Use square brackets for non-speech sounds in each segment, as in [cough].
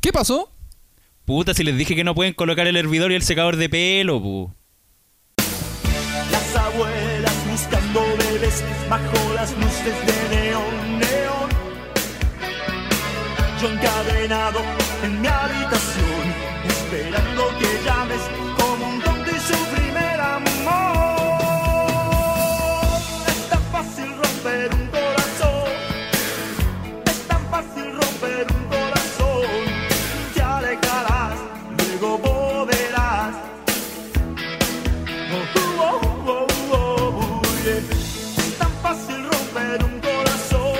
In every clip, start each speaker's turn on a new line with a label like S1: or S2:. S1: ¿Qué pasó?
S2: Puta, si les dije que no pueden colocar el hervidor y el secador de pelo, pu.
S3: Las abuelas buscando bebés bajo las luces de neón, neón. Yo encadenado en mi habitación, esperando que llames como un don de su primer amor. Es tan fácil romper un corazón, es tan fácil romper un corazón. Te alejarás, luego volverás. Oh, oh, oh, oh, oh, yeah. Es tan fácil romper un corazón.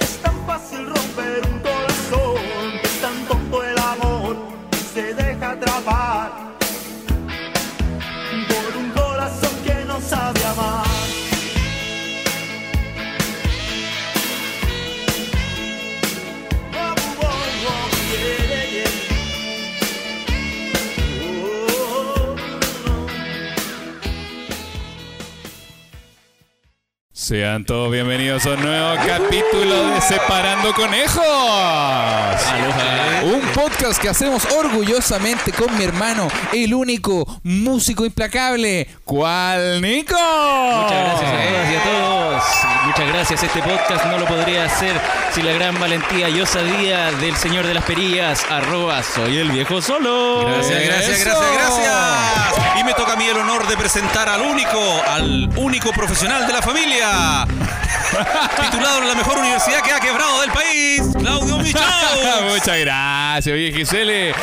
S3: Es tan fácil romper un corazón. Es tan tonto el amor que se deja atrapar por un corazón que no sabe amar. Oh, oh, oh, yeah, yeah, yeah. Oh, oh, oh.
S4: Sean todos bienvenidos a un nuevo capítulo de Separando Conejos.
S1: Un podcast que hacemos orgullosamente con mi hermano, el único músico implacable, ¿cuál Nico?
S2: Muchas gracias eh. a todas y a todos. Muchas gracias. Este podcast no lo podría hacer sin la gran valentía y osadía del señor de las perillas, arroba soy el viejo solo.
S5: Gracias, gracias,
S1: Eh, Eso.
S5: gracias, gracias. Y me toca a mí el honor de presentar al único, al único profesional de
S1: [laughs]
S5: la familia. Titulado en la mejor universidad que ha quebrado del país,
S1: [laughs]
S5: Claudio Michau.
S1: Muchas gracias, oye Gisele.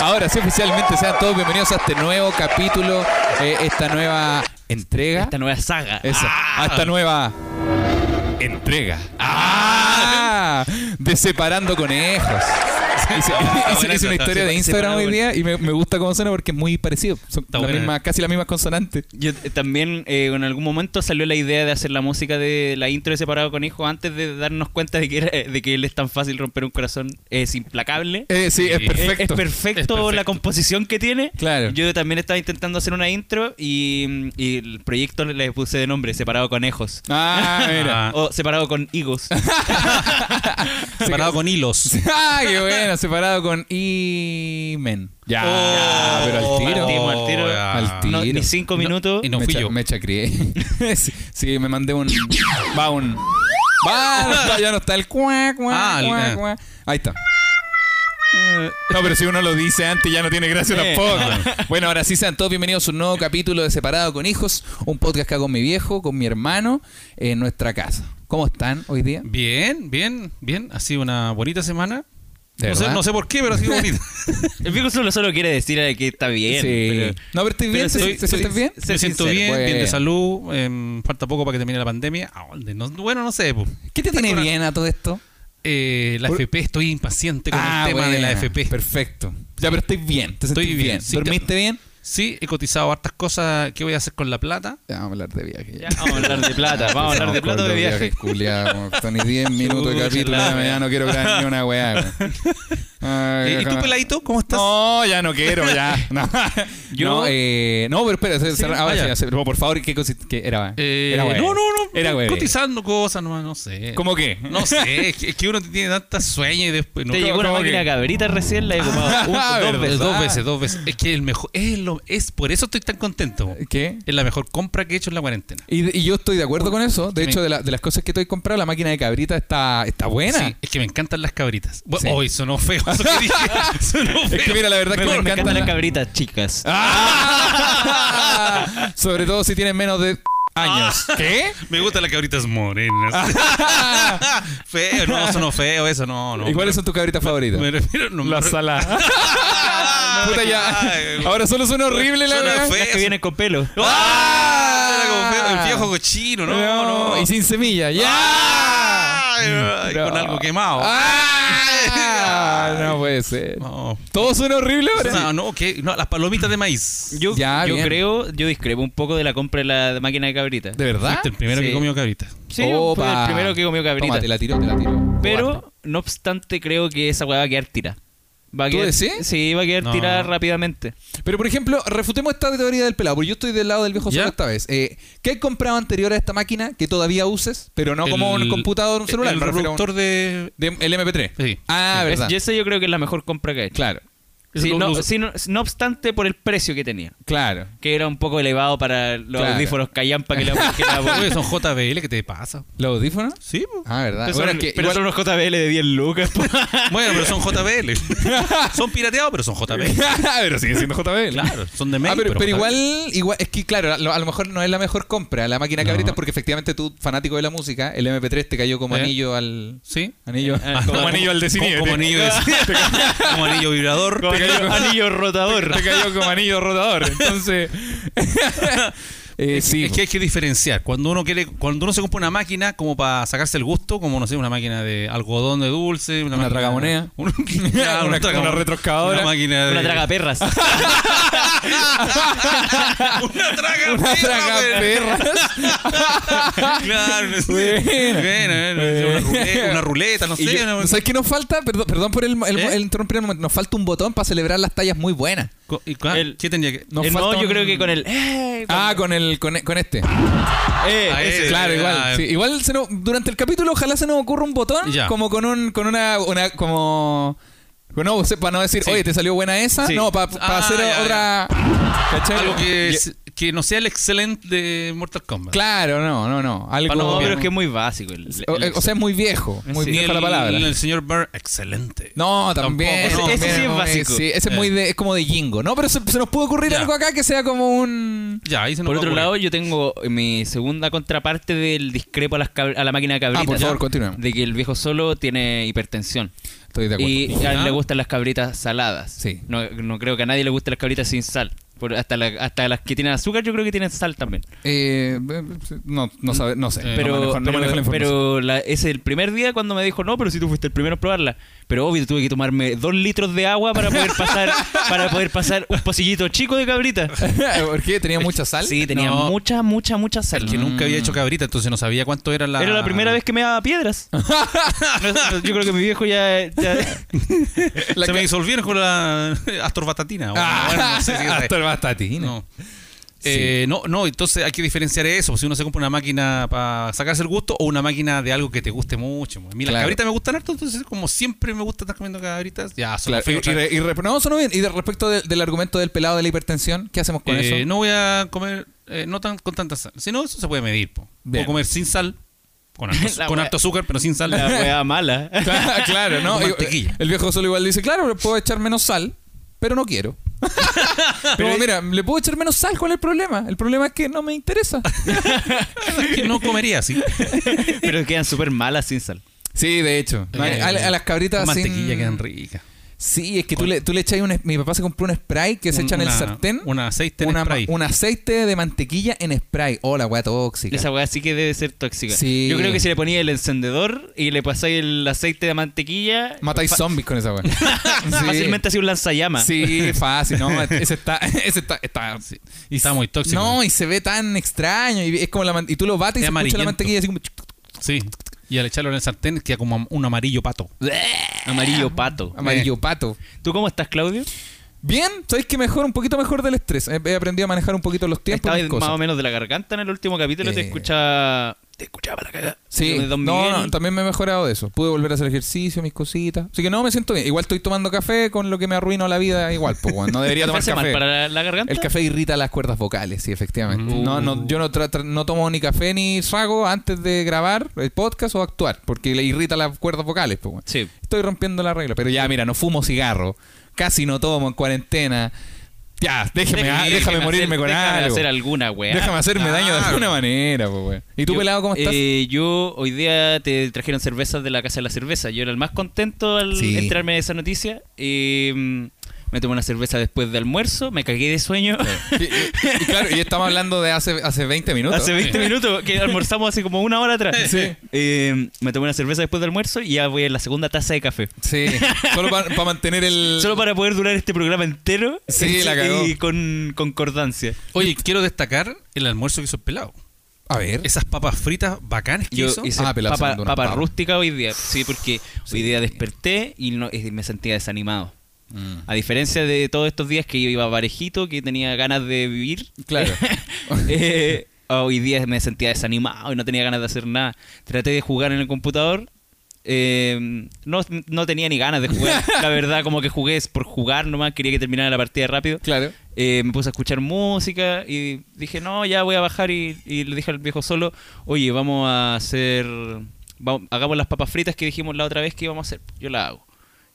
S1: Ahora sí, oficialmente sean todos bienvenidos a este nuevo capítulo, eh, esta nueva entrega.
S2: Esta nueva saga. Ah.
S1: Eso, a Ah, esta nueva entrega. ¡Ah! De Separando
S5: [laughs]
S1: Conejos. Hice, hice-
S5: Ah,
S1: hice
S5: buena esa,
S1: una historia de
S5: separa-
S1: Instagram
S5: separado
S1: hoy
S5: con-
S1: día y me, me gusta cómo suena porque es muy parecido. Son la
S5: buena.
S1: misma- casi las mismas consonantes.
S2: Yo eh, también eh, en algún momento salió la idea de hacer la música de la intro de Separado con Hijo antes de darnos cuenta de que, era- eh, de que él es tan fácil romper un corazón. Es implacable.
S1: Eh, sí, es
S5: Sí.
S2: Es-
S1: perfecto.
S2: Es, perfecto
S5: Es perfecto.
S2: la composición que tiene.
S1: Claro.
S2: Yo también estaba intentando hacer una intro y, y el proyecto le puse de nombre Separado Conejos.
S1: Ah, mira.
S5: Ah.
S2: O Separado con Higos.
S5: Separado con hilos.
S1: [laughs] Ah, qué bueno, separado con Imen. Ya,
S5: Oh,
S1: Ah, pero al tiro.
S2: Partimos al tiro.
S5: ya.
S1: Al tiro.
S2: No, ni cinco minutos.
S5: y no
S1: me
S5: fui
S1: cha-
S5: yo.
S1: Me chacrié. [laughs] sí, sí, me mandé un. Va un. Va, no está- ya no está el cuá, cuá,
S5: Ah, el-
S1: cuá,
S5: eh.
S1: cuá. Ahí está. No, pero si uno lo dice antes ya no tiene gracia
S2: Eh.
S5: Ah.
S1: tampoco. Bueno, ahora sí sean todos bienvenidos a un nuevo capítulo de Separado con Hijos, un podcast que hago con mi viejo, con mi hermano, en nuestra casa. ¿Cómo están hoy día?
S5: Bien, bien, bien. Ha sido una bonita semana.
S1: ¿De
S5: No sé,
S1: verdad?
S5: no sé por qué, pero ha sido bonita.
S2: El viejo solo, solo quiere decir eh, que está bien.
S1: Sí.
S2: pero-
S1: no, pero estoy [laughs] bien,
S2: pero
S1: ¿te,
S2: soy-
S1: te
S2: soy-
S1: sientes bien?
S2: Ser
S5: Me siento
S2: sincero,
S5: bien, bien de
S1: bueno.
S5: salud. em, falta poco para que termine la pandemia. Ah, no- bueno, no sé. pues.
S1: ¿Qué te tiene bien a todo esto?
S5: Eh, la FP, estoy impaciente con el tema de la
S1: Ah, buena,
S5: FP.
S1: Perfecto. Ya, pero estoy bien. Te
S5: Estoy
S1: sentís
S5: bien,
S1: bien.
S5: sí,
S1: ¿Dormiste
S5: te-
S1: bien?
S5: Sí, he cotizado hartas cosas. ¿Qué voy a hacer con la plata?
S1: Ya, vamos a hablar de viaje.
S2: Ya, vamos a hablar de plata, vamos a hablar de plata o de viaje.
S1: Culiado, son ni
S5: [laughs]
S1: 10 minutos de
S2: Chucha,
S1: capítulo.
S2: la
S1: Ya, me- ya no quiero grabar ni una weá. weón. Ay,
S5: Eh, ¿Y Eh, tú,
S1: déjame-
S5: peladito? ¿Cómo estás?
S1: No, ya no quiero, ya.
S5: [laughs]
S1: No,
S2: Yo-
S1: no, eh, no pero espera, se-
S5: Sí,
S1: cerra- ahora
S5: vaya.
S1: sí, ya se- pero por favor, ¿qué, cosi- qué era?
S5: Eh,
S1: era weá.
S5: no, no, no.
S1: Era weá.
S5: Cotizando cosas, no, no sé.
S1: ¿Cómo qué?
S5: No sé, es que, es que uno tiene tantas sueños y después... no-
S2: Te llegó una
S1: ¿Cómo
S2: máquina
S1: que?
S2: cabrita recién, la he
S5: [laughs]
S2: ocupado un-
S1: [laughs] Ah,
S2: dos
S5: Pero
S2: veces.
S5: Dos veces, dos veces. Es que el mejor... Es, lo- es por eso estoy tan contento.
S1: [laughs] ¿Qué?
S5: Es la mejor compra que he hecho en la cuarentena.
S1: Y, y yo estoy de acuerdo con eso. De
S5: Sí,
S1: hecho,
S5: me-
S1: de, la- de las cosas que estoy comprando, la máquina de cabrita está, está buena.
S5: Sí, es que me encantan las cabritas. Hoy
S1: Sí.
S5: sonó feo
S1: [laughs]
S5: eso que dije. Sonó feo.
S1: Es que mira, la verdad es
S2: Me,
S1: que me,
S2: me
S1: encanta
S2: encantan las
S1: la-
S2: cabritas chicas.
S1: ¡Ah! [laughs] Sobre todo si tienen menos de años.
S5: Ah.
S1: ¿Qué?
S5: Me gustan las
S1: [laughs]
S5: cabritas morenas. [laughs] feo, no, sonó feo eso, no, [laughs] no.
S1: ¿Y cuáles son tus cabritas favoritas?
S5: Me refiero- no, me- [laughs]
S1: sala. Puta ya. Ah.
S5: Ay,
S1: Ahora solo suena horrible la
S5: Suena
S1: verdad.
S5: feo.
S2: Las que vienen con pelo.
S5: Oh, ¡Ah! Era como feo, El viejo cochino, no, no.
S1: Y sin semilla. ¡Ya!
S5: Ay, ay,
S1: No.
S5: Con algo quemado. [laughs]
S1: ¡Ah! No puede ser.
S5: No.
S1: Todo suena horrible ahora.
S5: No, no, que- no, las palomitas de maíz.
S2: Yo,
S1: Ya,
S2: yo
S1: bien.
S2: creo, yo discrepo un poco de la compra de la máquina de cabrita.
S1: ¿De verdad?
S5: Fuiste el primero
S2: Sí.
S5: que comió cabrita.
S2: Sí, yo fui
S1: Opa.
S2: el primero que comió cabrita.
S1: Toma, te la tiro, te la tiro.
S2: Pero,
S1: Cobarde.
S2: no obstante, creo que esa weá va a quedar tira. Va a
S1: ¿Tú
S2: quedar,
S1: decís?
S2: Sí, va a quedar
S5: No.
S2: tirada rápidamente.
S1: Pero, por ejemplo, refutemos esta teoría del pelado, porque yo estoy del lado del viejo
S5: ¿Ya?
S1: solo esta vez. Eh, ¿Qué has comprado anterior a esta máquina que todavía uses, pero no como
S5: El-
S1: un computador o un celular?
S5: El
S1: me refiero a un-
S5: reproductor de...
S1: de- el MP3.
S5: Sí.
S1: Ah,
S2: Es-
S1: verdad.
S2: y esa yo creo que es la mejor compra que he hecho.
S1: Claro,
S2: Sí,
S5: Lo-
S2: no,
S5: lo-
S2: sí, no- no obstante por el precio que tenía,
S1: claro.
S2: que era un poco elevado para los
S1: Claro.
S2: audífonos callampa
S1: [laughs]
S2: que le que
S1: Ah,
S5: [laughs]
S2: la-
S5: Oye, son JBL, ¿qué te pasa?
S1: ¿Los audífonos?
S5: Sí, po.
S1: Ah, verdad.
S2: Pero
S1: Bueno,
S2: son-
S1: es que
S2: pero
S1: igual- [laughs]
S2: son unos JBL de 10 lucas. po. [laughs]
S5: Bueno, pero son JBL. son pirateados, pero son JBL.
S1: pero sigue siendo JBL.
S5: Claro, son de
S1: Ah,
S5: Mac,
S1: pero, pero
S5: JBL.
S1: igual, igual, es que claro, a lo, a lo mejor no es la mejor compra la máquina que
S5: No.
S1: abriste porque efectivamente tú, fanático de la música, el MP3 te cayó como
S5: Eh.
S1: anillo al...
S5: Sí.
S1: Anillo. [laughs]
S2: Ah, como-
S6: anillo al de
S5: Como,
S6: cine.
S5: como
S6: Te,
S5: anillo de Como anillo vibrador.
S2: Con anillo, anillo rotador.
S6: te cayó como anillo rodador. Entonces,
S1: [laughs] Eh, sí,
S5: Es que hay que diferenciar. Cuando uno quiere, cuando uno se compra una máquina como para sacarse el gusto, como no sé, una máquina de algodón de dulce, [laughs] una,
S1: Una
S5: máquina-
S1: tragamoneda.
S5: un-
S1: Una-
S5: claro, una, tragamoneda.
S1: una
S6: retroscadora.
S5: Una máquina de.
S2: Una traga perras.
S5: [laughs]
S1: [laughs]
S5: una traga
S1: [laughs] Una traga
S5: claro, no sé.
S1: Buena.
S5: Buena, buena. Una, ruleta, una ruleta, no
S1: Y
S5: sé.
S1: yo-
S5: una-
S1: ¿Sabes qué nos falta? Perdón, perdón por el, el,
S5: ¿Eh?
S1: el interrumpir el momento. Nos falta un botón para celebrar las tallas muy buenas.
S5: Co- y- ah,
S2: El-
S5: ¿Qué tendría que.?
S1: [laughs] Nos
S2: Eh, no,
S1: falta
S2: yo
S1: un-
S2: creo que con el. eh, con-
S1: Ah, con el con, con este.
S2: eh,
S5: Ah,
S2: ese.
S5: eh,
S1: claro,
S5: eh,
S1: igual.
S5: ah,
S1: sí. Igual se nos- durante el capítulo ojalá se nos ocurra un botón
S5: Ya.
S1: como con un con una, una como bueno, o sea, para no decir, "Oye, te salió buena esa."
S2: Sí.
S1: No, para
S5: Ah,
S1: hacer
S5: ya,
S1: otra ¿Cachai?
S5: Algo que,
S1: Y-
S5: es- que no sea el excelente de Mortal Kombat.
S1: Claro, no, no, no. Algo
S5: Para
S2: No, pero es que es muy básico. el- el-
S1: o, eh, o sea, es muy viejo, muy
S2: Sí.
S5: Ni
S1: vieja
S5: el,
S1: la palabra.
S5: El señor Burr, excelente.
S1: No, también.
S5: Tampoco, no.
S1: también,
S2: Ese sí es
S1: no,
S2: básico. Eh.
S1: sí, ese es muy de, es como de jingo, ¿no? Pero se, se nos puede ocurrir
S5: Ya.
S1: algo acá que sea como un
S5: Ya, ahí se nos
S2: Por
S5: va a
S2: otro
S5: ocurrir.
S2: lado, yo tengo mi segunda contraparte del discrepo a, las cab- a la máquina de cabritas.
S1: Ah, por favor, continuemos.
S2: De que el viejo solo tiene hipertensión.
S1: Estoy de acuerdo.
S2: Y a él
S5: Ya.
S2: le gustan las cabritas saladas.
S1: Sí.
S2: No, no creo que a nadie le gusten las cabritas sin sal. Por- hasta, la- hasta las que tienen azúcar, yo creo que tienen sal también.
S1: Eh, eh, no, no, sabe- Eh, no sé.
S2: pero
S1: no manejo, no
S2: pero-
S1: manejo la información.
S2: pero la- es el primer día cuando me dijo, no, pero si tú fuiste el primero en probarla. Pero obvio, tuve que tomarme dos litros de agua
S1: [laughs]
S2: para poder pasar, para poder pasar un pocillito chico de cabrita.
S1: [laughs] ¿Por qué? ¿Tenía mucha sal?
S2: Sí, tenía
S5: No.
S2: mucha, mucha, mucha
S5: Es
S2: sal.
S5: que nunca había hecho cabrita, entonces no sabía cuánto era la.
S2: Era la primera
S5: [laughs]
S2: vez que me daba [laughs] piedras. No, no, yo creo que mi viejo ya. ya-
S1: La Ah,
S5: se
S1: ca-
S5: me disolvieron
S2: [laughs]
S5: con la astorbastatina. bueno,
S2: Ah,
S5: bueno, no
S1: [laughs]
S5: sé si es-
S1: hasta el bastatín.
S5: no. Eh, no, no, entonces hay que diferenciar eso. pues, Si uno se compra una máquina para sacarse el gusto o una máquina de algo que te guste mucho. pues. A mí las
S1: Claro.
S5: cabritas me gustan harto, entonces como siempre me gusta estar comiendo cabritas, ya son
S1: Claro, y, y re- y re- no, sonó bien. Y de respecto de- del argumento del pelado de la hipertensión, ¿qué hacemos con
S2: Eh,
S1: eso?
S5: Eh, No voy a comer eh, no tan con tanta sal. Si no, eso se puede medir. Po.
S1: Bien.
S5: Puedo comer sin sal, con
S2: [laughs]
S5: harto,
S2: La
S5: con
S2: wea-
S5: harto azúcar, pero sin
S2: [laughs]
S5: sal.
S2: la wea [laughs] mala.
S1: [laughs] Claro, claro, ¿no?
S5: Con
S1: Y- eh,
S5: mantequilla.
S1: El viejo solo igual dice, claro, le puedo echar menos sal, pero no quiero.
S5: [laughs]
S1: pero mira, le puedo echar menos sal, ¿cuál es el problema? El problema es que no me
S5: [laughs]
S1: interesa.
S5: [laughs] Que no comería así.
S2: Pero quedan súper malas sin sal.
S1: sí, de hecho. [laughs]
S5: Eh,
S1: A, [laughs] a las cabritas
S5: Con
S1: sin-
S5: mantequilla quedan ricas.
S1: Sí, es que tú le, tú le echas un... Mi papá se compró un spray que se
S5: Un-
S1: echa en el
S5: una-
S1: sartén.
S5: Un aceite en
S1: una-
S5: spray.
S1: Un aceite de mantequilla en spray. Oh, la weá tóxica.
S2: Esa weá sí que debe ser tóxica.
S1: Sí.
S2: Yo creo que si le ponía el encendedor y le pasáis el aceite de mantequilla. [laughs]
S1: Matáis
S2: fa-
S1: zombies con esa weá. Sí.
S2: Fácilmente así un lanzallamas.
S1: Sí, fácil. No, ese está... [laughs] Ese está, está-
S5: y está muy tóxico.
S1: No, y se ve tan extraño. Y, es como la, man- y tú lo bates y
S5: Es
S1: se escucha la
S5: amarillento.
S1: mantequilla así como...
S5: Sí. Y al echarlo en el sartén queda como un amarillo pato.
S2: Eh. Amarillo pato. Eh,
S1: Amarillo pato.
S2: ¿Tú cómo estás, Claudio?
S1: Bien, ¿sabéis que mejor? Un poquito mejor del estrés. He, he aprendido a manejar un poquito los tiempos.
S2: Estabas
S1: mis cosas.
S2: más o menos de la garganta en el último capítulo. Te
S1: Eh.
S2: escuchaba. Te escuchaba la cagada.
S1: Sí,
S2: De Don
S1: no,
S2: Miguel.
S1: no, también me he mejorado de eso. Pude volver a hacer ejercicio, mis cositas. Así que no, me siento bien. Igual estoy tomando café con lo que me arruinó la vida. Igual, pues, weón, no
S2: [laughs]
S1: debería
S2: ¿Te
S1: tomar
S2: hace mal
S1: café.
S2: para la, la garganta? Mm.
S1: El café irrita las cuerdas vocales, sí, efectivamente. No, no, yo no, tra- tra- no tomo ni café ni trago antes de grabar el podcast o actuar, porque le irrita las cuerdas vocales. Pues, weón.
S2: Sí.
S1: Estoy rompiendo la regla, pero ya, mira, no fumo cigarro, casi no tomo en cuarentena. Ya, déjeme, ah, déjame,
S2: hacer-
S1: morirme con
S2: déjame
S1: algo.
S2: hacer alguna weá.
S1: déjame hacerme daño de
S5: Claro.
S1: alguna manera, pues, weón. ¿Y tú,
S2: Yo-
S1: pelado, cómo estás?
S2: eh, yo hoy día te trajeron cervezas de la Casa de la Cerveza. Yo era el más contento al
S1: Sí.
S2: enterarme de esa noticia. Eh, me tomé una cerveza después de almuerzo, me cagué de sueño. [laughs]
S1: Y, y- y claro, y estamos hablando de hace, hace 20 minutos.
S2: hace 20 minutos, que almorzamos hace como una hora atrás.
S1: Sí.
S2: Eh, me tomé una cerveza después de almuerzo y ya voy a la segunda taza de café.
S1: Sí, solo para mantener el...
S2: [laughs] Solo para poder durar este programa entero
S1: Sí, la cagó.
S2: y con concordancia.
S1: [laughs]
S5: Oye, quiero destacar el almuerzo que hizo el pelado.
S1: A ver.
S5: Esas papas fritas bacanes que
S2: Yo
S5: hizo.
S2: hice
S1: Ah, pero la
S2: papa,
S1: segunda, una
S2: papa
S1: papa.
S2: rústica hoy día. Sí, porque hoy día desperté y no- y me sentía desanimado.
S1: Mm.
S2: A diferencia de todos estos días que yo iba parejito, que tenía ganas de vivir.
S1: Claro.
S2: [laughs] eh, hoy día me sentía desanimado y no tenía ganas de hacer nada. Traté de jugar en el computador. eh, no, no tenía ni ganas de jugar. La verdad, como que jugué es por jugar nomás. Quería que terminara la partida rápido.
S1: Claro.
S2: Eh, me puse a escuchar música y dije, no, ya voy a bajar. Y, y le dije al viejo solo, oye, vamos a hacer. va- hagamos las papas fritas que dijimos la otra vez que íbamos a hacer. Yo las hago.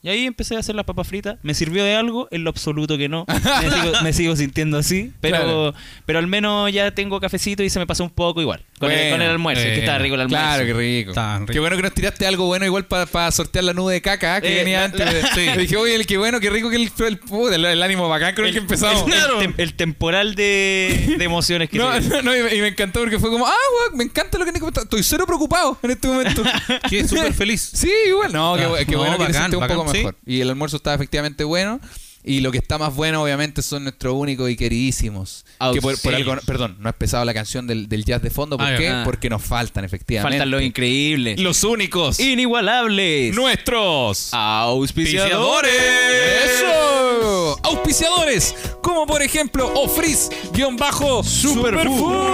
S2: Y ahí empecé a hacer las papas fritas. ¿Me sirvió de algo? En lo absoluto que no. Me sigo, me sigo sintiendo así. Pero,
S1: Claro.
S2: pero al menos ya tengo cafecito y se me pasó un poco igual. Con, el,
S1: Bueno,
S2: con el almuerzo. es que
S1: bueno.
S2: estaba rico el almuerzo.
S1: Claro, qué rico.
S5: Está rico.
S1: Qué bueno que nos tiraste algo bueno igual para sortear la nube de caca ¿ah? que
S2: Eh,
S1: venía
S2: la-
S1: antes.
S2: [laughs] la-
S1: Sí. Dije, oye, el, qué bueno, qué rico que el, el, puta, el- el ánimo bacán con el, que empezamos.
S2: El, tem- el temporal de, de emociones que
S1: No, [laughs]
S2: se-
S1: no, no, y me- y me encantó porque fue como, ah, weón, me encanta lo que Nico está. Estoy cero preocupado en este momento.
S5: [laughs]
S2: [laughs]
S5: Quedé súper feliz.
S1: [laughs] Sí, igual. No, qué,
S5: Ah,
S1: bu- qué
S5: no,
S1: bueno que te
S5: bacán,
S1: sientes un
S5: bacán,
S1: poco
S5: sí.
S1: mejor. Y el almuerzo estaba efectivamente bueno. Y lo que está más bueno, obviamente, son nuestros únicos y queridísimos. Que por, por
S2: Auxilios.
S1: algo, perdón, no has pesado la canción del, del jazz de fondo. ¿Por
S5: Ah,
S1: qué?
S2: verdad.
S1: Porque nos faltan, efectivamente.
S2: Faltan los increíbles.
S7: Los únicos.
S2: Inigualables.
S7: Nuestros.
S2: Auspiciadores.
S1: ¡Eso!
S7: Auspiciadores. Como por ejemplo Ofriz guión bajo Superfood.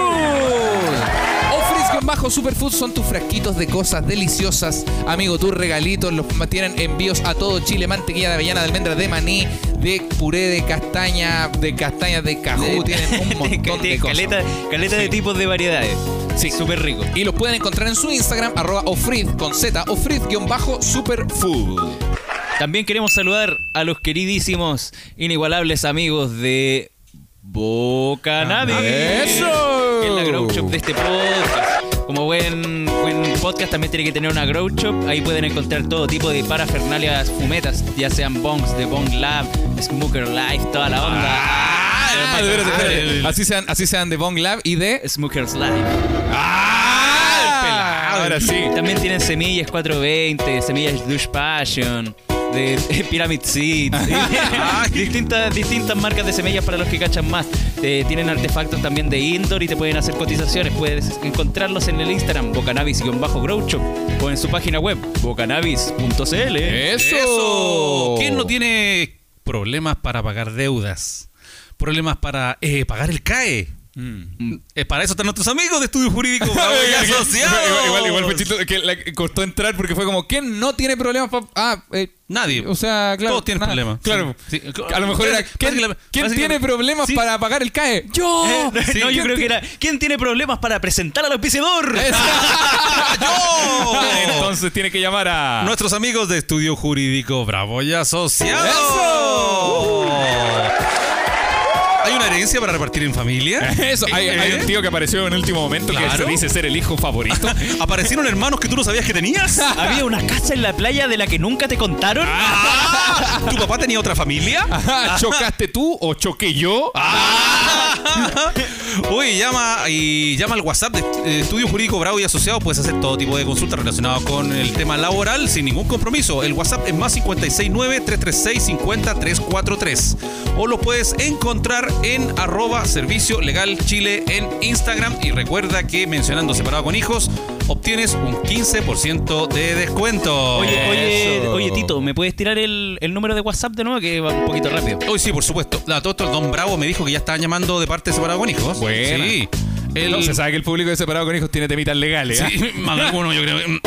S1: Ofris con bajo Superfood son tus frasquitos de cosas deliciosas. Amigo, tus regalitos los tienen envíos a todo Chile. Mantequilla de avellana, de almendra, de maní, de puré de castaña, de castaña de cajú. Tienen [laughs] un montón [laughs] de cosas.
S2: caleta caleta de tipos de variedades. Sí, súper rico.
S1: Y los pueden encontrar en su Instagram, arroba ofrid con Z, ofrid-superfood.
S2: También queremos saludar a los queridísimos, inigualables amigos de Bocanadi.
S1: Ah, ¡Eso!
S2: Que es la grow shop de este podcast. Como buen, buen podcast también tiene que tener una grow shop. Ahí pueden encontrar todo tipo de parafernalias fumetas, ya sean bongs de Bong Lab, Smoker Life, toda la onda.
S1: Ah, de veras,
S2: Ah,
S1: espérate.
S2: el-
S1: Así sean, así sean de Bong Lab y de.
S2: Smokers Life.
S1: ¡Ah!
S7: Ahora sí.
S2: También tienen semillas 420, semillas Douche Passion, de de Pyramid Seeds.
S7: [laughs]
S2: distintas, distintas marcas de semillas para los que cachan más. Eh, tienen artefactos también de indoor y te pueden hacer cotizaciones. Puedes encontrarlos en el Instagram, bocanabis-grow shop, o en su página web, bocanabis.cl. [laughs]
S1: ¡Eso!
S5: Eso. ¿Quién no
S1: [laughs]
S5: tiene problemas para pagar deudas? Problemas para eh, pagar el CAE.
S1: Mm.
S5: Eh, para eso están nuestros amigos de Estudio
S1: [laughs]
S5: Jurídico Bravo y Asociados.
S1: Igual, igual, igual, Pechito, que la- costó entrar porque fue como, ¿quién no tiene problemas para.? Ah, eh,
S5: Nadie.
S1: o sea, claro.
S5: Todos tienen
S1: nada.
S5: problemas.
S1: Claro.
S5: Sí, sí.
S1: A lo mejor era.
S5: Básica-
S1: ¿Quién,
S5: básica-
S1: quién tiene
S5: básica-
S1: problemas
S5: Sí.
S1: para pagar el CAE? ¡Yo!
S2: Eh, no,
S1: [laughs]
S5: [laughs]
S1: Sí.
S2: no,
S1: ¿Quién
S2: yo creo que
S1: ti-
S2: era. ¿Quién tiene problemas para presentar al
S7: [laughs]
S2: auspiciador? [laughs]
S5: ¡Yo!
S7: Entonces tiene que llamar a.
S5: Ah. Nuestros amigos de Estudio Jurídico Bravo y Asociados. Uh.
S1: ¡Eso!
S5: ¿Hay una herencia para repartir
S1: [laughs]
S5: en familia? Eh,
S7: Eso, hay, hay un tío que apareció en el último momento que
S5: Claro.
S7: se dice ser el hijo favorito.
S5: ¿Aparecieron hermanos que tú no sabías
S1: [laughs]
S5: que tenías?
S2: ¿Había una casa en la playa de la que nunca te contaron?
S5: Ah, ¿Tu papá tenía otra familia?
S7: Ah,
S1: [laughs]
S7: ¿Chocaste tú o choqué yo?
S2: Ah,
S5: [laughs] Oye, llama y llama al WhatsApp de eh, Estudio Jurídico Bravo y Asociados. Puedes hacer todo tipo de consultas relacionadas con el tema laboral sin ningún compromiso. El WhatsApp es más 569-336-50343. O lo puedes encontrar en arroba servicio legal chile en Instagram. Y recuerda que mencionando separado con hijos, obtienes un 15% de descuento.
S2: Oye, oye,
S1: Eso.
S2: oye, Tito, ¿me puedes tirar el, el número de Whatsap de nuevo? Que va un poquito rápido.
S5: Hoy sí, por supuesto. La Toto, el Don Bravo me dijo que ya estaban llamando de parte de separado con hijos.
S7: Buena.
S5: Sí. [laughs] El-
S7: No, se sabe que el público de separado con hijos tiene temitas legales. ¿ah?
S5: Sí, más de alguno, yo creo. Mm.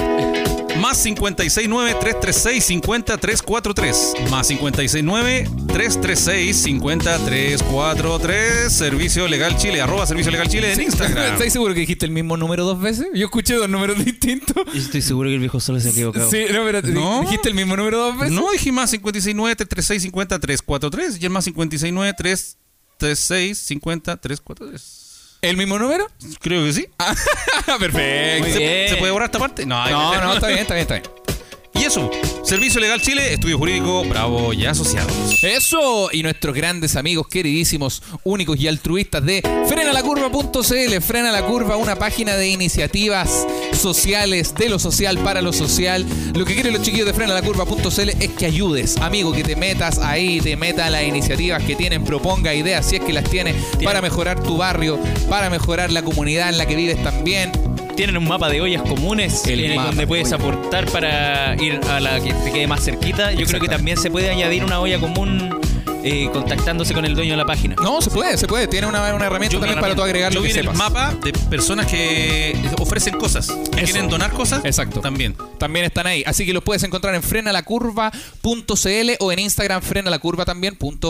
S5: Más 569-336-50343. Más 569-336-50343. Servicio Legal Chile. Arroba Servicio Legal Chile [laughs] en
S1: [laughs]
S5: Instagram.
S1: ¿Estáis seguro que dijiste el mismo número dos veces? Yo escuché dos números [laughs] distintos.
S2: Yo estoy seguro que el viejo solo se ha equivocado.
S1: Sí, no, pero
S5: No.
S1: dijiste el mismo número dos veces.
S5: No dije más 569-336-50343. Y el más 569-336-50343.
S1: ¿El mismo número?
S5: Creo que sí.
S1: Perfecto.
S2: Muy bien.
S5: Ah, ¿Se, se puede borrar esta parte? No, hay-
S1: No, no, está bien, está bien, está bien.
S5: Y eso. Servicio Legal Chile, Estudio Jurídico, Bravo y Asociados.
S1: Eso, y nuestros grandes amigos, queridísimos, únicos y altruistas de frenalacurva.cl, Frena la Curva, una página de iniciativas sociales, de lo social para lo social. Lo que quieren los chiquillos de frenalacurva.cl es que ayudes, amigo, que te metas ahí, te metas a las iniciativas que tienen, proponga ideas, si es que las tienes, para mejorar tu barrio, para mejorar la comunidad en la que vives también.
S2: tienen un mapa de ollas comunes
S1: El
S2: en el
S1: mapa de
S2: donde puedes
S1: ollas.
S2: aportar para ir a la que te quede más cerquita. Yo creo que
S1: Exactamente.
S2: también se puede añadir una olla común eh, contactándose con el dueño de la página.
S1: No, se puede, se puede. Tiene una, una herramienta
S5: Yo vi-
S1: también para tú agregar
S5: yo
S1: lo que
S5: vi en
S1: sepas.
S5: el mapa de personas que ofrecen cosas, que
S1: Eso.
S5: quieren donar cosas.
S1: Exacto.
S5: También.
S1: También están ahí. Así que los puedes encontrar en frenalacurva.cl o en Instagram frenalacurva también.cl.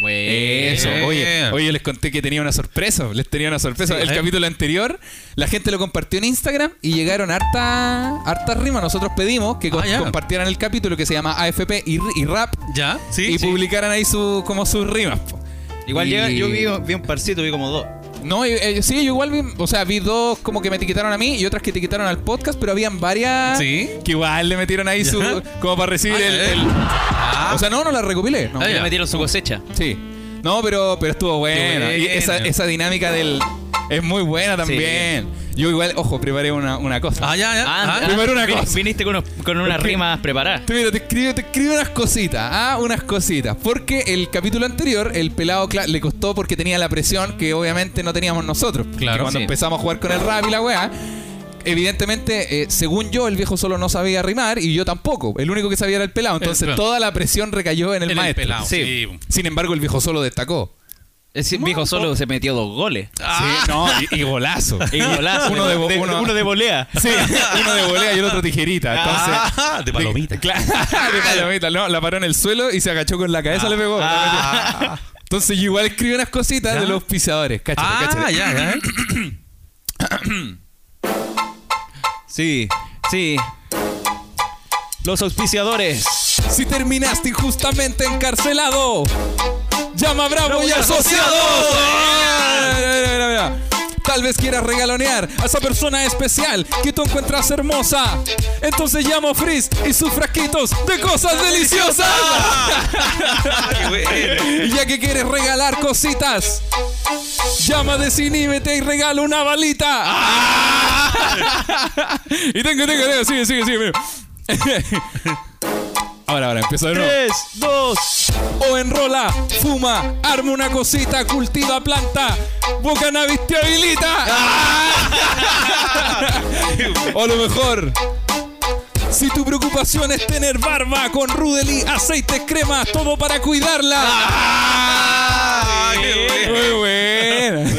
S2: Bueno.
S1: Eso. Oye,
S5: Bien.
S1: oye, les conté que tenía una sorpresa. Les tenía una sorpresa.
S5: Sí,
S1: el
S5: a ver.
S1: capítulo anterior, la gente lo compartió en Instagram y llegaron harta, harta rima. Nosotros pedimos que co-
S5: Ah, ya.
S1: compartieran el capítulo que se llama AFP y, y rap
S5: ¿Ya? Sí.
S1: y
S5: sí.
S1: publicaran ahí su, como sus rimas. po.
S2: Igual
S1: Y-
S2: llega- yo vi, vi un parcito, vi como dos.
S1: No, eh, eh, sí, yo igual vi, o sea, vi dos como que me etiquetaron a mí y otras que etiquetaron al podcast, pero habían varias
S5: Sí.
S1: que igual le metieron ahí su
S5: Ya.
S1: como para recibir
S5: Ah,
S1: el,
S5: ya.
S1: el-
S5: Ah.
S1: o sea, no, no la recopilé, no.
S5: Ah,
S2: Ya
S5: ya.
S2: metieron su cosecha.
S1: Sí. No, pero pero estuvo bueno.
S5: Qué
S1: Y
S5: bueno.
S1: esa, esa dinámica del es muy buena también. Yo igual, ojo, preparé una, una cosa.
S5: Ah, ya, ya.
S2: Ah,
S5: Ah,
S2: ah,
S1: primero una
S2: vi-
S1: cosa.
S2: Viniste con, unos- con unas
S1: Es que-
S2: rimas preparadas.
S1: Te, mira, te escribo, te escribo unas cositas, ah, unas cositas. Porque el capítulo anterior, el pelado cla- le costó porque tenía la presión que obviamente no teníamos nosotros.
S5: Claro,
S1: Que Cuando
S2: sí.
S1: empezamos a jugar con el rap y la weá. Evidentemente, eh, según yo, el viejo solo no sabía rimar y yo tampoco. El único que sabía era el pelado. Entonces,
S5: claro.
S1: toda la presión recayó en el
S5: En el
S1: maestro.
S5: pelado, sí.
S1: Sin embargo, el viejo solo destacó.
S2: Ese viejo solo se metió dos goles.
S5: Ah.
S1: Sí, no, [laughs] y, y golazo.
S2: Y golazo.
S1: Uno de bo- uno-
S2: [laughs] uno de volea.
S1: Sí, [laughs] uno de volea y el otro tijerita. Entonces,
S5: Ah, de palomita.
S1: [laughs] Claro, de palomita. No, la paró en el suelo y se agachó con la
S5: Ah.
S1: cabeza, le pegó. Entonces yo igual escribí unas cositas de los pisadores. Cáchate,
S5: Ah,
S1: cáchate.
S5: ya, ya.
S1: [laughs]
S2: Sí, sí. Los auspiciadores.
S1: Si terminaste injustamente encarcelado, llama a Bravo y Asociados. Mira, mira, mira, mira. Tal vez quieras regalonear a esa persona especial que tú encuentras hermosa. Entonces llamo a Frizz y sus frasquitos de cosas deliciosas.
S5: Ah, qué bueno.
S1: Y ya que quieres regalar cositas, llama de Ciníbete y regala una balita. Ah. [laughs] y tengo, tengo, tengo, sigue, sigue, sigue, mira. [laughs] Ahora, ahora, empiezo de nuevo.
S2: Tres, dos.
S1: O enrola, fuma, arma una cosita, cultiva planta, boca navis te
S5: [laughs]
S1: habilita. o a lo mejor. Si tu preocupación es tener barba con Rudely, aceites, crema, todo para cuidarla.
S5: Ah, qué bueno.
S1: Muy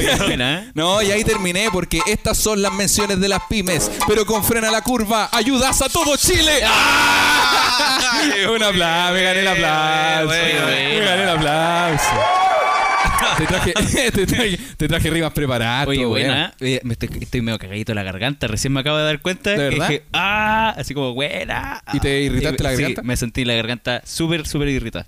S1: buena.
S2: Buena, ¿eh?
S1: No, y ahí terminé porque estas son las menciones de las pymes. Pero con frena la curva, ayudas a todo Chile.
S5: Ah,
S1: [laughs]
S5: qué
S1: Un aplauso, me gané el aplauso.
S5: Bueno, bueno.
S1: Me gané el aplauso. Te
S5: [laughs]
S1: traje, te traje, te traje rimas preparadas.
S2: Oye,
S1: todo,
S2: buena. Eh, me estoy, estoy medio cagadito de la garganta. Recién me acabo de dar cuenta.
S1: ¿De
S2: que
S1: verdad?
S2: dije, ah, así como buena.
S1: ¿Y te irritaste la
S2: Sí,
S1: garganta?
S2: me sentí la garganta súper, súper irritada.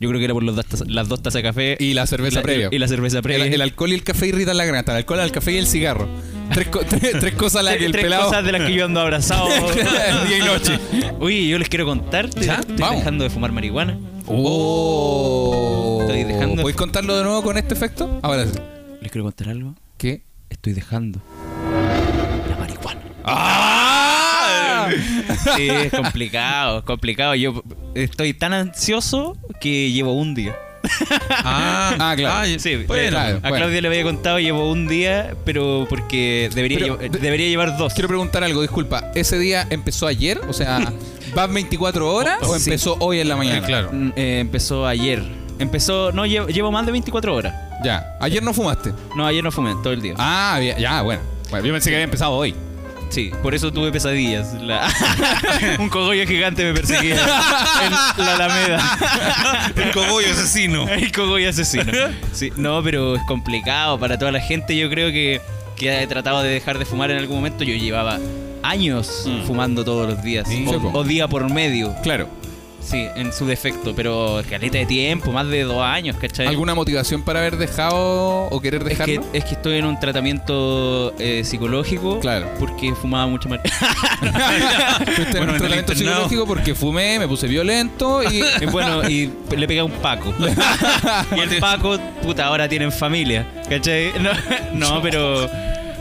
S2: Yo creo que era por los dos tazas- las dos tazas de café.
S1: Y la cerveza
S2: y-
S1: previa.
S2: Y la cerveza previa.
S1: El, el alcohol y el café irritan la garganta. El alcohol, el café y el cigarro. Tres, co- [laughs] tres, tres cosas las que
S2: Tres-
S1: el
S2: tres
S1: pelado.
S2: cosas de las que yo ando
S1: [laughs]
S2: abrazado.
S1: Día y noche.
S2: Oye, yo les quiero contar. Estoy,
S1: ¿Ya?
S2: estoy
S1: Vamos.
S2: dejando de fumar marihuana.
S1: Oh.
S2: Estoy dejando-
S1: ¿Puedes contarlo de nuevo con este efecto? Ahora sí.
S2: Les quiero contar algo.
S1: ¿Qué?
S2: Estoy dejando la marihuana.
S1: ¡Ah!
S2: Sí, es complicado, es complicado. Yo estoy tan ansioso que llevo un día.
S5: Ah,
S1: Ah, claro.
S5: ah,
S2: Sí, eh,
S5: bueno.
S1: claro.
S2: a
S1: bueno.
S2: Claudia le había contado, llevo un día, pero porque debería,
S1: Pero,
S2: llevar,
S1: de-
S2: debería llevar dos.
S1: Quiero preguntar algo, disculpa. ¿Ese día empezó ayer? O sea, ¿vas 24 horas o
S2: Sí.
S1: empezó hoy en la mañana?
S5: Sí, claro.
S2: Mm, eh, empezó ayer. Empezó, no, llevo, llevo más de 24 horas.
S1: Ya. ¿Ayer no fumaste?
S2: No, ayer no fumé, todo el día.
S1: Ah, bien, ya, bueno. Bueno, yo pensé que había empezado hoy.
S2: Sí, por eso tuve pesadillas. La- [laughs] un cogollo gigante me perseguía en la Alameda.
S5: El cogollo asesino.
S2: El cogollo asesino. Sí, no, pero es complicado para toda la gente. Yo creo que, que he tratado de dejar de fumar en algún momento. Yo llevaba años fumando todos los días.
S1: Mm. Sí,
S2: o,
S1: sí, po.
S2: o día por medio.
S1: Claro.
S2: Sí, en su defecto. Pero caleta de tiempo, más de dos años, ¿cachai?
S1: Eh. ¿Alguna motivación para haber dejado o querer
S2: es que, [laughs]
S1: dejarlo?
S2: es que estoy en un tratamiento eh, psicológico
S1: Claro.
S2: porque fumaba mucho más.
S1: Fuiste en
S5: Bueno,
S1: un
S5: en el
S1: tratamiento
S5: internado.
S1: psicológico porque fumé, me puse violento y...
S2: Eh, bueno, y le pegué a un Paco. Y el Paco, puta, ahora tienen [laughs] familia. ¿Cachai? No, no, pero.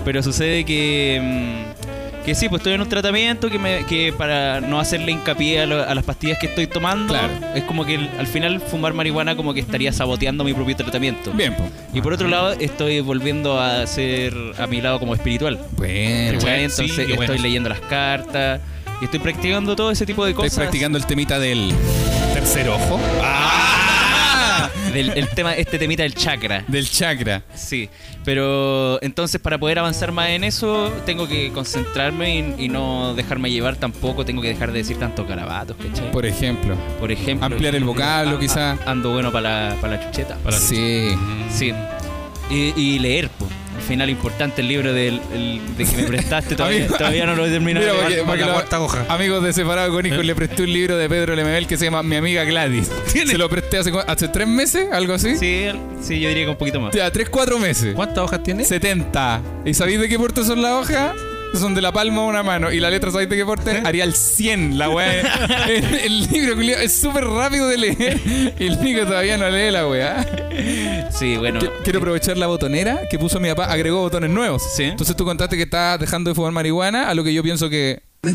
S2: Pero sucede que. mm, Que sí, pues estoy en un tratamiento que, me, que para no hacerle hincapié a, lo- a las pastillas que estoy tomando,
S5: Claro.
S2: es como que el- al final fumar marihuana como que estaría saboteando mi propio tratamiento.
S5: Bien, po.
S2: Y por otro lado, estoy volviendo a ser a mi lado como espiritual.
S1: pues,
S5: Bueno,
S2: ¿cachai?
S8: bueno, sí,
S2: Entonces
S8: qué
S2: estoy
S8: bueno.
S2: leyendo las cartas y estoy practicando todo ese tipo de
S5: estoy
S2: cosas.
S5: practicando el temita del tercer ojo,
S2: Ah. Del, el tema, este temita del chakra.
S5: del chakra.
S2: Sí, pero entonces para poder avanzar más en eso tengo que concentrarme y, y no dejarme llevar tampoco, tengo que dejar de decir tantos garabatos, ¿cachai? Por,
S5: Por ejemplo,
S2: ejemplo...
S5: ampliar el vocablo,
S2: a-
S5: quizá.
S2: a- Ando bueno para la, pa' la chucheta.
S5: Sí.
S2: Sí. Y, y leer, po. Al final importante el libro del, el- de que me
S5: [laughs]
S2: prestaste, todavía,
S5: Amigo,
S2: todavía no lo he terminado.
S5: Mira,
S2: de leer.
S5: porque-
S8: para
S5: porque
S8: la
S5: lo-
S8: cuarta hoja.
S5: Amigos de Separado con Hijos, le presté un libro de Pedro Lemebel que se llama Mi amiga Gladys. Se lo presté hace, cua- hace tres meses, algo así.
S2: Sí, el- sí, yo diría que un poquito más.
S5: Ya, tres, cuatro meses.
S8: ¿Cuántas hojas tiene?
S5: 70. ¿Y sabéis de qué porte son las hojas? Son de la palma a una mano. ¿Y la letra sabéis de qué porte? Arial 100, la [laughs] weá. el, el libro, culiao, es súper rápido de leer. Y el Nico todavía no lee la weá.
S2: Sí, bueno.
S5: Qu- Quiero aprovechar la botonera que puso mi papá. Agregó botones nuevos.
S2: Sí.
S5: Entonces tú contaste que estás dejando de fumar marihuana, a lo que yo pienso que...
S2: Pero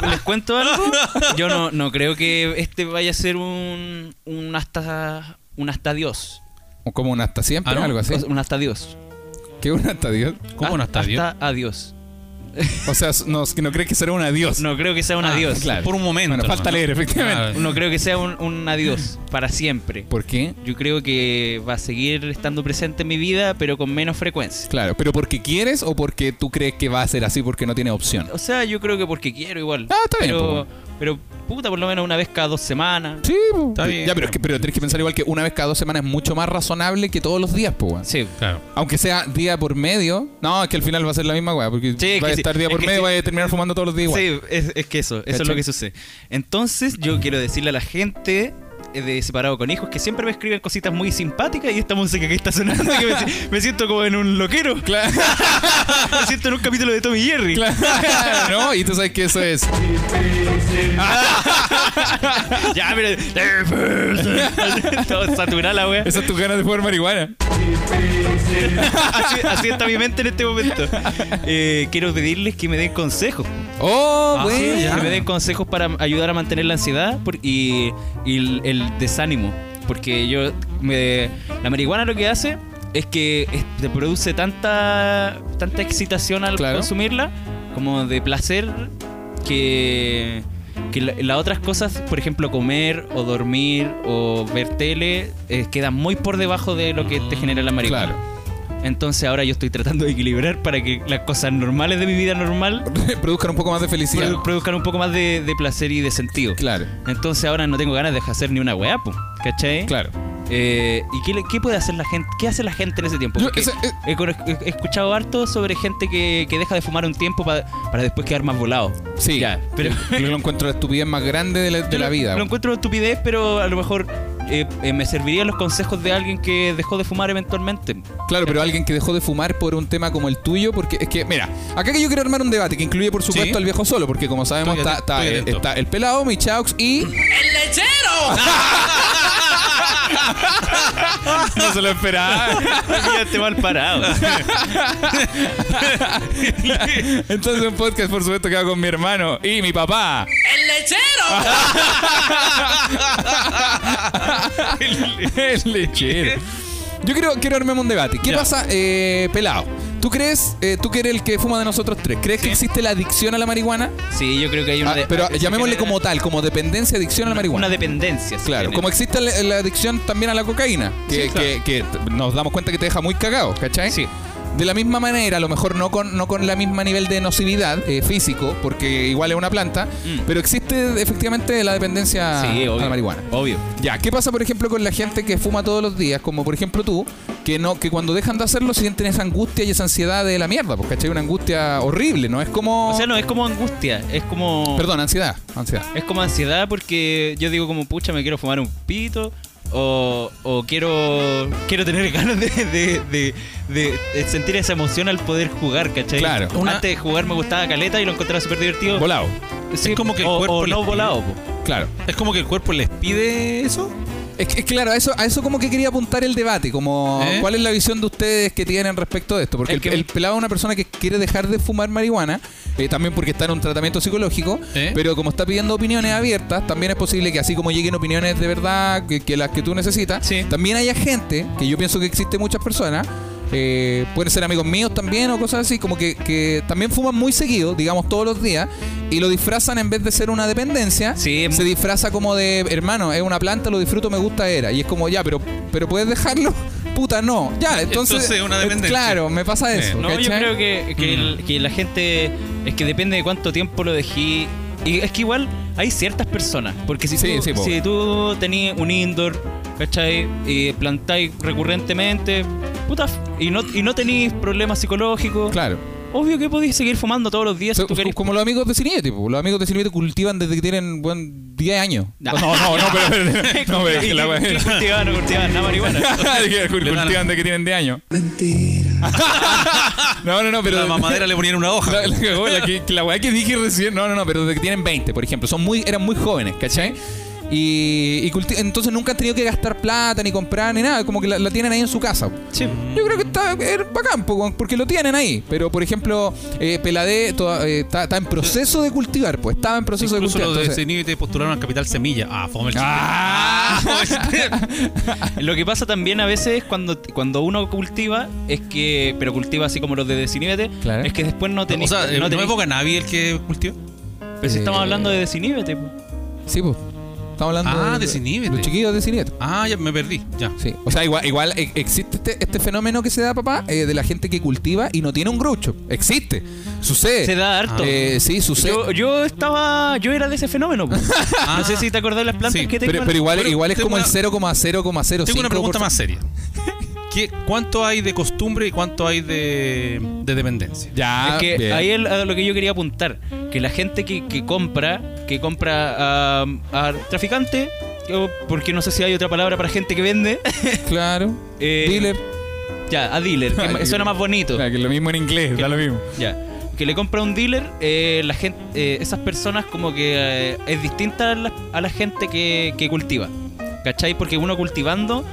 S2: [laughs] les cuento algo. Yo no, no creo que este vaya a ser un, un hasta un hasta Dios.
S5: Como un hasta siempre,
S8: Ah, ¿no?
S5: algo así.
S2: O sea, Un hasta Dios.
S5: ¿Qué un hasta Dios?
S8: ¿Cómo
S2: Ah,
S8: no
S1: [laughs]
S8: está Dios?
S2: Hasta adiós.
S5: O sea, no, no crees que será un adiós.
S2: No creo que sea un adiós.
S5: Ah, claro.
S8: Por un momento.
S5: Bueno, falta
S8: hermano.
S5: leer,
S8: Ah,
S5: efectivamente.
S2: No creo que sea un, un adiós para siempre.
S5: ¿Por qué?
S2: Yo creo que va a seguir estando presente en mi vida, pero con menos frecuencia.
S5: Claro, pero porque quieres o porque tú crees que va a ser así porque no
S2: [laughs]
S5: tiene opción.
S2: O sea, yo creo que porque quiero igual.
S5: Ah, está bien,
S2: Pero, pero puta, por lo menos una vez cada dos semanas.
S5: Sí, po.
S8: Está bien.
S5: Ya, pero, es que, pero tenés que pensar igual que una vez cada dos semanas es mucho más razonable que todos los días, po, weón.
S2: Sí.
S8: Claro.
S5: Aunque sea día por medio. No, es que al final va a ser la misma weá, porque
S2: Sí, es
S5: va a
S2: que sí.
S5: estar día
S2: Es
S5: por
S2: que
S5: medio,
S2: sí.
S5: va a terminar fumando todos los días igual.
S2: Sí, es, es que eso, eso es
S5: ¿Cachai?
S2: lo que sucede. Entonces, yo quiero decirle a la gente eh, de Separado con Hijos que siempre me escriben cositas muy simpáticas y esta música que está sonando, que me, si- me siento como en un loquero.
S5: [laughs] Claro.
S2: [laughs] Me siento en un capítulo de Tommy Jerry.
S5: Claro, [laughs] ¿no? Y tú sabes que eso es.
S2: Ya, mira. [laughs] Todo saturada la wea.
S5: Esa es tu ganas de fumar marihuana.
S2: Así, así está mi mente en este momento. Eh, quiero pedirles que me den consejos.
S1: Ah,
S5: Oh,
S2: Ah, Sí,
S5: güey.
S2: que me den consejos para ayudar a mantener la ansiedad por- y, y el, el desánimo. Porque yo me, la marihuana lo que hace es que es- te produce tanta, tanta excitación al
S5: Claro.
S2: consumirla, como de placer, que, que la- las otras cosas, por ejemplo, comer o dormir o ver tele, eh, quedan muy por debajo de lo que te genera la marihuana.
S5: Mm, Claro.
S2: Entonces ahora yo estoy tratando de equilibrar para que las cosas normales de mi vida normal
S5: Produzcan un poco más de felicidad.
S2: produ- produzcan un poco más de, de placer y de sentido.
S5: Claro,
S2: Entonces ahora no tengo ganas de hacer ni una weá, po, ¿cachai?
S5: claro.
S2: Eh, ¿Y qué, le- qué puede hacer la gente? ¿Qué hace la gente en ese tiempo?
S5: Yo-
S2: Porque
S5: ese- eh-
S2: he, cono- he escuchado harto sobre gente que, que deja de fumar un tiempo pa- para después quedar más volado.
S5: Sí.
S2: Ya, pero
S5: Yo lo encuentro la estupidez más grande de la, de la
S2: lo-
S5: vida.
S2: Lo,
S5: güey.
S2: encuentro estupidez, pero a lo mejor eh, eh, me servirían los consejos de alguien que dejó de fumar eventualmente. [laughs]
S5: Claro, pero alguien que dejó de fumar por un tema como el tuyo, porque es que, mira, acá que yo quiero armar un debate que incluye, por supuesto, al viejo solo, porqueaux, como sabemos,
S8: Estoy
S5: está, está,
S8: atento, estoy
S5: eh,
S8: atento.
S5: está el pelado, Michaux y. [laughs]
S1: No se lo esperaba.
S2: ya te mal
S5: [laughs]
S2: parado.
S5: Entonces, un podcast, por supuesto, que hago con mi hermano y mi papá. ¡El lechero! Yo quiero, quiero armarme un debate. ¿Qué pasa, eh, pelado? ¿Tú crees, eh, tú que eres el que fuma de nosotros tres, crees que existe la adicción a la marihuana?
S2: Sí, yo creo que hay una.
S5: Ah,
S2: de-
S5: pero
S2: se
S5: llamémosle
S2: genera
S5: como tal, como dependencia, adicción a la marihuana.
S2: Una dependencia. se
S5: Claro,
S2: genera.
S5: como existe la, la adicción también a la cocaína, que,
S2: Sí, claro.
S5: que- que t- nos damos cuenta que te deja muy cagado, ¿cachai?
S2: Sí.
S5: De la misma manera, a lo mejor no con, no con la misma nivel de nocividad eh, físico, porque igual es una planta,
S2: Mm.
S5: pero existe efectivamente la dependencia
S2: Sí,
S5: a
S2: obvio.
S5: la marihuana.
S2: Obvio.
S5: Ya, ¿qué pasa por ejemplo con la gente que fuma todos los días, como por ejemplo tú, que no que cuando dejan de hacerlo sienten esa angustia y esa ansiedad de la mierda, porque ¿cachai? Una angustia horrible, ¿no? Es como...
S2: O sea, no, es como angustia, es como.
S5: Perdón, ansiedad, ansiedad.
S2: Es como ansiedad porque yo digo como, pucha, me quiero fumar un pito. O, o quiero quiero tener [laughs] ganas de, de- de- de sentir esa emoción al poder jugar, ¿cachai?
S5: Claro. Una-
S2: Antes de jugar me gustaba caleta y lo encontraba súper divertido.
S5: Volado,
S2: Sí,
S8: Es como que el
S2: o,
S8: cuerpo
S2: o
S8: le
S2: no
S8: pide.
S2: volado. po.
S5: claro.
S8: Es como que el cuerpo les pide eso.
S5: Es que, claro, a eso, a eso como que quería apuntar el debate, como
S8: ¿Eh?
S5: cuál es la visión de ustedes que tienen respecto de esto, porque
S2: Es
S5: el,
S2: que-
S5: el pelado es una persona que quiere dejar de fumar marihuana, eh, también porque está en un tratamiento psicológico,
S8: ¿Eh?
S5: pero como está pidiendo opiniones abiertas, también es posible que así como lleguen opiniones de verdad, que, que las que tú necesitas,
S2: Sí.
S5: también haya gente, que yo pienso que existe muchas personas, eh, pueden ser amigos míos también o cosas así, como que, que también fuman muy seguido, digamos todos los días, y lo disfrazan en vez de ser una dependencia,
S2: Sí,
S8: Eh,
S2: es
S5: se disfraza como de hermano, es una planta, lo disfruto, me gusta era. Y es como, ya, pero, pero puedes dejarlo. [laughs] Puta, no. Ya, entonces.
S8: Entonces, una
S5: eh,
S8: dependencia. Eh,
S5: Claro, me pasa eso.
S2: No, yo
S5: ¿cachai? Mm.
S2: creo que, que el- que la gente. Es que depende de cuánto tiempo lo dejé. Y es que igual hay ciertas personas. Porque si
S5: Sí,
S2: tú,
S5: sí, po.
S2: si tú tenés un indoor, ¿cachai? Y plantáis recurrentemente. Puta, f- y no, y no tenéis problemas psicológicos.
S5: Claro.
S2: Obvio que podéis seguir fumando todos los días si
S5: So-
S2: tú querés. [laughs]
S5: como los amigos de Cinete, tipo. Los amigos de Cinete cultivan desde que tienen buen, 10 años.
S2: Nah.
S1: No,
S5: [laughs]
S1: no, no, pero. No, pero es
S2: [laughs] Y-
S1: que la
S2: y cultivar, no cultivar, nada
S5: [laughs]
S2: marihuana.
S1: Dije, Cultivan de que tienen de año.
S5: [laughs] No, no, no, pero.
S8: la mamadera le ponían una hoja.
S5: La, la cagó, la que- la weá que dije recién, no, no, no, pero desde que tienen 20, por ejemplo, son muy, eran muy jóvenes, ¿cachai? Y, y culti- entonces nunca han tenido que gastar plata, ni comprar, ni nada, como que la, la tienen ahí en su casa.
S2: Sí.
S5: Yo creo que está es bacán, po, weón, porque lo tienen ahí. Pero, por ejemplo, eh, Peladé toda- eh, está, está en proceso de cultivar, pues estaba en proceso
S8: Incluso
S5: de
S8: los
S5: cultivar.
S8: de
S5: entonces- Ah,
S8: Cenib te postularon a Capital Semilla. Ah, fome el chiste. [laughs] Ah,
S2: [laughs] Lo que pasa también a veces cuando, cuando uno cultiva, es que. Pero cultiva así como los de Desiníbete,
S5: Claro.
S2: es que después no
S8: O
S2: tenés.
S8: sea,
S2: no
S8: ¿no,
S2: tenés-
S8: es Bocanavi el que cultivó?
S2: Pero si estamos
S5: Eh,
S2: hablando de Desiníbete, po.
S5: [laughs] Sí, pues. Estamos hablando
S8: Ah, de Ciníbete.
S5: Los chiquillos de Ciníbete.
S8: Ah, ya me perdí. Ya.
S5: Sí. O sea, igual, igual e- existe este, este fenómeno que se da, papá, eh, de la gente que cultiva y no tiene un grucho. Existe. Sucede.
S2: Se da harto.
S5: Eh, sí, sucede.
S2: Yo, yo estaba. Yo era de ese fenómeno, po. No sé si te acordás de las plantas
S8: Ah. Sí,
S2: que tengo.
S5: pero, pero igual,
S8: Bueno,
S5: igual es
S8: tengo
S5: como el
S8: una-
S5: 0,0,05%.
S8: Tengo una pregunta
S5: [laughs]
S8: más seria. ¿Qué, ¿Cuánto hay de costumbre y cuánto hay de, de dependencia?
S5: Ya,
S2: Es que
S5: ah, bien.
S2: ahí es lo- lo que yo quería apuntar. Que la gente que, que compra, que compra a, a traficante, o- porque no sé si hay otra palabra para gente que vende.
S5: Claro.
S2: [laughs] eh,
S5: Dealer.
S2: Ya, a dealer,
S5: [laughs]
S2: que ma- suena más bonito.
S1: Claro, que lo mismo en inglés, da lo mismo.
S2: Ya. Que le compra a un dealer, eh, la gente, eh, esas personas como que eh, es distinta a la, a la gente que, que cultiva. ¿Cachai? Porque uno cultivando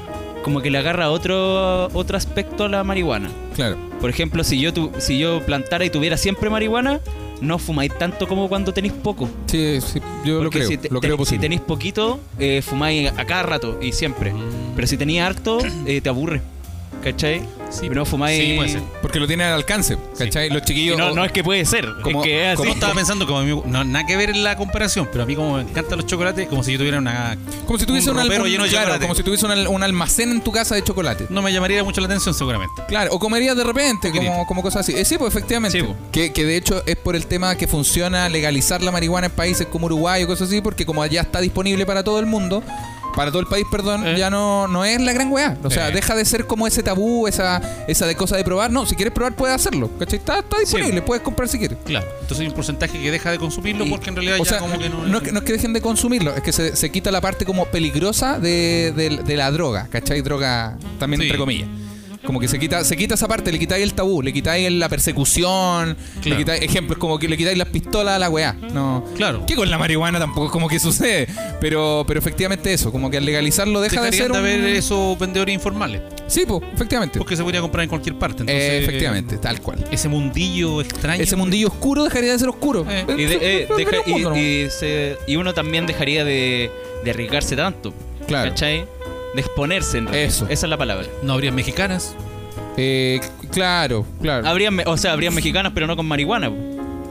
S2: como que le agarra otro, otro aspecto a la marihuana.
S5: Claro.
S2: Por ejemplo, si yo, tu- si yo plantara y tuviera siempre marihuana, no fumáis tanto como cuando tenéis poco.
S5: Sí, sí, yo lo
S2: Porque
S5: creo.
S2: si, te-
S5: lo creo
S2: te- si
S5: posible.
S2: tenéis poquito, eh, fumáis a cada rato y siempre.
S5: Mm.
S2: Pero si tenéis harto, eh, te aburre. ¿Cachai?
S8: Sí,
S2: no fumáis...
S8: sí, puede ser.
S5: Porque lo tiene al alcance, ¿cachai? Los
S2: Y
S5: chiquillos.
S2: no, no es que puede ser.
S5: Como-
S2: es que es
S8: Como
S2: así.
S8: estaba pensando, como a mí- no, nada que ver en la comparación, pero a mí como me encantan los chocolates, como si yo tuviera una...
S5: como si tuviese un,
S8: un ropero
S5: alm-
S8: lleno de
S5: claro,
S8: chocolate.
S5: como si tuviese un, al- un almacén en tu casa de chocolate.
S8: No me llamaría mucho la atención seguramente.
S5: Claro, o comerías de repente,
S8: Poquitito.
S5: como, como cosas así. Eh, sí, pues efectivamente.
S2: Sí, pues.
S5: Que, que de hecho es por el tema que funciona legalizar la marihuana en países como Uruguay o cosas así, porque como allá está disponible para todo el mundo, para todo el país, perdón,
S8: Eh.
S5: ya no, no es la gran weá. O sea,
S8: Eh.
S5: deja de ser como ese tabú, esa, esa de cosa de probar. No, si quieres probar, puedes hacerlo. ¿Cachai? Está, está disponible, puedes comprar si quieres.
S8: Claro. Entonces hay un porcentaje que deja de consumirlo
S5: Y-
S8: porque en realidad
S5: o
S8: ya
S5: sea,
S8: como que no...
S5: no es que, no es que dejen de consumirlo, es que se, se quita la parte como peligrosa de, de- de la droga, ¿cachai? Droga también
S8: Sí.
S5: entre comillas. Como que se quita, se quita esa parte, le quitáis el tabú, le quitáis la persecución, le
S8: Claro.
S5: quitáis ejemplos, como que le quitáis las pistolas a la weá. No.
S8: Claro.
S5: Que con la marihuana tampoco es como que sucede. Pero, pero efectivamente eso, como que al legalizarlo deja de
S8: Dejarían
S5: ser.
S8: de haber
S5: un-
S8: esos vendedores informales,
S5: Sí, pues, efectivamente.
S8: porque se podría comprar en cualquier parte. Entonces,
S5: Eh, efectivamente, tal cual.
S8: Ese mundillo extraño.
S5: Ese mundillo oscuro dejaría de ser oscuro.
S8: Eh,
S2: Y, de- eh,
S5: Es- es- es
S2: deja-
S5: el
S2: y-
S5: mundo, ¿no?
S2: y se- y uno también dejaría de, de arriesgarse tanto.
S5: Claro.
S2: ¿Cachai? De exponerse en realidad.
S5: Eso.
S2: Esa es la palabra.
S8: No habría mexicanas.
S5: Eh, claro,
S8: Ah,
S5: claro.
S2: Habrían, me- o sea, habrían mexicanos, pero no con marihuana. po.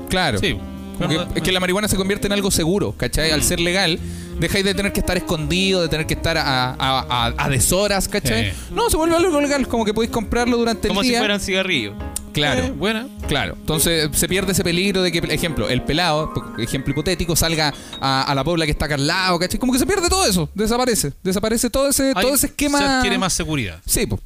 S5: Claro.
S8: Sí.
S5: Como
S8: Pero
S5: que-
S8: no-
S5: es que la marihuana se convierte en algo seguro, ¿cachai? Al ser legal, dejáis de tener que estar escondido, de tener que estar a, a, a- a deshoras, ¿cachai?
S8: Sí.
S5: No, se vuelve algo legal, como que podéis comprarlo durante
S2: Como
S5: el
S2: si
S5: día.
S2: fueran cigarrillos.
S5: Claro.
S8: Eh, buena.
S5: Claro, entonces se pierde ese peligro de que, por ejemplo, el pelado, por ejemplo hipotético, salga a, a la pobla que está acá al lado, ¿cachai? Como que se pierde todo eso, desaparece, desaparece todo ese,
S8: Ahí
S5: todo ese esquema.
S8: Se adquiere más seguridad.
S5: Sí, po.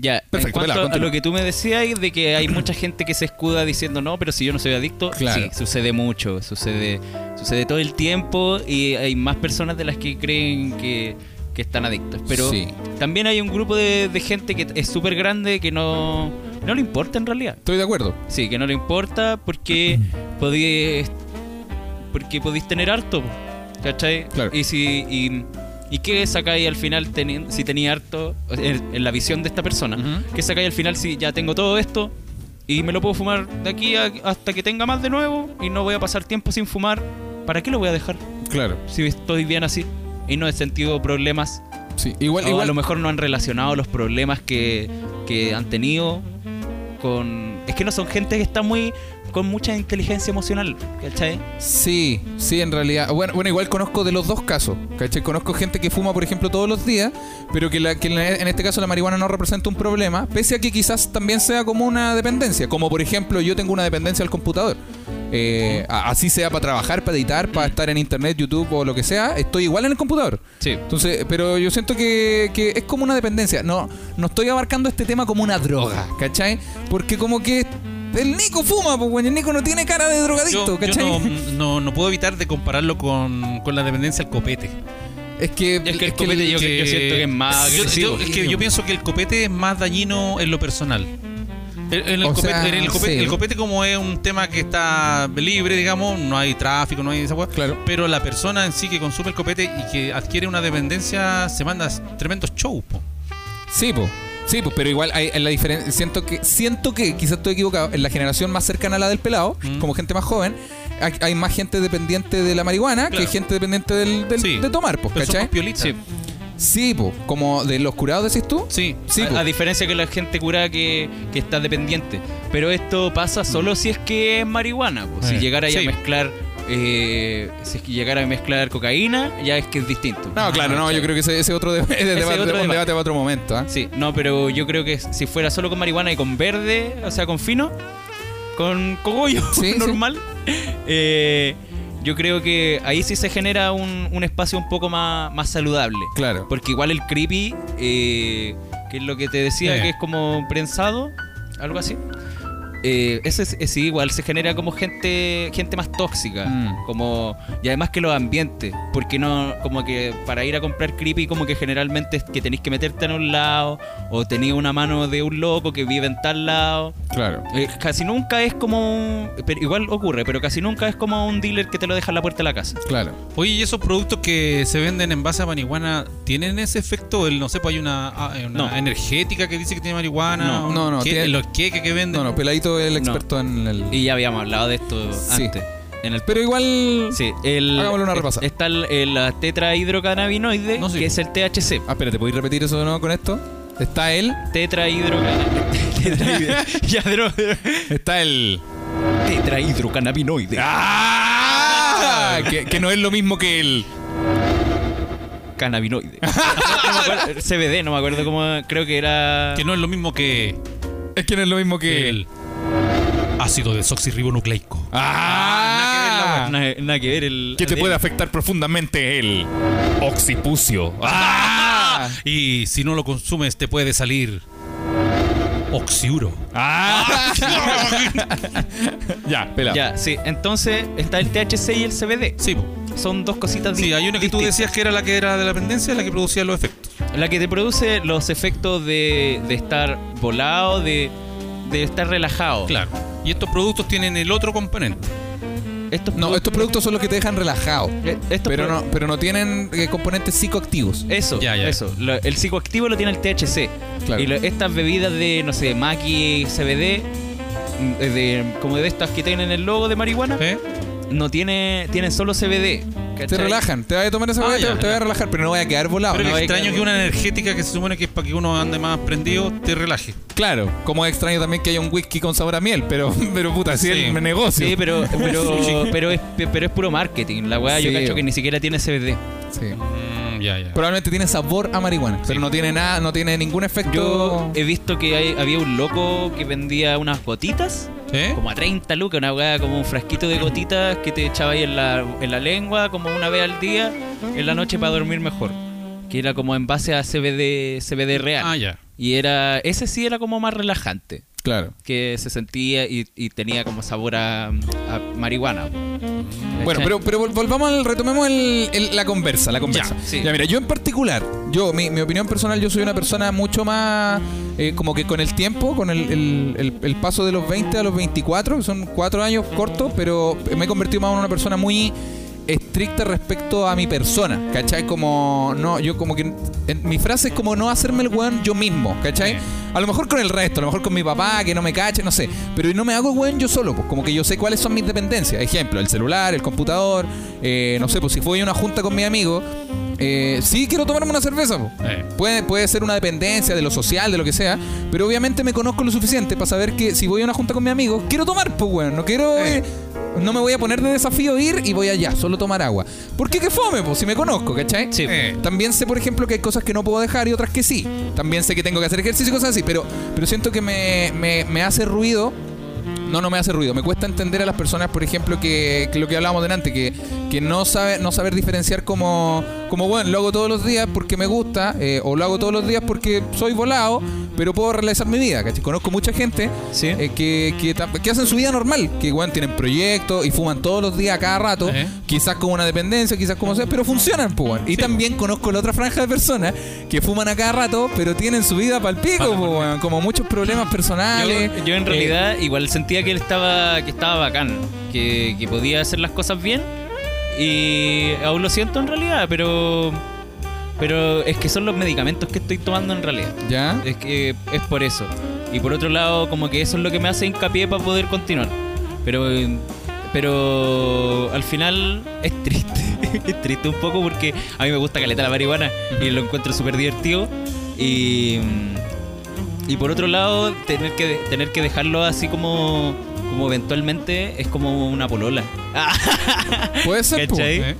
S2: Ya, en
S5: Perfecto,
S2: cuanto
S5: pelado,
S2: a
S5: continúa.
S2: lo que tú me decías de que hay mucha gente que se escuda diciendo no, pero si yo no soy adicto,
S5: Claro.
S2: sí, sucede mucho, sucede, sucede todo el tiempo y hay más personas de las que creen que, que están adictos. Pero
S5: Sí.
S2: también hay un grupo de, de gente que es súper grande que no, no le importa en realidad.
S5: estoy de acuerdo.
S2: Sí, que no le importa
S5: [clears throat]
S2: porque podéis porque podéis tener harto, po, ¿cachai?
S5: Claro.
S2: Y si y ¿Y qué sacáis al final teni- si tenía harto en, en la visión de esta persona?
S5: Ujú.
S2: ¿Qué sacáis al final si ya tengo todo esto y me lo puedo fumar de aquí a- hasta que tenga más de nuevo y no voy a pasar tiempo sin fumar? ¿Para qué lo voy a dejar
S5: Claro,
S2: si estoy bien así? Y no he sentido problemas.
S5: sí. Igual,
S8: Ah,
S2: O a
S5: igual.
S2: lo mejor no han relacionado los problemas que, que han tenido con... Es que no son gente que está muy... con mucha inteligencia emocional, ¿cachai?
S5: Sí, sí, en realidad. Bueno, bueno, igual conozco de los dos casos. ¿Cachai? Conozco gente que fuma, por ejemplo, todos los días, pero que, la- que la- en este caso la marihuana no representa un problema, pese a que quizás también sea como una dependencia. Como por ejemplo, yo tengo una dependencia al computador. Eh, a- así sea para trabajar, para editar, para estar en internet, YouTube o lo que sea, estoy igual en el computador.
S2: Sí.
S5: Entonces, pero yo siento que, que es como una dependencia. No, no estoy abarcando este tema como una droga, ¿cachai? Porque como que el Nico fuma, pues, bueno, el Nico no tiene cara de drogadicto,
S8: Yo, yo
S5: ¿cachai?
S8: no, no, no puedo evitar de compararlo con, con la dependencia al copete.
S5: Es que,
S2: Es que el copete yo,
S8: que-
S2: yo siento que es más
S8: Yo-
S2: agresivo.
S8: yo- es que yo pienso que el copete es más dañino en lo personal. En- en el,
S5: O
S8: copete,
S5: sea,
S8: en el copete-
S5: sí.
S8: el copete como es un tema que está libre, digamos, no hay tráfico, no hay esa hueá,
S5: Claro.
S8: pero la persona en sí que consume el copete y que adquiere una dependencia se manda tremendos shows. po.
S5: Sí, pues. Sí, pues, pero igual hay, en la diferencia. Siento que, siento que, quizás estoy equivocado, en la generación más cercana a la del pelado,
S8: Mm.
S5: como gente más joven, hay, hay más gente dependiente de la marihuana que
S8: Claro.
S5: gente dependiente del, del-
S8: Sí.
S5: de tomar, pues,
S8: Pero son
S5: ¿cachai?
S8: más piolitas.
S2: Sí.
S5: Sí, pues, como de los curados, decís tú.
S8: Sí.
S5: Sí,
S2: a,
S5: po.
S2: a diferencia que la gente curada que, que está dependiente. Pero esto pasa solo si es que es marihuana. po. Si
S8: Eh,
S2: llegara ya
S8: sí.
S2: a mezclar. eh, si es que llegara a mezclar cocaína, ya es que es distinto. Ah,
S5: No, claro, no, yo creo que ese, ese otro, de- [laughs] ese debate,
S2: otro
S5: un
S2: debate.
S5: debate para otro momento. ¿ah?
S2: Sí, no, pero yo creo que si fuera solo con marihuana y con verde, o sea, con fino, con cogollo [laughs]
S5: Sí, sí.
S2: normal, eh, yo creo que ahí sí se genera un, un espacio un poco más, más saludable.
S5: Claro.
S2: Porque igual el creepy, eh, que es lo que te decía,
S8: Eh.
S2: que es como prensado, algo así. Eh, ese es, es igual se genera como gente gente más tóxica
S5: Mm.
S2: como y además que los ambientes porque no como que para ir a comprar creepy como que generalmente es que tenéis que meterte en un lado o tenéis una mano de un loco que vive en tal lado
S5: Claro.
S2: Eh, casi nunca es como un- pero igual ocurre pero casi nunca es como un dealer que te lo deja en la puerta de la casa
S5: Claro.
S8: Oye, ¿y esos productos que se venden en base a marihuana tienen ese efecto? El, no sé, pues hay una, ah, hay una
S2: No.
S8: energética que dice que tiene marihuana.
S2: No.
S8: o
S5: No, no,
S8: que-
S5: tiene-
S8: Los queques que venden.
S5: No, no, peladito es el
S2: No.
S5: experto en el.
S2: y ya habíamos hablado de esto
S5: Sí.
S2: antes en el
S5: Pero igual.
S2: Sí, el,
S5: Hagámosle una
S2: es-
S5: repasa.
S2: Está el, el- la tetrahidrocannabinoide,
S8: No, sí.
S2: que es el THC.
S5: Ah, espérate, ¿podéis repetir eso de nuevo con esto? Está él.
S8: [laughs]
S2: Tetrahidrocannabinoide. ya, dro-
S5: Está el.
S2: Tetrahidrocannabinoide.
S5: [laughs] ¡Ah! que, que no es lo mismo que el.
S8: [laughs]
S2: Cannabinoide. No me acuerdo- CBD, no me acuerdo cómo. Creo que era.
S8: Que no es lo mismo que
S5: Es que no es lo mismo que
S8: el ácido desoxirribonucleico.
S5: ¡Ah!
S2: Ah, nada, nada que ver el.
S1: Que te
S2: ADN.
S1: puede afectar profundamente el occipucio.
S5: [laughs] ¡Ah!
S8: Y si no lo consumes, te puede salir oxiuro.
S1: ¡Ah! ya, pelado.
S2: Ya, sí. Entonces está el THC y el CBD.
S8: Sí, po.
S2: Son dos cositas
S8: sí,
S2: di-
S8: hay una que tú
S2: distintas.
S8: decías que era la que era de la dependencia, la que producía los efectos.
S2: La que te produce los efectos de, de estar volado, de, de estar relajado.
S8: Claro. Y estos productos tienen el otro componente.
S2: Estos
S5: No, estos productos son los que te dejan relajado.
S2: eh, estos
S5: Pero
S2: pro-
S5: no, pero no tienen eh, componentes psicoactivos.
S2: Eso,
S8: Ya, ya.
S2: eso. Lo- el psicoactivo lo tiene el THC.
S5: Claro.
S2: Y lo- estas bebidas de, no sé, maqui, CBD, mm, eh, de, como de estas que tienen el logo de marihuana,
S8: ¿Eh?
S2: no tiene, tienen solo CBD.
S5: Te
S2: ¿cachai?
S5: relajan, te vas a tomar esa
S8: Ah,
S5: hueá, te,
S8: ya,
S5: te vas
S8: ya.
S5: a relajar, pero no voy a quedar volado.
S8: Pero
S5: ¿no?
S8: es
S2: hay
S8: extraño
S2: que-
S8: que una energética que se supone que es para que uno ande más prendido te relaje.
S5: Claro, como es extraño también que haya un whisky con sabor a miel, pero, [laughs] pero puta, si
S8: Sí.
S5: es el negocio.
S2: Sí, pero, pero, pero, es, pero es puro marketing. La weá, yo
S5: Sí.
S2: cacho que ni siquiera tiene CBD.
S5: Sí.
S8: Mm, ya, ya.
S5: Probablemente tiene sabor a marihuana, pero no tiene nada, no tiene ningún efecto. eh,
S2: Yo he visto que hay- había un loco que vendía unas gotitas,
S8: ¿Eh?
S2: como a 30 lucas, una weá como un frasquito de gotitas que te echaba ahí en la, en la lengua, como una vez al día, en la noche para dormir mejor. Que era como en base a CBD, CBD real.
S8: Ah, ya.
S2: Y era, ese sí era como más relajante,
S5: Claro.
S2: que se sentía y, y tenía como sabor a, a marihuana.
S5: Bueno,
S2: ¿Cachai?
S5: pero, pero vol- volvamos al, retomemos el- el- la conversa, la conversa. Ya,
S2: Ya, sí.
S5: mira, yo en particular, yo, mi, mi opinión personal, yo soy una persona mucho más, eh, como que con el tiempo, con el, el- el- el paso de los 20 a los 24, que son cuatro años cortos, pero me he convertido más en una persona muy estricta respecto a mi persona, ¿cachai? Como, no, yo como que, en- mi frase es como no hacerme el weón yo mismo, ¿cachai?
S1: Sí.
S5: A lo mejor con el resto, a lo mejor con mi papá, que no me cache, no sé. Pero no me hago weón yo solo, pues como que yo sé cuáles son mis dependencias. Ejemplo, el celular, el computador, eh, no sé, pues si voy a una junta con mi amigo, eh, sí quiero tomarme una cerveza, pues.
S1: Eh.
S5: Puede, puede ser una dependencia de lo social, de lo que sea, pero obviamente me conozco lo suficiente para saber que si voy a una junta con mi amigo, quiero tomar, pues weón, no quiero... eh, no me voy a poner de desafío ir y voy allá, solo tomar agua. ¿Por qué que fome, pues? Si me conozco, ¿cachai?
S2: Sí.
S5: Eh, También sé, por ejemplo, que hay cosas que no puedo dejar y otras que sí. También sé que tengo que hacer ejercicio y cosas así, pero, pero siento que me, me- me hace ruido. No, no me hace ruido. Me cuesta entender a las personas, por ejemplo, que, que lo que hablábamos delante, que, que no, sabe, no saber diferenciar como, como, bueno, lo hago todos los días porque me gusta, eh, o lo hago todos los días porque soy volado, pero puedo realizar mi vida, ¿cachai? Conozco mucha gente
S2: Sí.
S5: eh, que, que, tam- que hacen su vida normal, que, bueno, tienen proyectos y fuman todos los días a cada rato,
S1: Ajá.
S5: quizás como una dependencia, quizás como sea, pero funcionan, pues, weón. Y también conozco la otra franja de personas que fuman a cada rato, pero tienen su vida pa'l pico, pues, weón. Como muchos problemas personales.
S2: Yo, yo en
S5: Eh,
S2: realidad igual sentía que él estaba que estaba bacán, que, que podía hacer las cosas bien y aún lo siento en realidad, pero pero es que son los medicamentos que estoy tomando en realidad.
S5: ¿Ya?
S2: Es que es por eso. Y por otro lado, como que eso es lo que me hace hincapié para poder continuar. Pero pero al final es triste. [laughs] es triste un poco porque a mí me gusta caleta la marihuana y lo encuentro súper divertido. Y, y por otro lado, tener que, tener que dejarlo así como, como eventualmente es como una polola. [laughs]
S5: Puede ser, pues.
S2: ¿Cachai?
S1: Eh.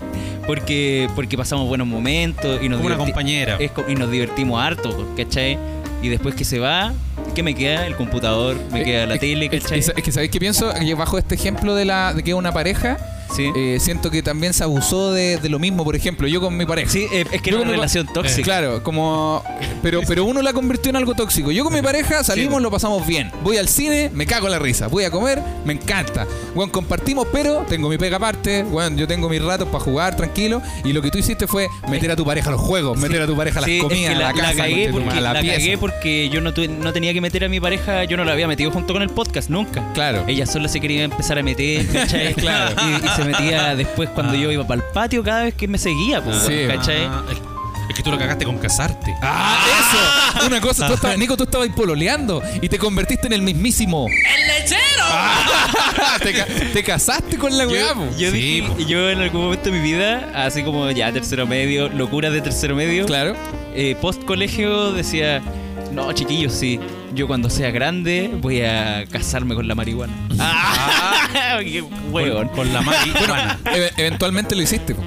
S2: Porque, porque pasamos buenos momentos y nos
S8: Como una
S2: diverti-
S8: compañera.
S2: es co- y nos divertimos harto, ¿cachai? Y después que se va, ¿qué me queda? El computador, me queda la
S5: Eh,
S2: tele,
S5: eh, eh,
S2: ¿cachai?
S5: Es, que sabéis que pienso que bajo este ejemplo de la de que es una pareja,
S2: Sí.
S5: eh, siento que también se abusó de, de lo mismo, por ejemplo, yo con mi pareja.
S2: Sí, eh, es que era
S5: Yo
S2: una
S5: con mi pa-
S2: relación tóxica.
S5: Eh, Claro, como. Pero, pero uno la convirtió en algo tóxico. Yo con mi pareja salimos, lo pasamos bien. Voy al cine, me cago en la risa. Voy a comer, me encanta. Bueno, compartimos, pero tengo mi pega aparte. Bueno, yo tengo mis ratos para jugar tranquilo. Y lo que tú hiciste fue meter a tu pareja a los juegos, meter a tu pareja a las
S2: Sí, es que
S5: comidas, a la, casa,
S2: cagué
S5: conchetumare,
S2: porque,
S5: a la,
S2: la
S5: pieza.
S2: cagué porque yo no, tuve- no tenía que meter a mi pareja, yo no la había metido junto con el podcast nunca.
S5: Claro.
S2: Ella solo se quería empezar a
S5: [laughs]
S2: meter, ¿cachai?
S5: Claro.
S2: Y, y se metía después cuando yo iba para el patio cada vez que me seguía, pues,
S5: Sí.
S2: ¿cachai?
S8: Ah, es- es que tú lo cagaste con casarte.
S5: ¡Ah, eso! Una cosa, tú estabas, Nico, tú estabas ahí pololeando y te convertiste en el mismísimo. ¡El lechero! [laughs] te, ca- te casaste con la weá, po.
S2: Yo,
S8: Sí,
S2: dije- yo en algún momento de mi vida, así como ya tercero medio, locuras de tercero medio,
S5: Claro.
S2: eh, post colegio decía, no chiquillos, sí, yo cuando sea grande voy a casarme con la marihuana. Ah, qué hueón.
S8: Con, con la Mari.
S5: [laughs] Bueno, e- eventualmente lo hiciste, po.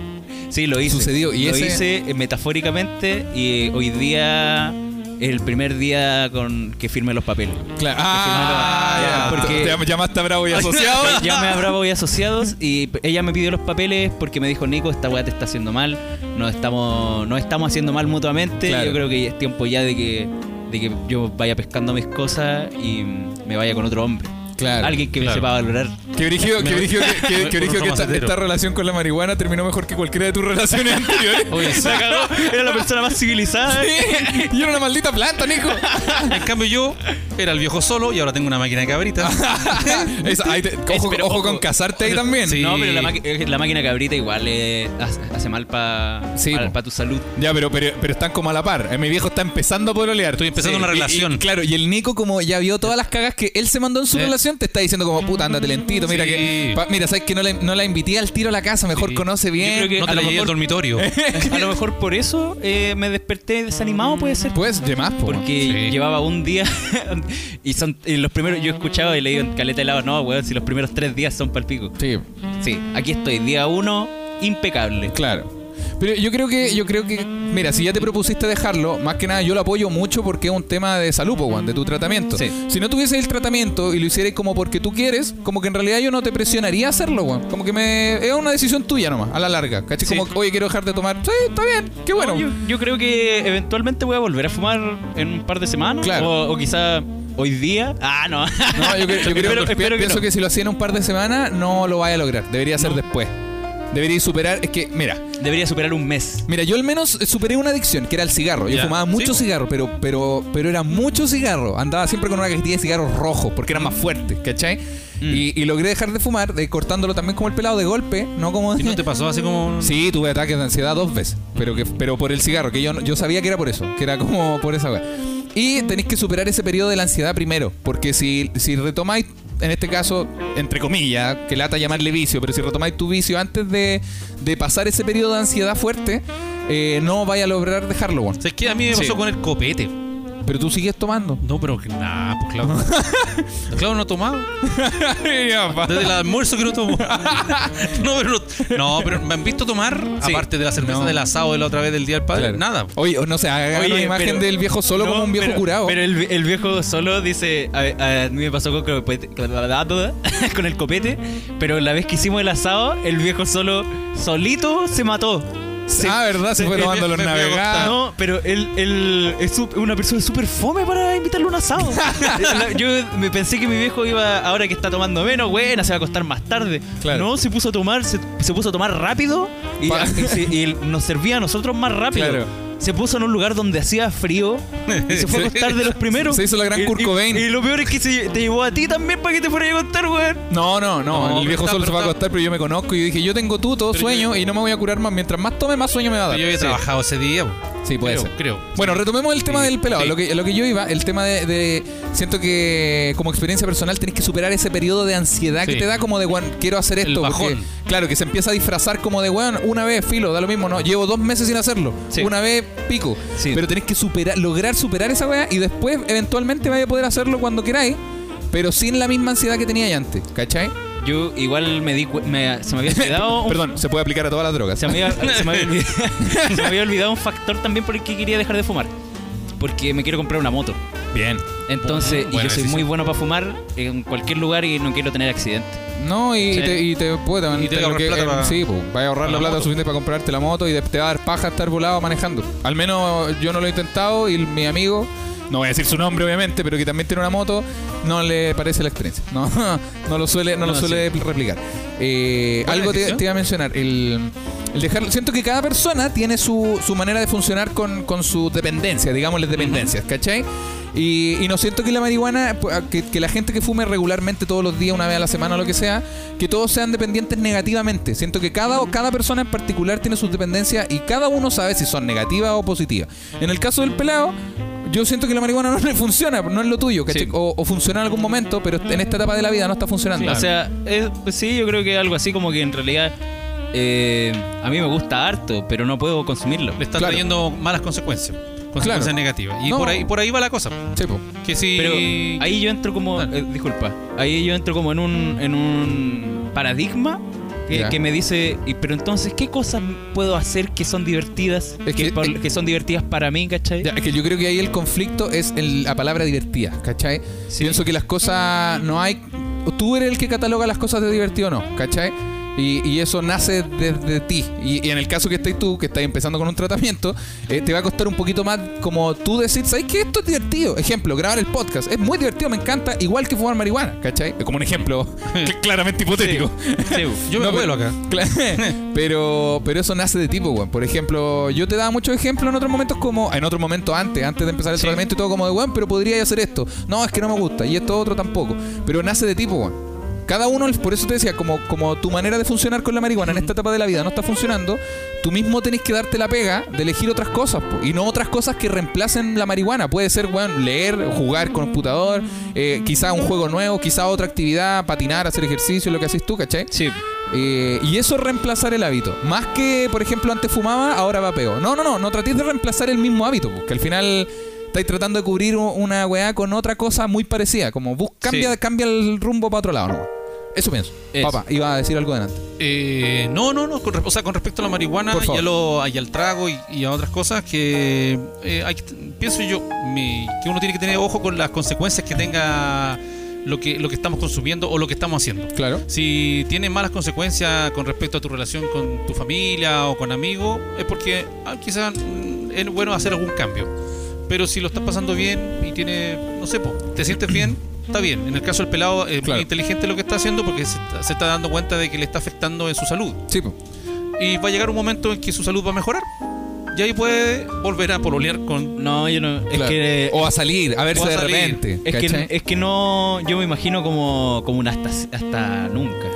S2: Sí, lo hice.
S5: Sucedió, y
S2: lo
S5: ese-
S2: hice eh, metafóricamente y eh, hoy día el primer día con que firme los papeles.
S5: Claro. Ah,
S2: firmaron-
S5: ya,
S2: porque-
S5: te llamaste
S2: [laughs]
S5: a Bravo y asociado.
S2: Me llamé a Bravo y Asociados y p- ella me pidió los papeles porque me dijo, Nico, esta weá te está haciendo mal, nos estamos, nos estamos haciendo mal mutuamente,
S5: Claro.
S2: yo creo que es tiempo ya de que, de que yo vaya pescando mis cosas y mm, me vaya con otro hombre.
S5: Claro,
S2: Alguien que
S8: claro.
S2: me sepa valorar.
S5: Qué brígido, qué brígido que, que-
S8: me-
S5: que brígido
S8: uno
S5: que
S8: toma
S5: esta,
S8: cetero.
S5: esta relación con la marihuana terminó mejor que cualquiera de tus relaciones [laughs] anteriores.
S2: Se cagó, era la persona más civilizada.
S5: y era una maldita planta, Nico.
S8: en cambio yo era el viejo solo y ahora tengo una máquina de cabritas.
S5: Esa- ahí te- ojo,
S2: Pero
S5: ojo
S2: ojo.
S5: con casarte ahí también.
S8: Sí.
S2: No, pero la, maqui- eh, la máquina cabrita igual eh, hace, hace mal para
S5: Sí, po.
S2: tu salud.
S5: Ya, pero, pero, pero están como a la par. Eh, Mi viejo está empezando a pololear.
S8: Estoy empezando una
S5: y-
S8: relación.
S5: y- claro, y el Nico, como ya vio todas las cagas que él se mandó en su
S8: Eh.
S5: relación, te está diciendo como, puta, andate lentito. Mira,
S8: Sí.
S5: que, pa- mira sabes que no la, no la invité al tiro a la casa, mejor
S8: Sí.
S5: conoce bien.
S2: creo que-
S8: no
S2: a
S8: te
S2: lo
S8: leí el
S2: mejor-
S8: dormitorio.
S2: A lo mejor por eso eh, me desperté desanimado, puede ser.
S5: Pues, de más, po.
S2: Porque
S8: Sí.
S2: llevaba un día [laughs] y son y los primeros. Yo escuchaba y leí en caleta de lado, no, weón, si los primeros tres días son pal pico.
S5: Sí.
S2: Sí, aquí estoy, día uno, impecable.
S5: Claro. Pero yo creo que, yo creo que, mira, si ya te propusiste dejarlo, más que nada yo lo apoyo mucho porque es un tema de salud, po, weón, de tu tratamiento.
S2: Sí.
S5: Si no tuvieses el tratamiento y lo hicieras como porque tú quieres, como que en realidad yo no te presionaría a hacerlo, weón. Como que me es una decisión tuya nomás, a la larga. ¿Cachai?
S2: Sí.
S5: Como, oye, quiero dejar de tomar. Sí, está bien, qué bueno.
S2: No, yo, yo creo que eventualmente voy a volver a fumar en un par de semanas.
S5: Claro.
S2: O, o quizá hoy día. Ah, no. [laughs]
S5: No, yo, creo- yo creo-
S2: Espero-
S5: pi-
S2: espero que
S5: pienso
S2: no.
S5: que si lo hacía en un par de semanas, no lo vaya a lograr. Debería ser después. Debería superar, es que, mira,
S2: Debería superar un mes.
S5: Mira, yo al menos superé una adicción, que era el cigarro. Yo
S8: Ya.
S5: fumaba mucho
S8: Sí.
S5: cigarro, pero,
S8: Mm.
S5: pero, pero era mucho cigarro. Andaba siempre con una cajetilla de cigarros rojos, porque era más fuerte, ¿cachai? Y, y logré dejar de fumar, de, cortándolo también como el pelado de golpe, no como...
S8: ¿Y no te pasó así como.? un-
S5: Sí, tuve ataques de ansiedad dos veces, pero que pero por el cigarro, que yo no- yo sabía que era por eso, que era como por esa weá. Y tenéis que superar ese periodo de la ansiedad primero, porque si, si retomáis, en este caso, entre comillas, que lata llamarle vicio, pero si retomáis tu vicio antes de, de pasar ese periodo de ansiedad fuerte, eh, no vais a lograr dejarlo, bueno.
S8: ¿Sabes qué? A mí me
S5: Sí.
S8: pasó con el copete.
S5: Pero tú sigues
S8: [laughs]
S5: tomando.
S8: No, pero que- nah, pues claro. [laughs] claro, no tomaba. Desde el almuerzo que no tomo. [laughs] no, pero no, no, pero me han visto tomar,
S5: Sí.
S8: aparte de la cerveza
S5: No.
S8: del asado de la otra vez del Día del Padre,
S5: Claro.
S8: nada.
S5: Oye, o no sé, hagan
S2: Oye,
S5: una imagen
S2: pero-
S5: del viejo solo
S2: No,
S5: como un viejo
S2: pero-
S5: curado.
S2: Pero el, el viejo solo dice, a, a mí me pasó con, copete- [laughs] con el copete, pero la vez que hicimos el asado, el viejo solo, solito se mató. Se-
S5: ah, ¿verdad? Se,
S2: se-
S5: fue
S2: me-
S5: tomando los
S8: me- me voy a
S5: navegados.
S2: No, pero él, él es su- una persona súper fome para invitarle a un asado. [laughs] La- Yo me pensé que mi viejo iba, ahora que está tomando menos, buena, se va a acostar más tarde.
S5: Claro.
S2: No, se puso a tomar, se, se puso a tomar rápido y,
S5: Pa-
S2: [laughs] y se- y nos servía a nosotros más rápido.
S5: Claro.
S2: Se puso en un lugar donde hacía frío y se fue [laughs] a acostar de los primeros.
S5: Se hizo la gran
S2: Y- y-
S5: Kurt Cobain.
S2: Y, lo peor es que se- te llevó a ti también para que te fueras a acostar, weón.
S5: No, no, no,
S8: No,
S5: el
S8: pero
S5: viejo
S8: está-
S5: solo se
S8: pero
S5: va a
S8: está-
S5: acostar, pero yo me conozco y yo dije, yo tengo tú, todo
S8: Pero
S5: sueño
S8: yo-
S5: y no me voy a curar más. Mientras más tome, más sueño me va a dar.
S8: Yo había
S5: Sí.
S8: trabajado ese día. po.
S5: Sí, puede
S8: creo,
S5: ser.
S8: creo.
S5: Bueno, retomemos el tema
S8: Sí.
S5: del pelado.
S8: Sí.
S5: Lo, que, lo que yo iba, el tema de, de- Siento que como experiencia personal tenés que superar ese periodo de ansiedad que
S8: Sí.
S5: te da como de, "Guan, quiero hacer
S8: El
S5: esto. porque,
S8: bajón.
S5: claro, que se empieza a disfrazar como de, weón, una vez, filo, da lo mismo, ¿no? Llevo dos meses sin hacerlo.
S2: Sí.
S5: Una vez, pico.
S2: Sí.
S5: Pero tenés que superar, lograr superar esa weá y después eventualmente vaya a poder hacerlo cuando queráis, pero sin la misma ansiedad que tenía ya antes. ¿Cachai?
S2: Yo igual me di cu- me- se me había [laughs] quedado un
S5: Perdón, se puede aplicar a todas las drogas.
S2: Se me,
S8: [laughs]
S2: había, se me había olvidado, [laughs] se me había olvidado un factor también por el que quería dejar de fumar. Porque me quiero comprar una moto.
S8: Bien.
S2: Entonces, y
S8: Buena
S2: yo soy
S8: decisión.
S2: muy bueno para fumar en cualquier lugar y no quiero tener accidentes.
S5: No, y,
S2: Sí.
S5: te, y te puede también.
S8: Y te
S5: lo
S8: ahorras
S5: que-
S8: plata
S5: eh,
S8: pa-
S5: Sí, pues, vas a ahorrar la
S8: pa la
S5: plata
S8: moto.
S5: suficiente para comprarte la moto y de- te va a dar paja estar volado manejando. Al menos yo no lo he intentado y mi amigo, no voy a decir su nombre obviamente, pero que también tiene una moto, no le parece la experiencia. [laughs] No, no lo suele, no, lo
S2: No,
S5: suele replicar. Eh,
S8: Buena
S5: algo te,
S8: decisión.
S5: te iba a mencionar. El, el dejar, siento que cada persona tiene su, su manera de funcionar con, con su dependencia, digamos las dependencias, ¿cachai? Y, y no siento que la marihuana, pu- a- que, que la gente que fume regularmente todos los días, una vez a la semana o lo que sea, que todos sean dependientes negativamente. Siento que cada, cada persona en particular tiene sus dependencias y cada uno sabe si son negativas o positivas. En el caso del pelado, yo siento que la marihuana [laughs] no le funciona, no es lo tuyo, ¿cachai?
S2: Sí.
S5: O, o funciona en algún momento, pero en esta etapa de la vida no está funcionando.
S2: O sea, es- pues sí, yo creo que algo así como que en realidad eh, a mí me gusta harto, pero no puedo consumirlo.
S8: Le están
S5: Claro.
S8: trayendo malas consecuencias. Consecuencias
S5: Claro.
S8: negativas. Y
S5: No.
S8: por ahí por ahí va la cosa.
S5: Sí, po.
S8: Que si.
S2: Pero ahí yo entro
S5: Ah.
S2: como.
S8: Dale.
S2: eh, disculpa. Ahí yo entro como en un, en un paradigma que,
S5: Ya.
S2: que me dice. "Y, pero entonces, ¿qué cosas puedo hacer que son divertidas?
S5: Es
S2: que,
S5: que-
S2: por-
S5: es-
S2: que son divertidas para mí, ¿cachai?
S5: Ya, es que yo creo que ahí el conflicto es el- la palabra divertida, ¿cachai? Pienso que las cosas no hay. Tú eres el que cataloga las cosas de divertido o no, ¿cachai? Y, y eso nace desde ti. Y, y en el caso que estés tú, que estás empezando con un tratamiento, eh, te va a costar un poquito más como tú decir, ¿sabes qué? Esto es divertido. Ejemplo, grabar el podcast. Es muy divertido, me encanta, igual que fumar marihuana, ¿cachai? Como un ejemplo cl- claramente hipotético.
S2: Sí, bu.
S8: [laughs] yo me
S5: No,
S8: vuelo
S5: pero-
S8: acá.
S5: Cla- [laughs] pero, pero eso nace de tipo, weón. Por ejemplo, yo te daba muchos ejemplos en otros momentos como... En otro momento antes, antes de empezar el tratamiento y todo como de, weón, pero podría hacer esto. No, es que no me gusta. Y esto otro tampoco. Pero nace de tipo, weón. Cada uno, por eso te decía, como, como tu manera de funcionar con la marihuana en esta etapa de la vida no está funcionando, tú mismo tenés que darte la pega de elegir otras cosas, po, y no otras cosas que reemplacen la marihuana. Puede ser, weón, leer, jugar con computador, eh, quizá un juego nuevo, quizá otra actividad, patinar, hacer ejercicio, lo que haces tú, ¿cachai?
S2: Sí.
S5: Eh, y eso es reemplazar el hábito. Más que, por ejemplo, antes fumaba, ahora vapeo. No, no, no, no tratéis de reemplazar el mismo hábito, porque al final estáis tratando de cubrir u- una weá con otra cosa muy parecida. Como bus, cambia,
S8: Sí.
S5: cambia el rumbo para otro lado, ¿no? Eso pienso.
S2: Eso.
S5: Papá, iba a decir algo delante.
S8: Eh, no, no, no. Con, re- o sea, con respecto a la marihuana
S5: Por
S8: y,
S5: favor.
S8: a lo- y al trago y, y a otras cosas, que eh, hay que t- pienso yo mi- que uno tiene que tener ojo con las consecuencias que tenga lo que, lo que estamos consumiendo o lo que estamos haciendo.
S5: Claro.
S8: Si tiene malas consecuencias con respecto a tu relación con tu familia o con amigos, es porque ah, quizás mm, es bueno hacer algún cambio. Pero si lo estás pasando bien y tiene, no sé, po, te sientes bien, está bien. En el caso del pelado es muy
S5: Claro.
S8: inteligente lo que está haciendo porque se está, se está dando cuenta de que le está afectando en su salud.
S5: Sí, po.
S8: Y va a llegar un momento en que su salud va a mejorar. y ahí puede volver a pololear con.
S2: No, yo no. Es
S5: Claro.
S2: que.
S5: o a salir, a verse
S8: o a
S5: de
S8: salir.
S5: repente.
S2: es, que,
S5: ¿cachai?
S2: es que no. Yo me imagino como, como un hasta, hasta nunca.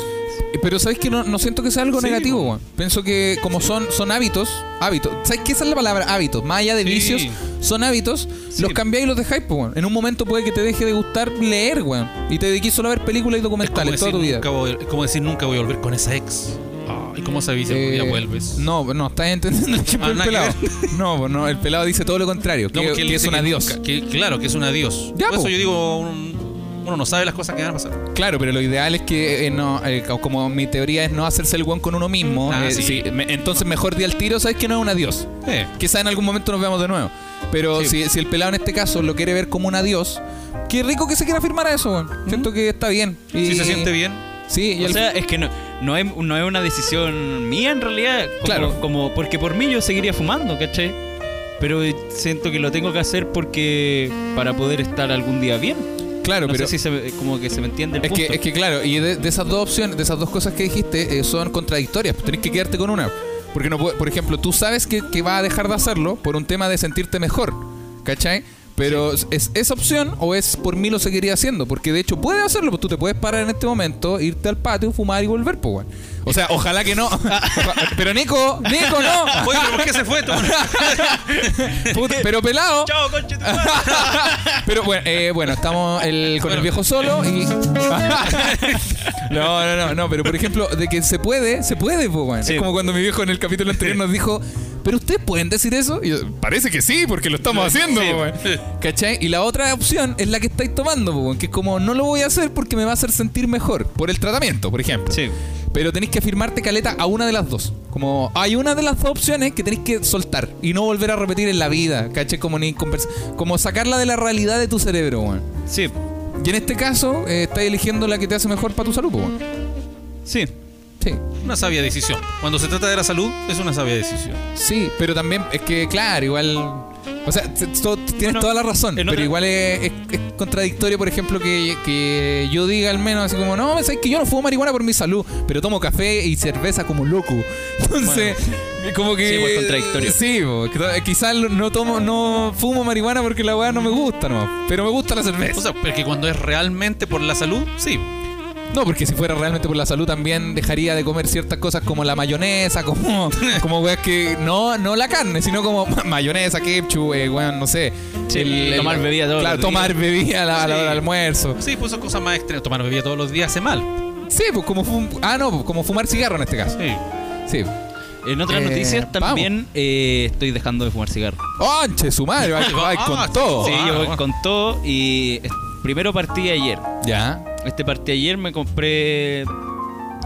S5: Eh, Pero sabes que no, no siento que sea algo
S8: Sí,
S5: negativo, weón. Pienso que como son, son hábitos, hábitos. ¿Sabes qué Esa es la palabra? Hábitos. Más allá de
S8: Sí.
S5: vicios, son hábitos. Los cambiáis y los dejáis, pues, weón. En un momento puede que te deje de gustar leer, weón. Y te dediquís solo a ver películas y
S8: como
S5: documentales
S8: decir,
S5: toda tu vida.
S8: nunca voy- es como decir, nunca voy a volver con esa ex. Ay, ¿cómo sabéis que
S5: Eh,
S8: ya vuelves?
S5: No, no, estás entendiendo el chip
S8: Ah,
S5: del
S8: nada que
S5: pelado. [laughs] No, pues, no, el pelado dice todo lo contrario.
S8: No,
S5: que,
S8: porque él
S5: que es
S8: dice
S5: un
S8: que
S5: adiós.
S8: nunca- que- claro, que es un adiós.
S5: Ya,
S8: Por eso
S5: po.
S8: yo digo, un- uno no sabe las cosas que van a pasar.
S5: Claro, pero lo ideal es que, eh, no, eh, co- como mi teoría es no hacerse el guan con uno mismo,
S8: Ah,
S5: eh,
S8: sí.
S5: sí, me- entonces mejor di al tiro, sabes que no es un adiós.
S8: Eh.
S5: Quizá en algún momento nos veamos de nuevo. Pero
S8: Sí.
S5: si, si el pelado en este caso lo quiere ver como un adiós, qué rico que se quiera firmar a eso, weón. Siento que está bien. Y-
S8: Si ¿Mm? se siente bien,
S5: Sí, y
S2: O
S5: al-
S2: sea, es que no, no, es, no es una decisión mía en realidad. Como,
S5: Claro.
S2: Como, porque por mí yo seguiría fumando, ¿cachai? Pero siento que lo tengo que hacer porque. para poder estar algún día bien.
S5: claro,
S2: no
S5: pero.
S2: sé si se, me- eh, como que se me entiende el
S5: Es que,
S2: punto.
S5: es que claro, y de, de esas dos opciones, de esas dos cosas que dijiste, eh, son contradictorias. Tenés que quedarte con una. Porque, no puede- por ejemplo, tú sabes que, que va a dejar de hacerlo por un tema de sentirte mejor. ¿Cachai? Pero ¿es esa opción o es por mí lo seguiría haciendo? Porque de hecho puedes hacerlo, pues tú te puedes parar en este momento, irte al patio, fumar y volver, pues, weón. O sea, ojalá que
S8: [laughs]
S5: no. pero Nico, Nico, no.
S8: oye, ¿pero por qué se fue? Toma-
S5: [laughs] Puta, pero pelado.
S2: ¡Chao, conche tu madre!
S5: [laughs] Pero bueno, eh, bueno estamos el- con el viejo
S2: [laughs]
S5: solo y. no, no, no, no, pero por ejemplo, de que se puede, se puede, pues, weón.
S2: Sí.
S5: Es como cuando mi viejo en el capítulo anterior nos dijo, ¿pero ustedes pueden decir eso? Y yo, parece que sí, porque lo estamos haciendo,
S2: Sí.
S5: po, weón. ¿Cachai? Y la otra opción es la que estáis tomando, po, weón, que es como, no lo voy a hacer porque me va a hacer sentir mejor, por el tratamiento, por ejemplo.
S2: Sí.
S5: Pero tenéis que afirmarte caleta a una de las dos. Como hay una de las dos opciones que tenéis que soltar y no volver a repetir en la vida, ¿cachai? Como, ni conversa- como sacarla de la realidad de tu cerebro, weón.
S2: Sí.
S5: Y en este caso, eh, estáis eligiendo la que te hace mejor para tu salud, po, weón.
S2: Sí.
S5: Sí.
S8: Una sabia decisión. Cuando se trata de la salud, es una sabia decisión.
S5: Sí, pero también es que, claro, igual. O sea, t- to- tienes
S2: Bueno,
S5: toda la razón,
S2: en
S5: pero
S2: otra-
S5: igual es, es- es contradictorio, por ejemplo, que, que yo diga al menos así como, no, sabes que yo no fumo marihuana por mi salud, pero tomo café y cerveza como loco. [laughs] Entonces, como que...
S2: Sí, pues, contradictorio.
S5: Sí, pues, que- quizás no tomo, no fumo marihuana porque la weá no me gusta, no, pero me gusta la cerveza.
S8: O sea, porque cuando es realmente por la salud, sí.
S5: No, porque si fuera realmente por la salud también dejaría de comer ciertas cosas como la mayonesa, [laughs] como, como weas que. No, no la carne, sino como [laughs] ma- mayonesa, ketchup, eh, weón, no sé.
S2: Sí, tomar bebida todos
S5: Claro,
S2: los días.
S5: tomar bebida a la, a la
S8: Sí.
S5: hora del almuerzo.
S8: Sí, pues son cosas más extremas. Tomar bebida todos los días hace mal.
S5: Sí, pues como fum- ah, no, pues como fumar cigarro en este caso.
S8: Sí.
S5: Sí.
S2: En otras
S5: Eh,
S2: noticias
S5: vamos.
S2: también eh, estoy dejando de fumar cigarro.
S5: ¡Onche, su madre! [laughs] Va, va
S8: Ah,
S5: con todo.
S2: sí, yo
S8: ah,
S2: voy
S8: bueno.
S2: con todo y es- primero partí ayer.
S5: Ya.
S2: Este partí ayer me compré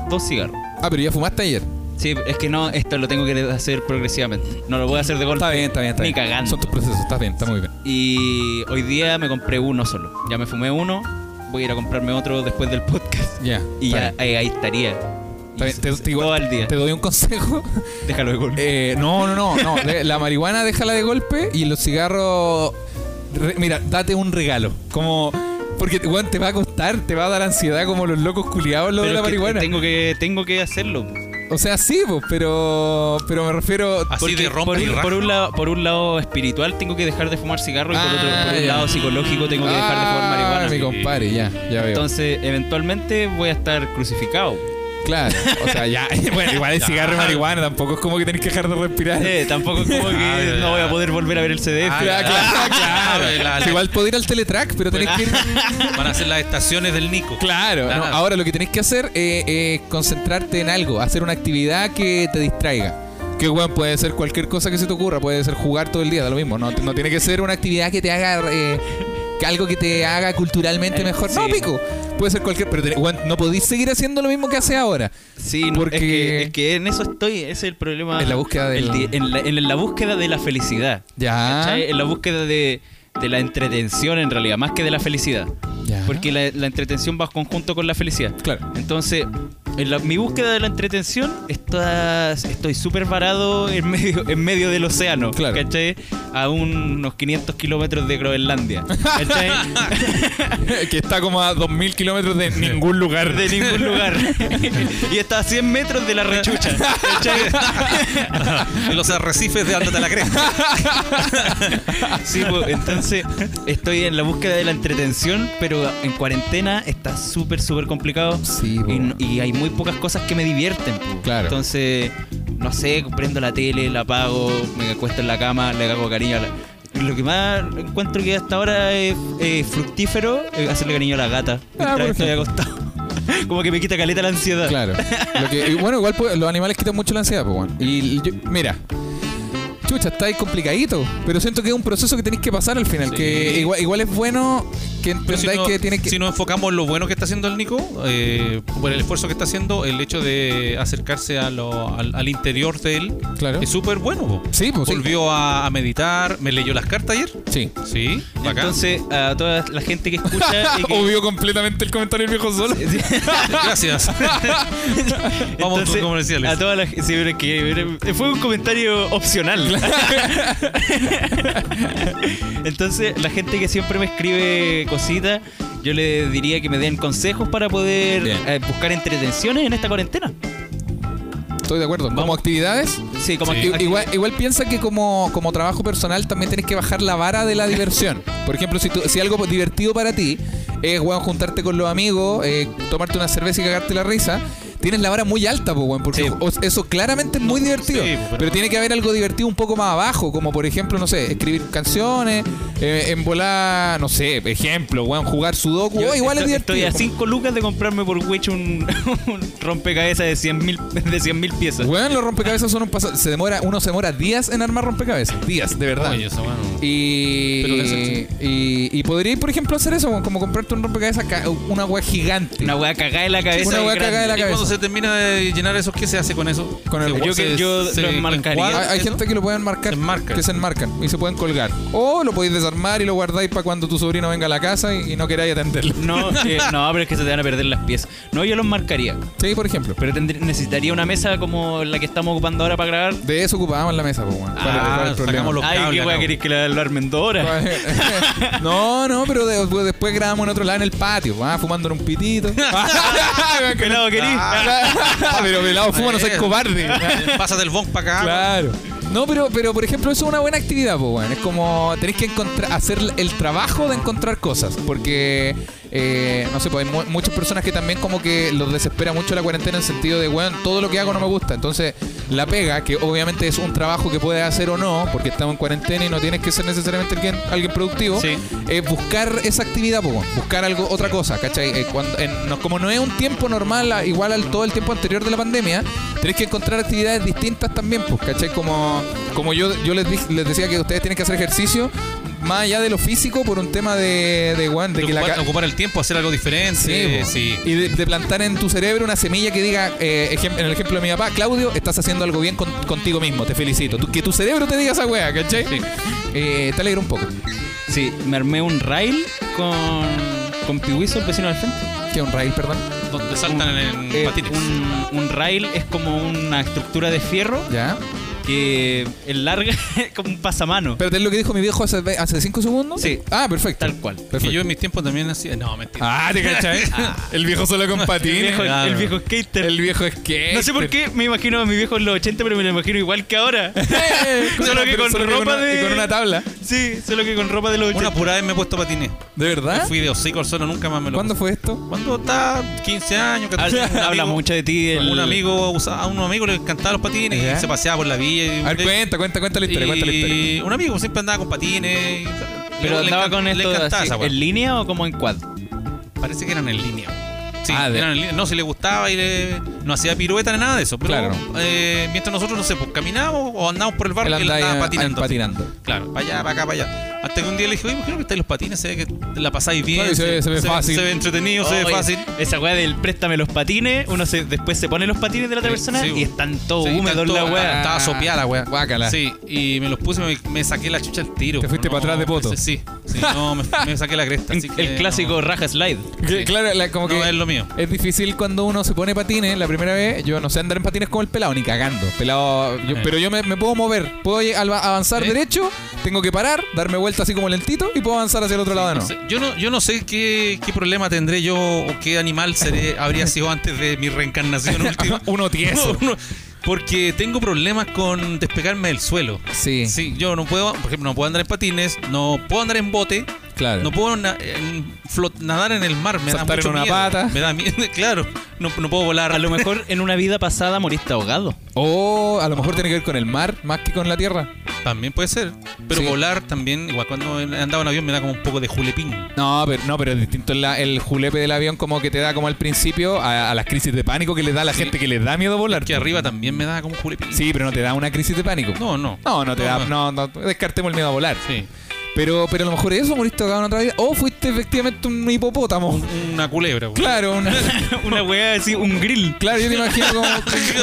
S2: dos cigarros.
S5: Ah, pero ya fumaste ayer.
S2: Sí, es que no, esto lo tengo que hacer progresivamente. No lo voy a hacer de golpe.
S5: Está bien, está bien, está
S2: Ni
S5: bien.
S2: cagando.
S5: Son tus procesos, está bien, está muy bien.
S2: Y hoy día me compré uno solo. Ya me fumé uno, voy a ir a comprarme otro después del podcast.
S5: Ya.
S2: Y
S5: está
S2: ya
S5: bien,
S2: eh, ahí estaría.
S5: está bien. Te- te-
S2: todo al día.
S5: te doy un consejo.
S2: Déjalo de golpe.
S5: Eh, no, no, no, no. De- La marihuana déjala de golpe y los cigarros. re- mira, date un regalo. Como. Porque weón, te va a costar, te va a dar ansiedad como los locos culiados [laughs] lo
S2: Pero
S5: de la
S2: es que
S5: marihuana.
S2: tengo que tengo que hacerlo.
S5: O sea, sí, pues, pero. Pero me refiero.
S8: Así
S2: Porque
S8: de rompe
S2: por,
S8: y
S2: un,
S8: raja.
S2: por, un lado, por un lado espiritual tengo que dejar de fumar cigarro y por, otro,
S5: Ah,
S2: por un
S5: ya.
S2: lado psicológico tengo que dejar de fumar
S5: Ah,
S2: marihuana.
S5: Mi compadre, ya, ya veo.
S2: Entonces, eventualmente voy a estar
S5: [laughs]
S2: crucificado.
S5: claro. O sea, ya. Bueno, igual el cigarro y marihuana tampoco es como que tenés que dejar de respirar.
S2: Eh, tampoco es
S8: [laughs]
S2: como
S8: Ah, ya,
S2: que
S8: ya.
S2: no voy a poder volver a ver el CDF.
S8: Ah,
S5: Claro, claro, claro.
S8: claro, la- la-
S5: Si Igual puedo ir al teletrack, pero tenés que ir.
S8: Van a ser las estaciones del Nico.
S5: Claro, no,
S8: Claro.
S5: ahora lo que tenés que hacer eh, es concentrarte en algo, hacer una actividad que te distraiga. Que bueno, puede ser cualquier cosa que se te ocurra, puede ser jugar todo el día, da lo mismo. No, no tiene que ser una actividad que te haga eh, que algo que te haga culturalmente
S2: Eh,
S5: mejor. No,
S2: sí.
S5: pico. Puede ser cualquier, pero tenés- weón, no podís seguir haciendo lo mismo que hace ahora.
S2: Sí, no,
S5: Porque-
S2: es, que, es que en eso estoy, ese es el problema.
S5: En la búsqueda del-
S2: El di- en, la, en la búsqueda de la felicidad.
S5: Ya.
S2: ¿cachai? En la búsqueda de, de la entretención en realidad, más que de la felicidad.
S5: Ya.
S2: Porque la, la entretención va conjunto con la felicidad.
S5: Claro.
S2: Entonces, En la- mi búsqueda de la entretención está, estoy súper varado en medio, en medio del océano,
S5: Claro.
S2: ¿cachai? A un- unos 500 kilómetros de Groenlandia,
S5: [laughs]
S2: ¿cachai?
S1: [laughs] que está como a 2.000 kilómetros de ningún lugar.
S2: de ningún lugar. y está a 100 metros de la rechucha, ¿cachai?
S8: En los arrecifes de Ándate
S2: [laughs]
S8: a la Cresta.
S2: Sí, pues, entonces estoy en la búsqueda de la entretención, pero en cuarentena está súper, súper complicado.
S5: Sí,
S2: y,
S5: po.
S2: no- y hay muy pocas cosas que me divierten. po.
S5: Claro.
S2: Entonces, no sé, prendo la tele, la apago, me acuesto en la cama, le hago cariño a la... Lo que más encuentro que hasta ahora es eh, fructífero es hacerle cariño a la gata. mientras
S5: Ah, por
S2: estoy acostado. [laughs] Como que me quita caleta la ansiedad.
S5: Claro. Lo que- y bueno, igual pues, los animales quitan mucho la ansiedad, pues, bueno. Y yo- mira. Chucha, está ahí complicadito, pero siento que es un proceso que tenéis que pasar al final, que igual, igual es bueno que
S8: Pero si,
S5: entendáis
S8: no,
S5: que tiene que...
S8: si nos enfocamos en lo bueno que está haciendo el Nico, eh, por el esfuerzo que está haciendo, el hecho de acercarse a lo- al, al interior de él
S5: Claro.
S8: es súper bueno. po.
S5: Sí, pues, sí.
S8: Volvió a, a meditar, me leyó las cartas ayer.
S5: Sí.
S8: Sí, bacán.
S2: Entonces, a toda la gente que escucha y
S5: [laughs]
S2: que-
S1: Obvio completamente el comentario del viejo solo.
S8: [laughs]
S2: [laughs]
S8: gracias. Vamos
S2: Entonces,
S8: con comerciales.
S2: A toda la sí, pero es que pero fue un comentario opcional. [laughs] Entonces, la gente que siempre me escribe cositas, yo le diría que me den consejos para poder
S5: Bien.
S2: eh, buscar entretenciones en esta cuarentena.
S5: Estoy de acuerdo. Como actividades,
S2: Sí, como
S5: I-
S2: acti-
S5: Igual, igual piensa que como, como trabajo personal también tenés que bajar la vara de la diversión. Por ejemplo, si, tú- si algo divertido para ti es weón, juntarte con los amigos, eh, tomarte una cerveza y cagarte la risa, tienes la vara muy alta, po, weón, porque
S2: Sí. pues,
S5: o- eso claramente es muy divertido.
S8: sí,
S5: pero,
S8: pero-
S5: tiene que haber algo divertido un poco más abajo, como por ejemplo, no sé, escribir canciones, eh, en volar, no sé, ejemplo, weón, jugar sudoku.
S2: yo
S5: Oh, igual es
S2: estoy-
S5: divertido.
S2: Estoy a 5 lucas de comprarme por Witch un, [laughs] un rompecabezas de 100 mil de 100.000 piezas.
S5: Weón, los rompecabezas son un paso. Se demora, uno se demora días en armar rompecabezas. Días, de verdad.
S8: Oye, esa mano.
S5: Y,
S8: Pero debe ser
S5: y, y podríais, por ejemplo, hacer eso, weón, como comprarte un rompecabezas, ca- una weá gigante.
S2: Una weá cagada en la cabeza.
S5: una
S2: y
S5: weá
S2: grande.
S5: cagada en la
S8: ¿Y cuando
S5: cabeza.
S8: se termina de llenar eso, qué se hace con eso?
S5: Con el-
S8: Se-
S2: yo que- yo lo enmarcaría.
S8: encuadra
S5: Hay, hay
S8: eso?
S5: gente que lo pueden marcar,
S8: Se enmarcan.
S5: que se enmarcan y se pueden colgar. O lo podéis desarmar y lo guardáis para cuando tu sobrino venga a la casa y, y no queráis atenderlo.
S2: No, eh, no, pero es que se te van a perder las piezas. No, yo los marcaría.
S5: Sí, por ejemplo.
S2: Pero tendr- necesitaría una mesa como la que estamos ocupando ahora para grabar.
S5: De eso ocupábamos la mesa, pues, weón. ¿Cuál es-
S8: Ah,
S5: cuál es el problema?
S8: sacamos los
S2: Ay,
S8: cables
S2: qué wea
S8: acá.
S2: querés que la, lo armen dos horas?
S5: [laughs]
S8: [laughs]
S5: no, no, pero de- pues, después grabamos en otro lado en el patio, ah, fumando un
S8: [laughs]
S5: pitito.
S2: [laughs] Pelado, querís.
S8: Ah.
S5: pero pelado, fuma, no seas cobarde.
S8: Eh, [laughs] Pasa del bonk para acá.
S5: [laughs] Claro. No, pero, pero por ejemplo, eso es una buena actividad, pues, bueno.
S8: Ah.
S5: Es como tenéis que encontrar, hacer el trabajo de encontrar cosas. Porque, eh, no sé, pues hay mu- muchas personas que también como que los desespera mucho la cuarentena en el sentido de, bueno, todo lo que hago no me gusta. Entonces, la pega, que obviamente es un trabajo que puedes hacer o no, porque estamos en cuarentena y no tienes que ser necesariamente alguien, alguien productivo,
S2: Sí.
S5: es buscar esa actividad, pues, bueno. buscar algo, otra cosa, ¿cachai? Eh, cuando, en- no- como no es un tiempo normal, a- igual al todo el tiempo anterior de la pandemia, tenés que encontrar actividades distintas también, pues, ¿cachai? Como, como yo, yo les, dije- les decía que ustedes tienen que hacer ejercicio más allá de lo físico por un tema de, de, bueno, de
S8: De
S5: que la
S8: ocupar,
S5: ca-
S8: ocupar el tiempo, hacer algo diferente.
S5: po.
S8: Sí,
S5: Y de, de plantar en tu cerebro una semilla que diga, eh, ejem- en el ejemplo de mi papá, Claudio, estás haciendo algo bien con- contigo mismo, te felicito. Tú- que tu cerebro te diga esa wea, ¿cachai? Eh, te alegra un poco.
S2: Sí, me armé un rail con, con Piwiso, el vecino del frente.
S5: Que un rail, perdón.
S8: Donde saltan en
S2: Eh,
S8: patines.
S2: un, un rail es como una estructura de fierro
S5: Ya.
S2: que es larga, [laughs] como un pasamano.
S5: Pero es lo que dijo mi viejo hace, ve- hace cinco segundos.
S2: Sí.
S5: Ah, perfecto.
S2: Tal cual.
S5: Perfecto.
S8: Que yo en mis tiempos también hacía. No, mentira.
S1: Ah, te
S5: [laughs]
S1: cachai. El viejo solo con
S2: El
S1: patines.
S2: viejo,
S8: claro.
S2: el viejo skater.
S1: El viejo es que.
S2: no
S1: [laughs]
S2: sé por qué me imagino a mi viejo en los 80, pero me lo imagino igual que
S8: [laughs]
S2: ahora. solo que
S5: Pero
S2: con ropa
S5: una,
S2: de-
S5: y con una tabla.
S2: Sí, solo que con ropa de los 80.
S8: Una pura vez me he puesto patines.
S5: ¿De verdad?
S8: Fui de hocico al suelo, nunca más me lo.
S5: ¿Cuándo fue esto?
S8: Cuando está 15 años, 14
S2: Habla,
S8: años, un
S2: [laughs] habla
S8: amigo-
S2: mucho de ti. El,
S8: Un amigo usaba, a un amigo le encantaban los patines
S5: Ya.
S8: y se paseaba por la villa. Y,
S5: A ver, cuenta, cuenta, cuenta la historia, cuenta la historia.
S8: y un amigo siempre andaba con patines. y tal.
S2: Pero
S8: Le
S2: andaba
S8: encan-
S2: con
S8: Le
S2: esto
S8: encantaba
S2: así,
S8: esa weá.
S2: en línea o como en quad.
S8: Parece que eran en línea. Sí,
S5: Ah, de-
S8: eran en línea. No, si le gustaba y le- no hacía pirueta ni nada de eso. Pero
S5: Claro.
S8: eh, mientras nosotros, no sé, pues caminábamos o andábamos por el barrio,
S5: Él
S8: él
S5: andaba
S8: andaba
S5: ahí-
S8: patinando.
S5: ahí patinando.
S8: Claro, para allá, para acá, para allá. Hasta que un día le dije, oye, ¿por qué no prestáis los patines? Se ve que la pasáis bien.
S5: Claro, y se ve- se ve fácil.
S8: Se ve entretenido, se ve
S2: Oye,
S8: fácil.
S2: Esa weá del préstame los patines, uno se, después se pone los patines de la otra
S8: Sí,
S2: persona
S8: sí,
S2: y
S8: weón.
S2: están todos
S8: Sí,
S2: húmedos
S8: tanto-
S2: la weá.
S8: Estaba sopeada la weá.
S5: Guácala.
S8: Sí, y me los puse, me, me saqué la chucha al tiro. pues,
S5: Te fuiste
S8: No,
S5: para atrás de poto.
S8: Sí, sí, no, me, me saqué
S5: [laughs]
S8: la cresta. así que
S2: el clásico raja slide.
S5: Que, Claro, la- como
S8: No,
S5: que
S8: es lo mío.
S5: es difícil cuando uno se pone patines, la primera vez, yo no sé andar en patines como el pelado, ni cagando. Pelado, yo- pero yo me, me puedo mover, puedo lleg- alba- avanzar derecho, tengo que parar, darme vuelta así como lentito y puedo avanzar hacia el otro lado. de
S8: No
S5: nuevo.
S8: sé, Yo no, yo no sé qué, qué problema tendré yo o qué animal seré,
S5: [laughs]
S8: habría sido antes de mi reencarnación última.
S5: Uno [laughs] tieso.
S8: No, no, porque tengo problemas con despegarme del suelo.
S5: Sí,
S8: Sí, yo no puedo, por ejemplo, no puedo andar en patines, no puedo andar en bote,
S5: claro.
S8: no puedo na- en flot- nadar en el mar, me da
S5: Saltar en
S8: mucho
S5: una
S8: miedo.
S5: pata.
S8: Me da miedo, [laughs] claro, no, no puedo volar.
S2: A lo mejor en una vida pasada moriste
S8: [laughs]
S2: ahogado.
S5: O a lo mejor tiene que ver con el mar más que con la tierra.
S8: También puede ser, pero
S5: Sí.
S8: volar también, igual cuando he andado en avión me da como un poco de julepín.
S5: No, pero, no, pero es distinto el, el julepe del avión como que te da como al principio a, a las crisis de pánico que le da a la gente que le da miedo volar.
S8: Que arriba también me da como un julepín.
S5: Sí, pero no te da una crisis de pánico.
S8: No, no.
S5: No, no te da. No, no, descartemos el miedo a volar.
S8: Sí.
S5: Pero, pero a lo mejor eso moriste ahogado en otra vida. O fuiste efectivamente un hipopótamo.
S8: Una culebra. güey.
S5: Claro,
S8: [laughs]
S5: una-
S2: una weá así, un grill.
S5: claro, yo te imagino como,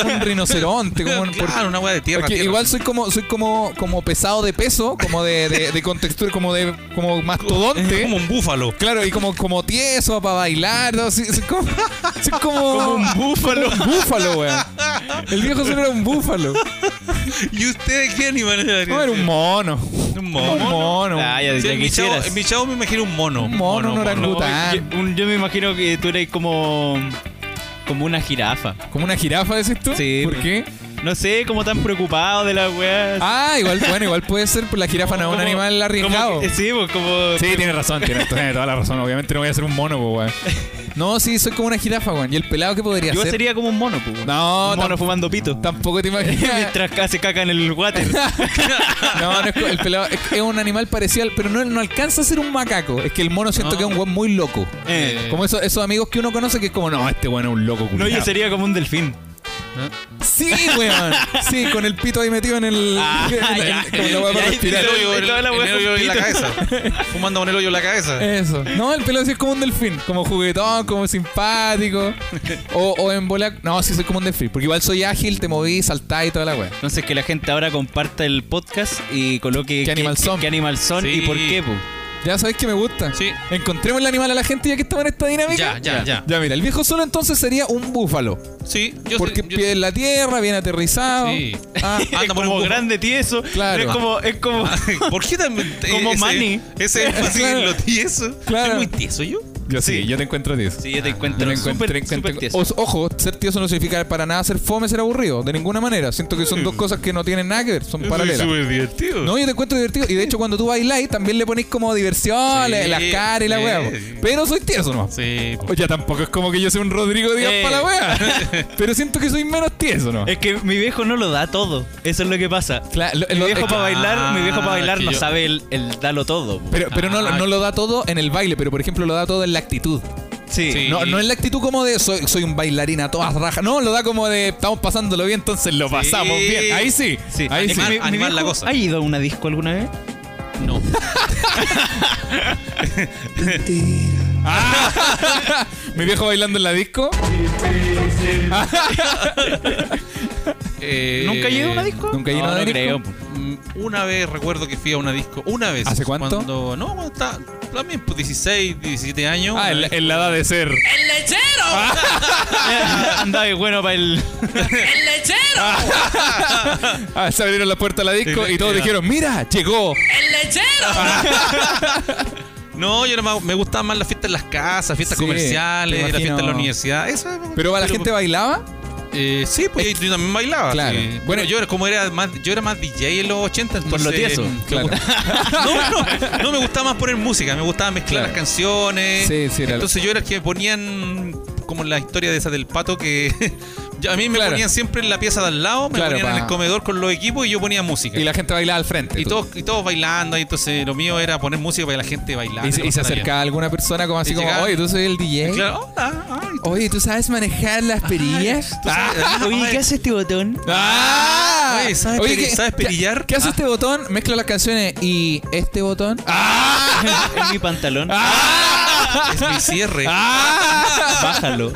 S5: como un rinoceronte, como un. por-
S8: Claro, una hueá de tierra.
S5: porque
S8: tierra.
S5: igual soy como soy como como pesado de peso, como de, de, de contextura, como de como
S8: Es
S5: mastodonte.
S8: [laughs] como un búfalo.
S5: Claro, y como, como tieso para bailar, ¿no? Así- así como, así como, un búfalo. Un búfalo, weón. El viejo solo era un búfalo.
S8: ¿Y ustedes qué animal eran?
S5: No, era un mono.
S8: Un
S5: Un
S8: mono.
S5: mono.
S2: Ah, ya,
S8: Sí,
S2: ya
S8: en, mi chavo,
S2: quisieras.
S8: en mi chavo me imagino un mono.
S5: Un mono, un
S2: No,
S5: orangután.
S2: yo, un- yo me imagino que tú eres como. como una jirafa.
S5: ¿Como una jirafa, decís tú?
S2: Sí.
S5: ¿Por qué?
S2: No sé, como tan preocupado de la weá.
S5: Ah, igual, bueno, igual puede ser, pues la jirafa no es un
S2: Como-
S5: animal arriesgado.
S2: como que- sí, pues como.
S1: Sí, tiene razón, tiene, tiene toda la razón. Obviamente no voy a ser un mono, po, weón.
S5: No, sí, soy como una jirafa, weón. ¿Y el pelado qué podría
S2: yo
S5: ser?
S2: sería como un mono, pues.
S5: No,
S2: un mono
S5: tam-
S2: fumando
S5: [laughs]
S2: pito.
S5: tampoco
S2: [laughs]
S5: te imaginas.
S2: Mientras hace caca en el water.
S5: No, no es, co- el pelado es, es un animal parecido, al- pero no, no alcanza a ser un macaco. Es que el mono siento
S8: No.
S5: que es un weón muy loco.
S2: Eh,
S5: Como esos, esos amigos que uno conoce que es como, no, este weón es un loco
S2: no,
S5: culiao.
S2: yo sería como un delfín.
S5: Sí, weón. Sí, con el pito ahí metido en el.
S2: Ah,
S5: en el-
S2: [laughs] ya.
S5: como la weá para
S2: Ya,
S5: respirar.
S8: El
S2: Pero-
S8: hoyo, el,
S2: Toda la
S8: el
S2: wea con
S8: hoyo en la
S2: pito.
S8: cabeza. [laughs] Fumando con el hoyo en la cabeza.
S5: Eso. No, el pelado sí es como un delfín. Como juguetón, como simpático. O, o en bola. No, sí soy como un delfín. Porque igual soy ágil, te moví, saltá y toda la weá.
S2: Entonces que la gente ahora comparta el podcast y coloque
S5: ¿Qué animal son?
S2: qué animal son
S8: Sí.
S2: y por qué, pues.
S5: Ya sabes que me gusta.
S8: Sí.
S5: Encontremos el animal a la gente ya que estamos en esta dinámica.
S8: Ya, ya, ya.
S5: [laughs] Ya, mira, el viejo solo entonces sería un búfalo.
S8: Sí, yo
S5: porque
S8: sé- yo-
S5: pie en la tierra, bien aterrizado.
S8: Sí.
S5: [laughs] Ah,
S8: Anda
S2: es
S8: por un
S2: como
S8: búfalo. [laughs]
S2: grande tieso.
S5: Claro.
S2: Es como, es como.
S8: ¿Por qué
S5: [laughs]
S8: también?
S2: Como
S8: ese-
S2: Manny.
S8: Ese énfasis
S5: Claro.
S8: en lo tieso.
S5: Claro.
S8: ¿Soy muy tieso yo?
S1: Yo sí, yo te encuentro 10.
S2: Sí, yo te Ah, encuentro.
S5: Yo lo
S2: súper-
S5: encuentro- encuentro-
S2: súper tieso.
S5: Os- Ojo, ser tieso no significa para nada ser fome, ser aburrido, de ninguna manera. Siento que son
S8: Mm.
S5: dos cosas que no tienen nada que ver, son paralelas.
S8: súper divertido.
S5: No, yo te encuentro divertido. Y de hecho, cuando tú bailas, también le pones como diversión,
S8: Sí,
S5: le- las caras y la
S8: sí,
S5: hueá. po.
S8: sí.
S5: Pero soy tieso nomás.
S8: Sí, po.
S1: Oye, tampoco es como que yo sea un Rodrigo Díaz
S2: Eh.
S1: para la wea.
S5: Pero siento que soy menos tieso, ¿no?
S2: Es que mi viejo no lo da todo. Eso es lo que pasa.
S5: Cla- lo-
S2: Mi
S5: lo- eh,
S2: viejo
S5: es que-
S2: para bailar, mi viejo para bailar
S8: que
S2: no
S8: yo-
S2: sabe el, el dalo todo. po.
S5: pero pero no,
S8: Ah,
S5: no lo da todo en el baile, pero por ejemplo lo da todo en la actitud.
S2: sí.
S8: sí.
S5: No, no en la actitud como de soy, soy un bailarín a todas rajas. No, lo da como de estamos pasándolo bien, entonces lo pasamos bien. Ahí sí.
S2: Sí.
S5: Ahí
S2: Es
S5: sí.
S2: que mi- mi
S8: Animal la
S2: viejo-
S8: cosa.
S2: ¿Ha ido a una disco alguna vez?
S8: no.
S5: [laughs] Mi viejo bailando en la disco.
S8: Eh,
S2: ¿Nunca ha ido a una disco?
S5: [laughs] ¿Nunca ha ido a una disco?
S2: creo, po.
S8: Mm, Una vez recuerdo que fui a una disco. Una vez.
S5: ¿Hace cuánto?
S8: Cuando, no, cuando estaba también pues, 16, 17 años.
S1: Ah, en la, en la edad de ser.
S2: [laughs] Andaba de bueno para el.
S5: Ah, se abrieron la puerta a la disco
S8: Sí,
S5: y todos
S8: sí,
S5: dijeron, mira, llegó.
S8: No, yo era más- me gustaban más las fiestas en las casas, fiestas
S5: Sí,
S8: comerciales,
S5: me
S8: la
S5: imagino.
S8: fiesta en la universidad. Esa, me-
S5: Pero la gente bailaba.
S8: eh, sí, pues yo también bailaba.
S5: Claro.
S8: sí.
S5: Bueno,
S8: Bueno, yo era como era más, yo era más DJ en los 80, entonces
S2: lo tieso.
S8: me
S5: Claro.
S8: gustaba- [laughs] No, no, no me gustaba más poner música, me gustaba mezclar
S5: Claro.
S8: las canciones.
S5: Sí, sí, era-
S8: entonces yo era el que me ponían como la historia de esa del pato que [laughs] ya a mí me
S5: Claro.
S8: ponían siempre en la pieza de al lado, me
S5: Claro,
S8: ponían en
S5: pa-
S8: el comedor con los equipos y yo ponía música.
S5: Y la gente bailaba al frente.
S8: Y
S5: tú.
S8: todos, y todos bailando, y entonces lo mío era poner música para que la gente bailara.
S5: Y, se- y se acercaba alguna persona como así
S8: Y
S5: como,
S8: llegaba-
S5: oye, tú soy el DJ.
S8: Claro, hola, ay,
S5: Oye, ¿tú sabes manejar las perillas?
S8: tú sabes-
S2: Oye, ¿qué hace este botón?
S5: ¡Ah!
S8: Oye, ¿sabes peri-
S5: ¿qué-
S8: sabes
S5: qué-
S8: perillar?
S5: ¿Qué hace este botón? Mezcla las canciones y este botón.
S2: [laughs] En mi pantalón.
S8: Es mi cierre.
S5: Ah.
S2: [laughs] Bájalo.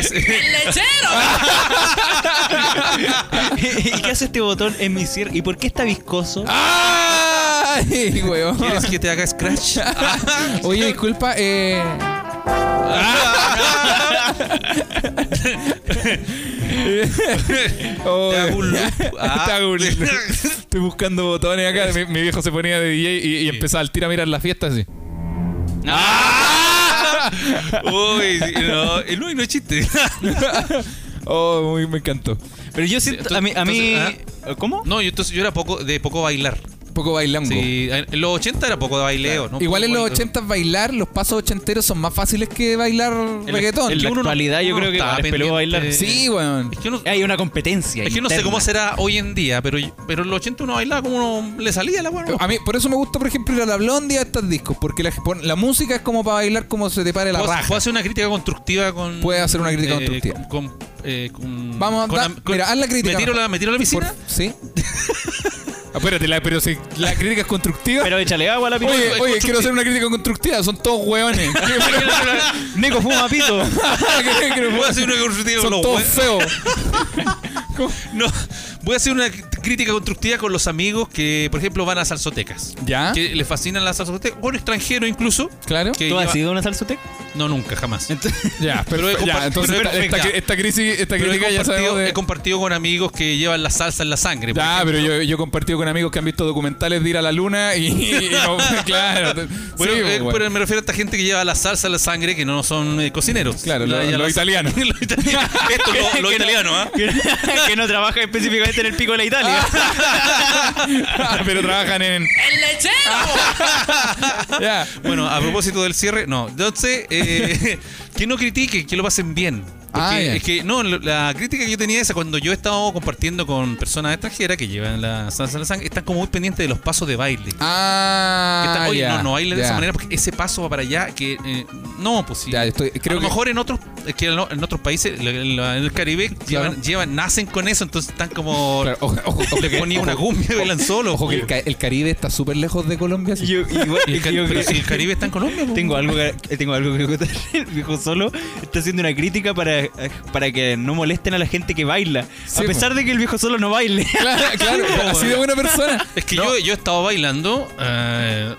S8: Es-
S2: [laughs] ¿Y qué hace este botón en mi cierre? ¿Y por qué está viscoso?
S5: ¡Ay, weón!
S8: ¿Quieres que
S5: [laughs]
S8: te haga scratch? [laughs]
S5: Oye, disculpa, eh. Oh,
S8: Te hago un loop.
S5: Te hago un loop.
S8: Ah. [laughs]
S5: Estoy buscando botones acá. Mi, mi viejo se ponía de DJ y, y empezaba al tiro a mirar las fiestas así. Ah.
S8: Uy, sí, no, eh, no, y no es chiste. [laughs]
S5: Oh, muy, me encantó.
S2: Pero yo siento. A mí. A mí ¿Cómo?
S8: ¿ah? No, yo, entonces, yo era poco de poco bailar.
S5: Poco bailando.
S8: Sí, en los 80 era poco de baileo. ¿no?
S5: Igual en los
S8: Poco-
S5: 80 bailar, los pasos ochenteros son más fáciles que bailar reggaetón.
S2: En la
S8: uno no-
S2: actualidad, yo
S8: uno
S2: creo que
S8: está
S2: igual es peludo
S8: pendiente.
S2: bailar.
S5: sí, weón.
S8: Es que uno-
S2: Hay una competencia.
S8: Es que no sé
S2: interna.
S8: cómo será hoy en día, pero, pero en los 80 uno bailaba como uno le salía la weá. ¿no?
S5: A mí, por eso me gusta, por ejemplo, ir a la blondie a estos discos, porque la, pon- la música es como para bailar como se te pare la
S8: Puedo- puedo
S5: raja.
S8: hacer una crítica constructiva con.
S5: Puede hacer una crítica
S8: eh,
S5: constructiva.
S8: Con, con, eh, con-
S5: Vamos a
S8: con
S5: dar-
S8: am- con-
S5: mira, haz la crítica.
S8: ¿Me tiro, la, me tiro a la piscina?
S5: Por- ¿Sí? [laughs] Acuérdate, la, pero si la crítica es constructiva.
S2: Pero échale agua a la
S5: oye,
S8: [laughs]
S2: pipa.
S5: oye, quiero hacer una crítica constructiva, son todos [laughs] hueones.
S2: Nico fuma
S8: [laughs]
S2: pito.
S8: Voy a hacer una constructiva
S5: son
S8: con los
S5: todos
S8: hue-
S5: feos.
S8: No, voy a hacer una cr- crítica constructiva con los amigos que, por ejemplo, van a salsotecas.
S5: ¿Ya?
S8: Que les fascinan las salsotecas. Bueno, extranjero incluso.
S5: Claro.
S8: que
S2: ¿Tú has
S8: lleva-
S2: sido una salsotec?
S8: No, nunca, jamás.
S5: Ya,
S8: Pero he
S5: perfecto. Ya,
S8: compart-
S5: entonces
S8: pero
S5: esta, esta-
S8: perfecta.
S5: esta crisis, esta
S8: Pero he
S5: crítica ya sabemos
S8: compartido,
S5: de...
S8: he compartido con amigos que llevan la salsa en la sangre. pues. por
S5: Ya,
S8: ejemplo.
S5: pero yo, yo he compartido con amigos que han visto documentales de ir a la luna y, y no- [laughs] claro. te-
S8: Bueno,
S5: sí, pues,
S8: eh,
S5: bueno.
S8: pero me refiero a esta gente que lleva la salsa en la sangre que no son eh, cocineros.
S5: Claro,
S8: La-
S5: lo-
S8: ya
S5: los
S8: la- [laughs]
S5: italianos. [laughs]
S8: los italianos. Esto, lo, lo italiano, ¿ah?
S2: Que, [laughs] que no trabaja específicamente en el pico de la Italia.
S5: Ah. Pero trabajan en.
S9: ¡El lechero!
S5: Ya.
S8: Bueno, a propósito del cierre, no. Entonces, eh, [laughs] que no critiquen, que lo pasen bien. Porque
S5: Ah, ya.
S8: es que, no, lo- la crítica que yo tenía es cuando yo he estado compartiendo con personas extranjeras que llevan la salsa en la sangre, están como muy pendientes de los pasos de baile.
S5: Ah.
S8: Que están, Oye,
S5: ya,
S8: no, no bailen de
S5: ya.
S8: esa manera porque ese paso va para allá que eh, no, pues sí.
S5: Ya, estoy- creo
S8: a lo
S5: que-
S8: mejor en otros es que en en otros países, la- la- en el Caribe, llevan, llevan- nacen con eso, entonces están como
S5: Claro, ojo, ojo, ojo
S8: le
S5: que-
S8: ponían una
S5: ojo-
S8: cumbia y bailan solo.
S5: Ojo que el,
S8: Y
S5: ca- el Caribe está súper lejos de Colombia.
S8: [laughs]
S5: así.
S2: Yo, igual,
S8: el Cari-
S2: yo-
S8: pero si el Caribe está en Colombia, pues.
S2: Tengo algo que eh, tengo algo que contar. [laughs] El viejo solo está haciendo una crítica para, eh, para que no molesten a la gente que baila.
S5: Sí,
S2: a pesar de que el viejo solo no
S5: [laughs]
S2: baile.
S5: Claro, claro, así de buena persona.
S8: Es que yo, yo he estado bailando. eh,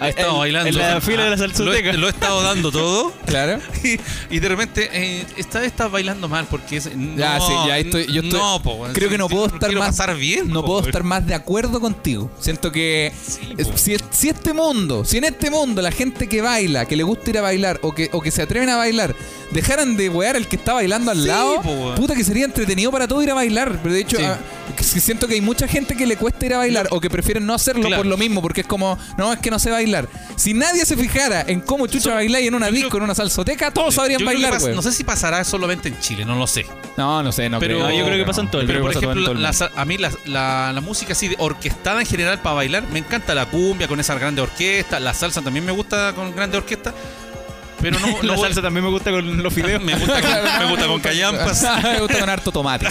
S8: he estado
S2: En-
S8: bailando.
S2: en la fila de la salsoteca.
S8: Lo, he- lo he estado dando todo. [laughs]
S5: Claro.
S8: Y, y de repente, eh, esta vez estás bailando mal porque es. No,
S5: Ya, sí, ya estoy. Yo estoy-
S8: no, po, weón.
S5: creo
S8: Sí,
S5: que no
S8: sí,
S5: puedo
S8: lo
S5: estar
S8: quiero
S5: más.
S8: pasar bien,
S5: no
S8: po,
S5: puedo
S8: weón.
S5: estar más de acuerdo contigo. Siento que es-
S8: po.
S5: si, si este mundo, si en este mundo la gente que baila, que le gusta ir a bailar o que, o que se atreven a bailar, dejaran de wear al que está bailando al
S8: Sí,
S5: lado,
S8: po, weón.
S5: puta que sería entretenido para todo ir a bailar. Pero de hecho,
S8: Sí.
S5: ah, que- que siento que hay mucha gente que le cuesta ir a bailar o que prefieren no hacerlo
S8: Claro.
S5: por lo mismo, porque es como, no, es que no sé bailar. Si nadie se fijara en cómo chucha bailar y en una
S8: creo-
S5: disco, en una salsoteca, todos sabrían
S8: Yo creo que
S5: bailar,
S8: pasa-
S5: weón.
S8: No sé si pasará solamente en Chile, no lo sé.
S5: No, no
S2: Ah,
S5: sé, no
S8: Pero-
S5: creo.
S8: No, yo creo que
S2: pasa en todo el
S8: Pero,
S2: creo
S8: por
S2: que pasa todo en
S8: ejemplo,
S2: todo el
S8: la sa- a mí la, la- la música así de orquestada en general para bailar, me encanta la cumbia con esa grande orquesta, la salsa también me gusta con grande orquesta,
S2: [laughs]
S8: pero no,
S2: la
S8: no voy-
S2: salsa también me gusta con
S8: [laughs]
S2: los fideos.
S8: me gusta con, me
S2: [laughs]
S8: gusta con callampas.
S5: [laughs] me gusta con harto
S8: [laughs]
S5: tomate.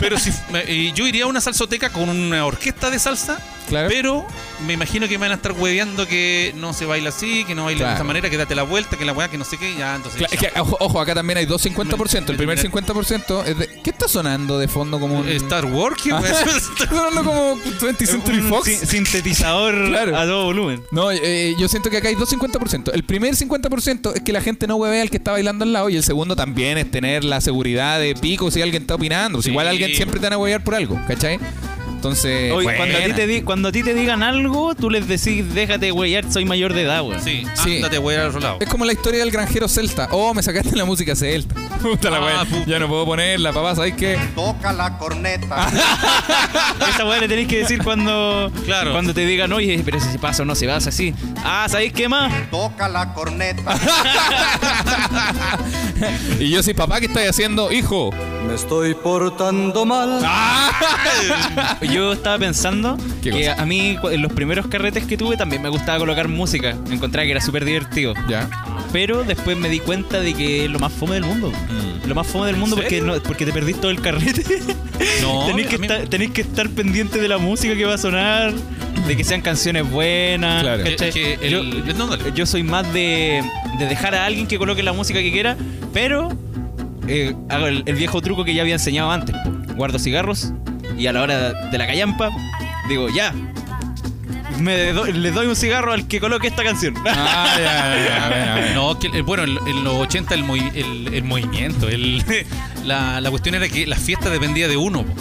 S8: Pero si me- eh, yo iría a una salsoteca con una orquesta de salsa,
S5: Claro.
S8: pero me imagino que me van a estar hueveando que no se baila así, que no baila
S5: Claro.
S8: de esa manera, que date la vuelta, que la weá, que no sé qué, ya entonces.
S5: Cla- es
S8: ya.
S5: que, ojo, ojo, acá también hay dos 50%. El primer
S8: Mira.
S5: 50% es de. ¿Qué está sonando de fondo como un.
S8: eh, Star Wars, ¿qué
S5: Ah,
S8: weá?
S2: [laughs]
S5: está [laughs] sonando como 20 Century
S2: Un
S5: Fox?
S2: sin- sintetizador
S5: Claro.
S2: a todo volumen.
S5: No, eh, yo siento que acá hay dos 50%. El primer 50% es que la gente no huevea al que está bailando al lado. Y el segundo también es tener la seguridad de pico si alguien está opinando. Pues Igual
S8: Sí.
S5: alguien siempre te van a huevear por algo, ¿cachai? Entonces.
S2: Oye,
S5: buena.
S2: cuando, a ti te di- cuando a ti te digan algo, tú les decís, déjate weyar, soy mayor de edad, weón.
S8: Sí,
S5: Sí.
S8: ándate, weá, al otro lado.
S5: Es como la historia del granjero celta. Oh, me sacaste la música celta. [laughs] Puta la
S8: Ah,
S5: wea.
S8: puta.
S5: Ya no puedo ponerla, papá. ¿Sabes qué?
S10: Toca la corneta.
S2: [laughs] Esa weá le tenéis que decir cuando,
S8: Claro.
S2: cuando te digan, oye, pero si se pasa o no se pasa así. Ah, ¿sabéis qué más?
S10: Toca la corneta.
S5: Y yo soy papá, ¿qué estáis haciendo? Hijo.
S11: Me estoy portando mal.
S2: Yo estaba pensando
S5: ¿Qué
S2: que
S5: cosa?
S2: a mí cu- en los primeros carretes que tuve también me gustaba colocar música. Encontraba que era súper divertido.
S5: Ya.
S2: Pero después me di cuenta de que es lo más fome del mundo.
S8: Mm.
S2: Lo más fome del mundo porque, no, porque te perdís todo el carrete. [laughs]
S8: No,
S2: tenéis, que
S8: a mí-
S2: estar, tenéis que estar pendiente de la música que va a sonar, de que sean canciones buenas.
S5: Claro.
S8: Que-
S2: ¿cachai?
S8: que el-
S2: Yo-
S8: no, dale.
S2: yo soy más de, de dejar a alguien que coloque la música que quiera, pero eh, hago el, el viejo truco que ya había enseñado antes. Guardo cigarros y a la hora de la callampa digo, ya, me do- le doy un cigarro al que coloque esta canción. [laughs]
S1: Ah, ya, ya, ya, a ver, a ver.
S8: No, que, eh, bueno, en, en los 80 el, movi- el- el movimiento, el- [laughs] la, la cuestión era que la fiesta dependía de uno. po.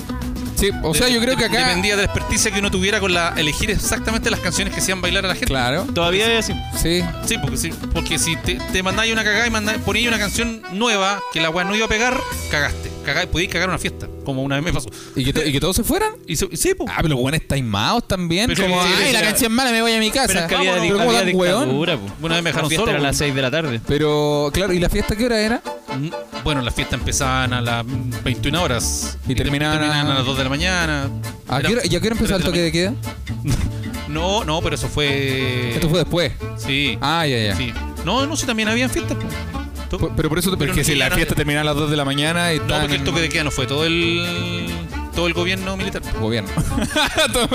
S5: Sí, o sea,
S8: De-
S5: yo creo que
S8: de-
S5: acá.
S8: Dependía de la experticia que uno tuviera con la elegir exactamente las canciones que hacían bailar a la gente.
S5: Claro,
S2: Todavía es así.
S5: sí.
S8: Sí, porque, sí, porque si te, te mandáis una cagada y mandáis- poníais una canción nueva que la weá no iba a pegar, cagaste. Cagá- podíais cagar una fiesta, como una vez me pasó.
S5: ¿Y que, to- y que todos se fueran?
S8: Y so- sí, po.
S5: Ah, pero los buenos taimados también.
S8: Pero
S5: como,
S8: sí,
S5: ay,
S8: sí,
S5: la
S8: sí.
S5: canción mala, me voy a mi casa.
S2: Pero es que había,
S5: Pero
S2: di-
S5: ¿cómo
S2: había
S5: tan weón?
S2: dictadura, po.
S8: Una vez me dejaron
S2: La fiesta
S8: solo,
S2: era a
S8: po.
S2: las 6 de la tarde.
S5: Pero, claro, ¿y la fiesta qué hora era?
S8: Mm, Bueno, las fiestas empezaban a las 21 horas.
S5: Y terminaban a-
S8: a las 2 de la mañana.
S5: ¿A
S8: Era-
S5: qué hora- ¿Y a qué hora empezó el
S8: tres de la
S5: toque de queda?
S8: mañana. No, no, pero eso fue.
S5: Esto fue después.
S8: Sí.
S5: Ah, ya, ya.
S8: sí. No, no, sí, también habían fiestas. po. To-
S5: P- Pero por eso,
S8: Pero
S5: porque
S8: no
S5: si la
S8: llegaron-
S5: fiesta termina a las 2 de la mañana y
S8: No,
S5: están
S8: porque el
S5: en
S8: toque de queda no fue todo el. Todo el gobierno militar.
S5: gobierno.
S8: [laughs]
S5: [laughs]
S8: Todo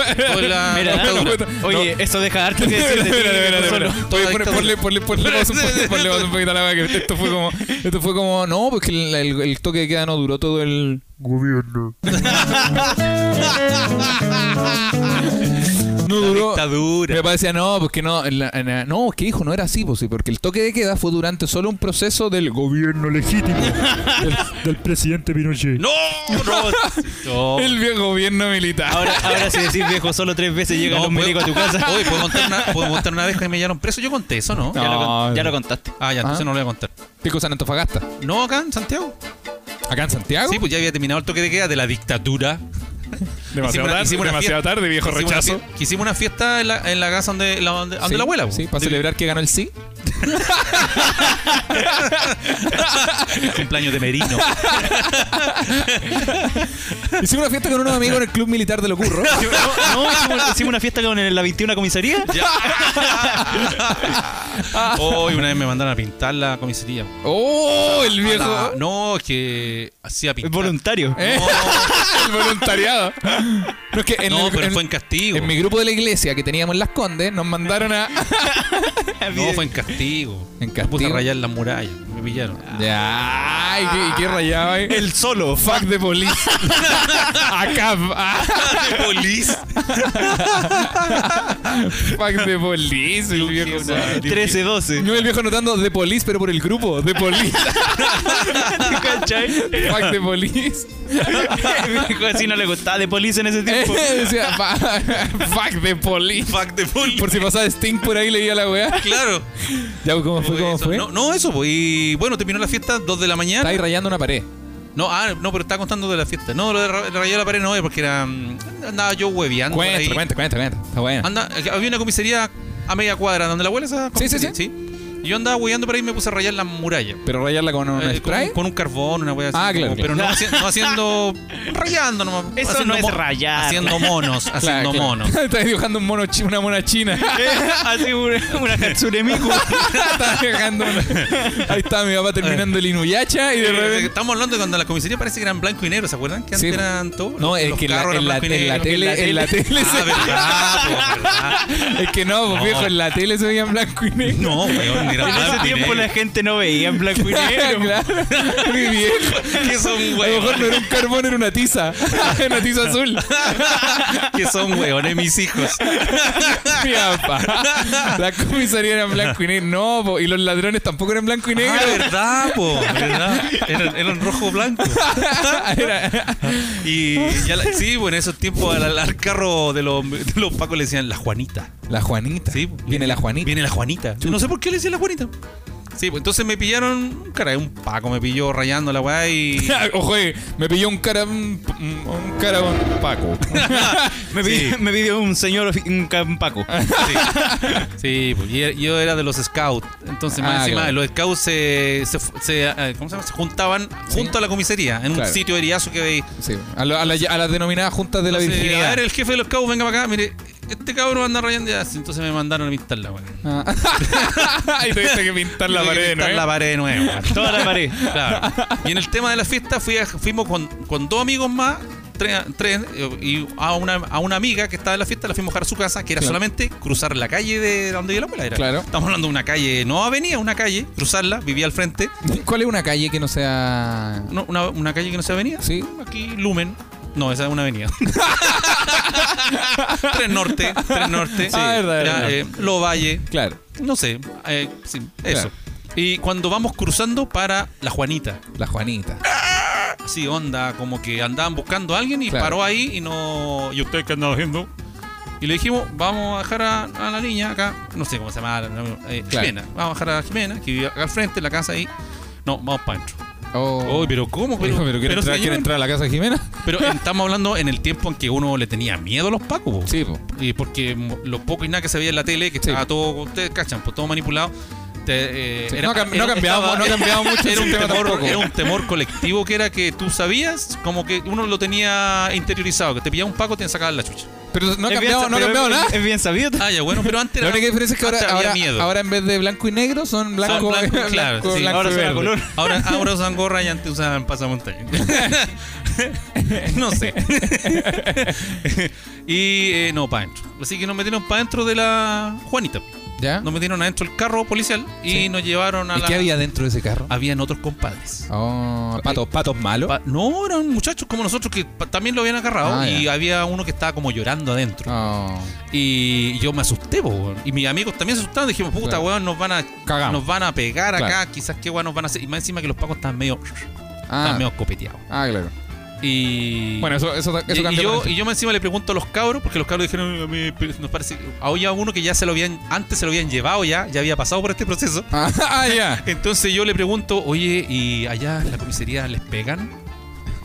S8: la-
S2: Mira,
S8: la dictadura.
S2: Oye, eso deja harto
S8: [laughs]
S2: que decir de ti,
S5: Espera, espera, espera,
S2: solo.
S5: espera. Oye, ponle- ponle- ponle- ponle pausa un poquito, ponle pausa un poquito a la vaca, que Esto fue como. Esto fue como. No, porque el, el- el toque de queda no duró todo el gobierno. no duró.
S8: Dictadura.
S5: Me parecía, no, porque no. en la- en la- no, es que hijo, no era así, pues, sí, porque el toque de queda fue durante solo un proceso del gobierno [laughs] legítimo. del, del presidente Pinochet.
S8: No, no.
S2: [laughs] No.
S5: El viejo gobierno militar.
S2: Ahora, ahora si decís viejo solo tres veces llegan
S8: No,
S2: los
S8: puedo-
S2: milicos a tu casa.
S8: [laughs] Oye, ¿puedo contar, una, puedo contar una vez que me hallaron preso? Yo conté eso, ¿no?
S5: No.
S2: [laughs] Ya, lo, con- ya lo contaste.
S8: Ah, ya, entonces
S5: Ah.
S8: no lo voy a contar.
S5: ¿Qué cosa en Antofagasta?
S8: No, acá en Santiago.
S5: ¿Acá en Santiago?
S8: Sí, pues ya había terminado el toque de queda de la dictadura.
S1: Demasiado
S8: Hicimos una-
S1: tarde,
S8: hicimos una
S1: demasiado
S8: fiesta.
S1: tarde, viejo
S8: Que hicimos una
S1: rechazo.
S8: fie- que hicimos una fiesta en la, en la casa donde la, donde, donde
S5: Sí,
S8: la abuela. pues. po.
S5: Sí, para
S8: De-
S5: celebrar que ganó el sí.
S8: el cumpleaños
S5: [laughs]
S8: de Merino.
S5: Hicimos una fiesta con unos amigos en el club militar de Locurro.
S2: [laughs] No, no, hicimos, hicimos una fiesta con el- la 21 comisaría.
S8: Hoy una vez me mandaron a pintar la comisaría.
S5: [laughs] ¡Oh! El viejo.
S8: Ah, no, es que hacía
S2: Es
S8: pintar.
S2: voluntario.
S5: ¿Eh? [laughs] el voluntariado. No, es que [laughs] en,
S8: no,
S5: el-
S8: pero
S5: en-
S8: fue en castigo.
S5: en mi grupo de la iglesia que teníamos en Las Condes, nos mandaron [laughs] a.
S8: No, fue en castigo.
S5: En
S8: Me puse a
S5: castigo.
S8: rayar las murallas.
S5: [laughs]
S8: Me pillaron.
S5: ya. Ay, qué, qué rayado, eh.
S2: El solo.
S5: [laughs] fuck de police. [laughs] Acá. ah,
S8: de polis.
S5: fuck de police, el viejo.
S8: una-
S2: 13-12.
S5: [laughs] No, el viejo notando de police, pero por el grupo. De [laughs] police.
S2: ¿Cachai?
S5: fuck de [laughs] police.
S2: Dijo así no le gustaba de policía en ese tiempo.
S5: [laughs] Decía, "Fa- fuck de police.
S8: Fuck de polis.
S5: Por si pasaba Sting por ahí, leía la weá.
S8: Claro.
S5: Ya, ¿cómo fue? ¿Cómo
S8: Eso.
S5: fue?
S8: No, no, eso, pues. Y bueno, terminó la fiesta, 2 de la
S5: Está
S8: mañana.
S5: ahí rayando una pared.
S8: No, ah, no, pero estaba contando de la fiesta. No, lo de ra- rayar la pared no, eh, porque era. mm, Andaba yo hueveando. por ahí.
S5: Cuenta, cuenta, cuenta, cuenta. Está bueno.
S8: Anda, eh, había una comisaría a media cuadra donde la abuela esa
S5: Sí, sí, sí.
S8: comisaría, Y yo andaba hueveando por ahí y me puse a rayar la muralla.
S5: Pero rayarla con un
S8: Eh,
S5: spray.
S8: con, con un carbón, una wea así.
S5: Ah, claro,
S8: como- Pero no, haci- no haciendo. rayando nomás.
S2: Eso
S8: haciendo
S2: no es
S8: mo-
S2: rayar.
S8: Haciendo monos,
S5: [laughs]
S8: haciendo monos.
S5: Está dibujando un mono chi- una mona china. [laughs]
S2: Así una, una Hatsune Miku.
S5: Está dibujando una- Ahí está mi papá terminando el Inuyacha y de repente.
S8: Eh, Estamos hablando de cuando la comisaría parece que eran blanco y negro, ¿se acuerdan? Que
S5: Sí.
S8: antes eran todos.
S5: No, es
S8: los
S5: que en la,
S8: carros eran
S5: en la-
S8: blanco y
S5: en la
S8: negro.
S5: tele. En la tele
S8: Ah,
S5: [laughs] se-
S8: verdad, po, verdad.
S5: Es que no, pues,
S8: No.
S5: viejo, en la tele se veía [laughs] en blanco y negro.
S8: No, weón, era
S2: En ese
S8: blanco y
S2: tiempo la
S8: negro.
S2: gente no veía en blanco y negro. [laughs]
S5: claro. Mi viejo.
S8: Que son
S5: A lo mejor no
S8: weones,
S5: era un carbón, era una tiza. [laughs] una tiza azul.
S8: [laughs] que son weones mis hijos.
S5: Mi papá. La comisaría era en blanco y negro. No, po. y los ladrones tampoco eran en blanco y [laughs] negro.
S8: Ah, verdad, po, verdad. Eran, eran rojo blanco.
S5: [laughs] Era-
S8: Y ya la- sí, bueno, en esos tiempos al, al- al carro de los, de los pacos le decían la Juanita.
S5: La Juanita.
S8: Sí,
S5: Viene la Juanita.
S8: Viene la Juanita. Yo no sé por qué le decían la Juanita. Sí, pues entonces me pillaron, caray, un paco me pilló rayando la
S5: [laughs]
S8: weá y.
S5: [laughs] Ojo, eh, me pilló un cara. Un, un cara. Un Paco.
S2: Me, pidió, me pidió un señor, un campaco.
S8: Sí, Sí, pues, y era- yo era de los scouts. Entonces, más
S5: Ah,
S8: encima,
S5: claro.
S8: los scouts se, se, fu- se, eh, ¿cómo se llama? Se juntaban junto a la comisaría, en
S5: Claro.
S8: un sitio eriazo que veis.
S5: Sí, a, lo- a la- a las denominadas juntas de la
S8: Entonces, A
S5: virginidad.
S8: ver, el jefe de los scouts, venga para acá, mire, este cabrón anda rayando ya. Entonces me mandaron a pintar la weá.
S5: Ah. y tuviste que pintar la
S8: Tuve que
S5: pared, ¿no?
S8: pintar la pared Eh.
S5: [laughs]
S8: de nuevo.
S2: Toda la pared.
S8: [laughs] Claro. Y en el tema de la fiesta fui a- fuimos con, con dos amigos más, tres, tres, eh, y a una, a una amiga que estaba en la fiesta la fuimos a dejar a su casa, que era
S5: Claro.
S8: solamente cruzar la calle de donde yo la abuela era.
S5: Claro.
S8: Estamos hablando de una calle, no avenida, una calle, cruzarla, vivía al frente,
S5: ¿Cuál es una calle que no sea.?
S8: no, una, una calle que no se avenida.
S5: Sí.
S8: Aquí Lumen, No, esa es una avenida. [laughs] Tres Norte, Tres Norte.
S5: Ah, verdad,
S8: Ya,
S5: verdad.
S8: eh, Lo Valle,
S5: Claro.
S8: no sé, eh, sí,
S5: Claro.
S8: eso. Y cuando vamos cruzando para La Juanita,
S5: La Juanita.
S8: así onda, como que andaban buscando a alguien y
S5: Claro.
S8: paró ahí y no... ¿Y usted qué andaba haciendo? Y le dijimos, vamos a dejar a, a la niña acá, no sé cómo se llama, eh,
S5: Claro.
S8: Jimena. Vamos a dejar a Jimena, que vive acá al frente, en la casa ahí. No, vamos para adentro.
S5: Oh.
S8: Uy, pero ¿cómo?
S5: Dijo, pero quiere entrar,
S8: señor,
S5: quiere entrar a la casa de Jimena.
S8: pero estamos hablando en el tiempo en que uno le tenía miedo a los pacos. po.
S5: Sí, po.
S8: Y porque mo- lo poco y nada que se veía en la tele, que
S5: Sí.
S8: estaba todo, ustedes cachan, pues todo manipulado. Te, eh,
S5: Sí.
S8: era-
S5: No ha cam- no ha
S8: era-
S5: cambiado,
S8: estaba-
S5: no ha cambiado mucho
S8: [laughs] Era
S5: el
S8: un,
S5: sistema
S8: temor,
S5: tampoco.
S8: era un temor colectivo que era que tú sabías, como que uno lo tenía interiorizado, que te pillaba un paco te sacaban la chucha.
S5: Pero no ha
S2: Es bien
S5: cambiado, no ha
S2: sa-
S5: cambiado
S2: es-
S5: nada.
S2: Es, bien sabido.
S8: Ah, ya, bueno, pero antes
S5: La
S8: era-
S5: única diferencia es que ahora,
S8: antes había
S5: ahora,
S8: miedo.
S5: ahora en vez de blanco y negro son blanco,
S8: blanco,
S5: blanco,
S8: claro, sí.
S5: blanco
S2: Ahora
S5: y
S2: son a
S5: verde.
S2: color.
S8: [laughs] Ahora, ahora usan gorra y antes usaban pasamontañas.
S5: [laughs]
S8: no sé. y eh, no, para adentro. Así que nos metieron para adentro de la Juanita.
S5: ¿Ya?
S8: Nos metieron adentro el carro policial y
S5: Sí.
S8: nos llevaron a
S5: ¿Y
S8: la.
S5: qué había dentro de ese carro?
S8: Habían otros compadres.
S5: Oh, patos, patos malos.
S8: Pa- No, eran muchachos como nosotros que pa- también lo habían agarrado
S5: Ah,
S8: y
S5: ya.
S8: había uno que estaba como llorando adentro.
S5: Oh.
S8: Y yo me asusté, po, weón. Y mis amigos también se asustaron. Dijimos, puta,
S5: Claro.
S8: weón, nos van a,
S5: Cagamos.
S8: nos van a pegar acá.
S5: Claro.
S8: Quizás qué weón nos van a hacer. Y más encima que los pacos estaban medio,
S5: Ah,
S8: estaban medio copeteados.
S5: ah, claro.
S8: Y.
S5: Bueno, eso, eso,
S8: y-
S5: eso cambió
S8: y
S5: con
S8: yo,
S5: el-
S8: y yo más encima le pregunto a los cabros, porque los cabros dijeron, a mí nos parece. Había uno que ya se lo habían. Antes se lo habían llevado ya, ya había pasado por este proceso.
S5: Ah, [laughs] ah, ya.
S8: Entonces yo le pregunto, oye, ¿y allá en la comisaría les pegan?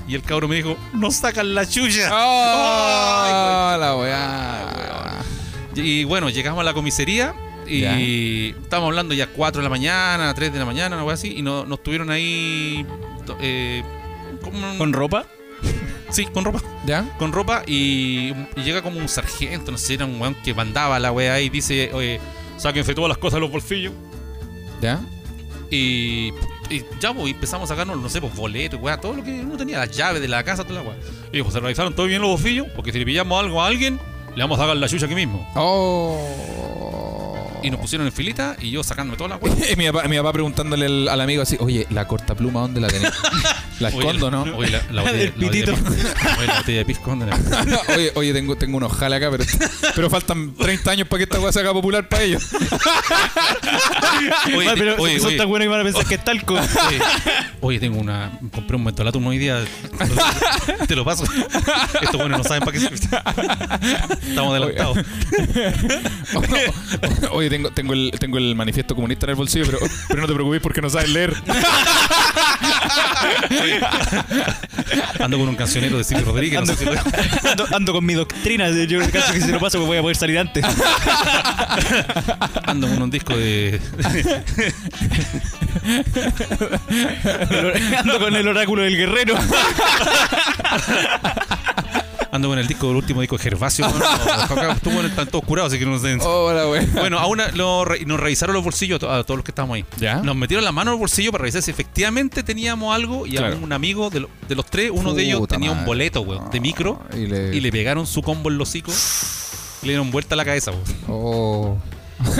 S8: Y el cabro me dijo, no sacan la chulla.
S5: Oh, la weá.
S8: Y bueno, llegamos a la comisaría y
S5: Ya.
S8: estábamos hablando ya 4 de la mañana, 3 de la mañana, algo así, y no- nos tuvieron ahí. to- eh, como-
S2: ¿Con ropa?
S8: sí, con ropa.
S5: ¿Ya?
S8: Con ropa y, y llega como un sargento, no sé, era un weón que mandaba la weá y dice, oye, sáquense todas las cosas de los bolsillos.
S5: ¿Ya?
S8: Y, y ya, pues, empezamos a sacarnos, no sé, pues boletos, weá, todo lo que uno tenía, las llaves de la casa, toda la weá. Y dijo, ¿se realizaron todo bien los bofillos? Porque si le pillamos algo a alguien, le vamos a sacar la chucha aquí mismo.
S5: Oh.
S8: Y nos pusieron en filita y yo sacándome toda la weá.
S5: Y [laughs] mi, papá, mi papá preguntándole al, al amigo así, oye, la corta pluma, ¿dónde la
S8: [laughs]
S5: tenés? ¿La
S8: Oye,
S5: escondo,
S8: la-
S5: no?
S8: Oye, la, la botella,
S2: del
S8: la botella de
S2: pitito.
S8: pisco. Oye, la botella de pisco, ¿dónde la-
S5: [laughs] [laughs] oye, oye, tengo, tengo un ojal acá, pero, [laughs] pero faltan 30 años para que esta weá se haga popular para ellos.
S8: Oye,
S2: Ay, pero
S8: oye,
S2: son
S8: oye,
S2: tan buenos y van a pensar que es talco.
S8: oye, oye, tengo una. Compré un mentolatum hoy día. Te lo paso. Estos buenos no saben para qué sirve. Estamos adelantados.
S5: [laughs] Oye, tengo, tengo, el, tengo el manifiesto comunista en el bolsillo, pero, pero no te preocupes porque no sabes leer.
S8: Ando con un cancionero de Silvio Rodríguez. no
S2: Ando,
S8: sé si lo-
S2: ando- ando con mi doctrina. de- Yo caso que si lo paso pues voy a poder salir antes.
S8: Ando con un disco de.
S2: El or- Ando con el oráculo del guerrero.
S8: Ando con el disco del último disco de Gervasio. weón. No, acá Estuvo en el tanto oscurado, así que no sé.
S5: Oh, la weá.
S8: Bueno, aún lo re- nos revisaron los bolsillos a to- a todos los que estábamos ahí.
S5: ¿Ya?
S8: Nos metieron la mano en el bolsillo para revisar si efectivamente teníamos algo. Y a
S5: Claro.
S8: un amigo de, lo- de los tres, uno de ellos
S5: Puta
S8: tenía un
S5: madre.
S8: boleto, weón, de micro.
S5: Y le...
S8: Y le pegaron su combo en los hocico. y Le dieron vuelta a la cabeza, weón.
S5: Oh.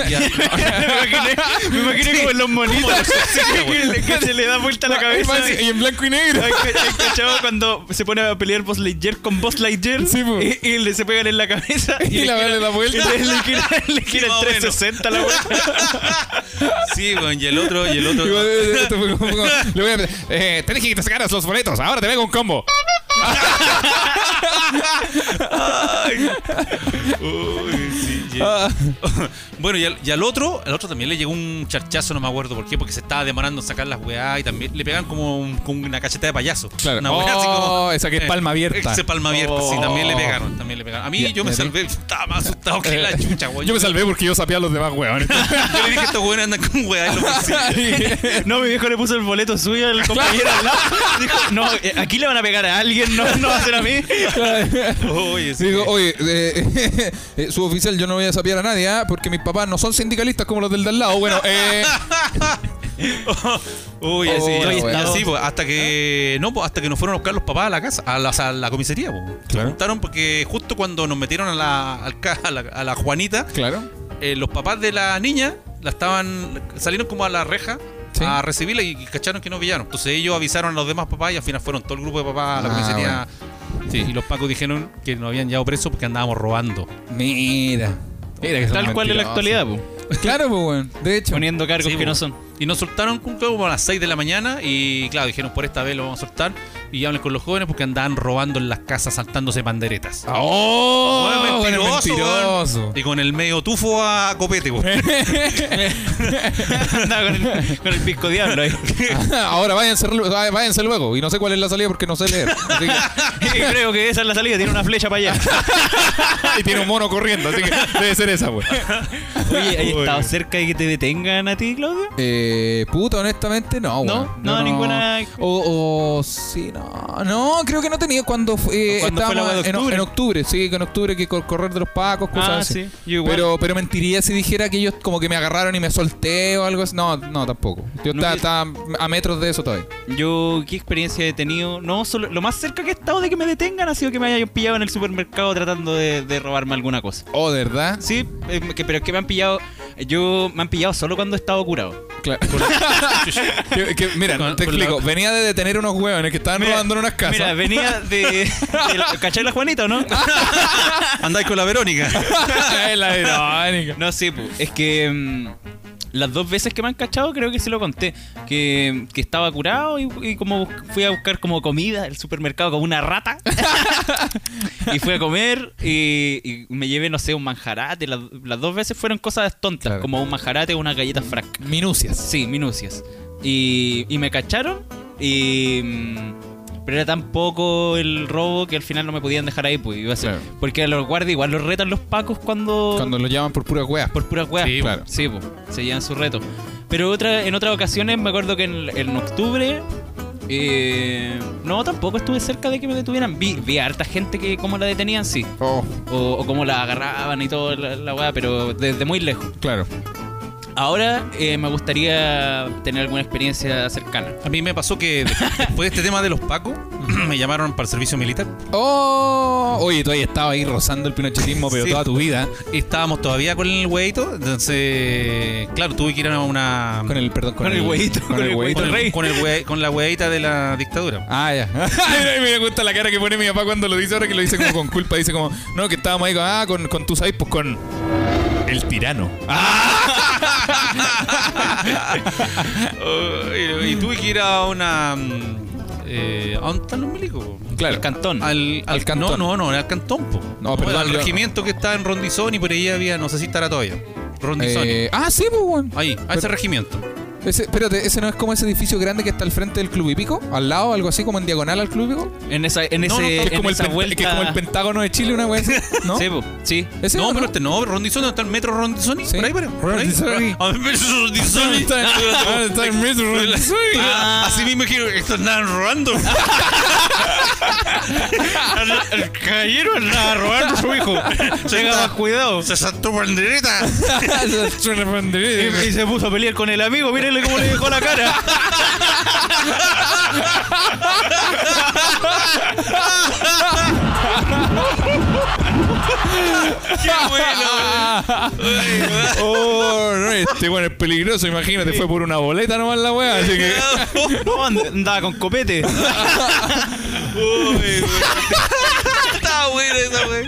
S8: Y a-
S2: me imaginé, me imaginé como en los monitos. que, le- que se le da vuelta la cabeza.
S5: Y en blanco y negro.
S2: Ay, ca- ay, cachado cuando se pone a pelear Boss Lightyear con Boss Lightyear
S5: Sí, po.
S2: y, y le se pegan en la cabeza
S5: Y,
S2: le
S5: la weá
S2: gira-
S5: le da
S2: y
S5: vuelta.
S2: le, le gira, le gira
S8: más o
S2: el 360 la weá.
S8: sí, weón. Y el otro, y el otro.
S5: Y bueno, esto fue como- como- le voy a- eh, tenés que sacar los boletos. Ahora te vengo un combo.
S8: Uy, sí, y- [laughs] bueno, y al, y al otro, al otro también le llegó un charchazo, no me acuerdo por qué, porque se estaba demorando en sacar las weá y también le pegan como un- con una cachetada de payaso.
S5: Claro.
S8: Una weá así como-
S5: Oh, esa que es
S8: eh,
S5: palma abierta.
S8: [laughs] esa palma abierta, sí,
S5: Oh.
S8: también le pegaron, también le pegaron. A mí
S5: Ya,
S8: yo me
S5: ya
S8: salvé, estaba más asustado
S5: [laughs]
S8: que la chucha, weón.
S5: Yo me salvé porque yo sabía a los demás
S8: [laughs]
S5: weones.
S8: Yo le dije, estos weones andan con weá y lo pasé.
S2: No, mi viejo le puso el boleto suyo al compañero al lado. Dijo, no, eh, aquí le van a pegar a alguien, no, no va a ser a mí.
S8: Oye, sí.
S5: Digo, oye, eh, eh, suboficial, yo no voy a sapear a nadie, ¿ah? porque mis papás no son sindicalistas como los del de al lado. Bueno, eh,
S8: Uy, así,
S5: Oh,
S8: y-
S5: la
S8: y
S5: weá.
S8: así, pues, hasta que no, pues, hasta que nos fueron a buscar los papás a la casa, a la, a la comisaría, pues. Nos
S5: Claro.
S8: juntaron porque justo cuando nos metieron a la, al ca- a la, a la Juanita,
S5: claro.
S8: eh, los papás de la niña la estaban salieron como a la reja
S5: Sí.
S8: a recibirla y cacharon que no pillaron. Entonces ellos avisaron a los demás papás y al final fueron todo el grupo de papás a la
S5: Ah,
S8: comisaría.
S5: Sí.
S8: Y los pacos dijeron que nos habían llevado presos porque andábamos robando.
S5: Mira. Mira que son
S2: Tal cual en la
S5: mentirosos.
S2: actualidad, po,
S5: Claro, pues, weón. De hecho.
S2: poniendo cargos
S8: Sí,
S2: que
S8: po.
S2: no son.
S8: Y nos soltaron con- como a las 6 de la mañana y claro, dijeron por esta vez lo vamos a soltar y hablen con los jóvenes porque andaban robando en las casas saltándose banderetas.
S5: ¡Oh!
S8: Weón,
S5: weón,
S8: weón.
S5: mentiroso.
S8: Y con el medio tufo a copete, weón.
S5: [laughs]
S2: Andaba con el, con el pisco diablo ahí.
S5: [laughs] Ahora váyanse, lu- váyanse luego. Y no sé cuál es la salida porque no sé leer. Así
S1: [laughs]
S5: que-
S2: Y creo que esa es la salida, tiene una flecha para allá.
S1: Y tiene un mono corriendo, así que debe ser esa, güey.
S2: Oye, ¿hay
S1: Oye.
S2: estado cerca de que te detengan a ti, Claudio?
S5: [laughs] Eh, puta, honestamente, no, weón.
S2: No, no, ninguna-
S5: O, o sí, no. No, creo que no tenía cuando fue, eh,
S2: ¿Cuándo fue la
S5: estábamos
S2: weá de
S5: en,
S2: octubre?
S5: en octubre, sí, que en octubre que cor- correr de los pacos, cosas
S2: Ah,
S5: así.
S2: sí, yo igual.
S5: Pero, pero mentiría si dijera que ellos como que me agarraron y me solté o algo así. No, no, tampoco. Yo
S2: Nunca-
S5: estaba, estaba a metros de eso todavía.
S2: Yo, ¿qué experiencia he tenido? No, solo, lo más cerca que he estado de que me detengan ha sido que me hayan pillado en el supermercado tratando de, de robarme alguna cosa.
S5: Oh, ¿de verdad?
S2: Sí, eh, que, pero es que me han pillado. Yo me han pillado solo cuando he estado curado.
S5: Claro. Que- que, mira,
S8: Con-
S5: te
S8: con la-
S5: explico. Venía de detener unos hueones que estaban robando en unas casas.
S2: Mira, venía
S5: [laughs]
S2: de. de- ¿Cachai la Juanita o no?
S8: Andáis con la Verónica.
S5: Es la irónica.
S2: No, sí, pu, es que mm, las dos veces que me han cachado creo que se lo conté, que, que estaba curado y, y como bus- fui a buscar como comida al supermercado como una rata [laughs] y fui a comer y, y me llevé, no sé, un manjarate, las, las dos veces fueron cosas tontas,
S5: Claro.
S2: como un manjarate o unas galletas frac.
S5: Minucias.
S2: Sí, minucias. Y, y me cacharon y... mm, Pero era tan poco el robo que al final no me podían dejar ahí, pues. Iba a ser,
S5: Claro.
S2: Porque a los guardias igual los retan los pacos
S5: Cuando lo llaman por pura hueá.
S2: por puras weas.
S5: Sí,
S2: po.
S5: claro.
S2: Sí, po. Se llevan su reto. Pero otra, en otras ocasiones me acuerdo que en, en octubre. eh, no, tampoco estuve cerca de que me detuvieran. Vi, vi a harta gente que cómo la detenían, sí.
S5: Oh,
S2: O, o cómo la agarraban y todo la, la wea, pero desde muy lejos.
S5: claro.
S2: Ahora eh, me gustaría tener alguna experiencia cercana.
S8: A mí me pasó [laughs] que después de este tema de los pacos, [clears throat] me llamaron para el servicio militar.
S5: Oh, oye, tú ahí estaba ahí rozando el pinochetismo, pero
S8: Sí.
S5: toda tu vida.
S8: Y estábamos todavía con el huevito, entonces, claro, tuve que ir a una...
S5: Con el, perdón, con,
S2: Con el huevito,
S5: Con el huevito.
S8: con,
S2: el rey.
S8: con el hue- con la huevita de la [laughs] dictadura.
S5: Ah, ya. [laughs] Ay, me gusta la cara que pone mi papá cuando lo dice, ahora que lo dice como con culpa. Dice como, no, que estábamos ahí con, ah, con, con tus ahí, pues con el tirano.
S8: Eh, y tuve que ir a una... mm, eh, ¿A dónde están los milicos?
S5: Claro. Ah.
S2: El cantón.
S8: Al,
S5: Al cantón.
S8: No, no, no, al cantón, po.
S5: No, perdón,
S8: Al
S5: yo-
S8: regimiento que está en Rondizón y por ahí había, no sé si estará todavía. Rondizón.
S5: Eh, ah, sí, pues, weón.
S8: ahí, a ese
S5: pero-
S8: regimiento.
S5: Ese, espérate, ¿ese no es como ese edificio grande que está al frente del Club Hípico? ¿Al lado, algo así, como en diagonal al Club Hípico?
S2: En esa, en ese,
S8: No, no, no,
S5: Que es,
S2: en
S5: como el
S2: esa
S5: pent-
S2: vuelta.
S5: que es como el Pentágono de Chile, una vez,
S2: [laughs]
S5: ¿no?
S2: Sí, po. sí.
S5: ¿Ese
S8: no,
S5: o
S8: pero este no, Rondizón, ¿dónde está el metro Rondizón?
S5: Sí.
S8: Por ahí, por ahí. por ahí.
S5: Rondizoni.
S8: Ah, Rondizoni.
S5: Está- está- está en metro Rondizoni.
S8: Ah, Así mismo quiero que esto andaban robando.
S2: El, caballero andaba a robar a su hijo. Tenga más cuidado.
S8: Se saltó bandereta.
S5: [laughs] Ah.
S2: Y, y se puso a pelear con el amigo, mírenle cómo le dejó la cara.
S8: ¡Qué bueno!
S5: Oh, no, este bueno es peligroso, imagínate, fue por una boleta nomás la weá, así que.
S2: No, and- andaba con copete.
S8: Está buena esa, wey.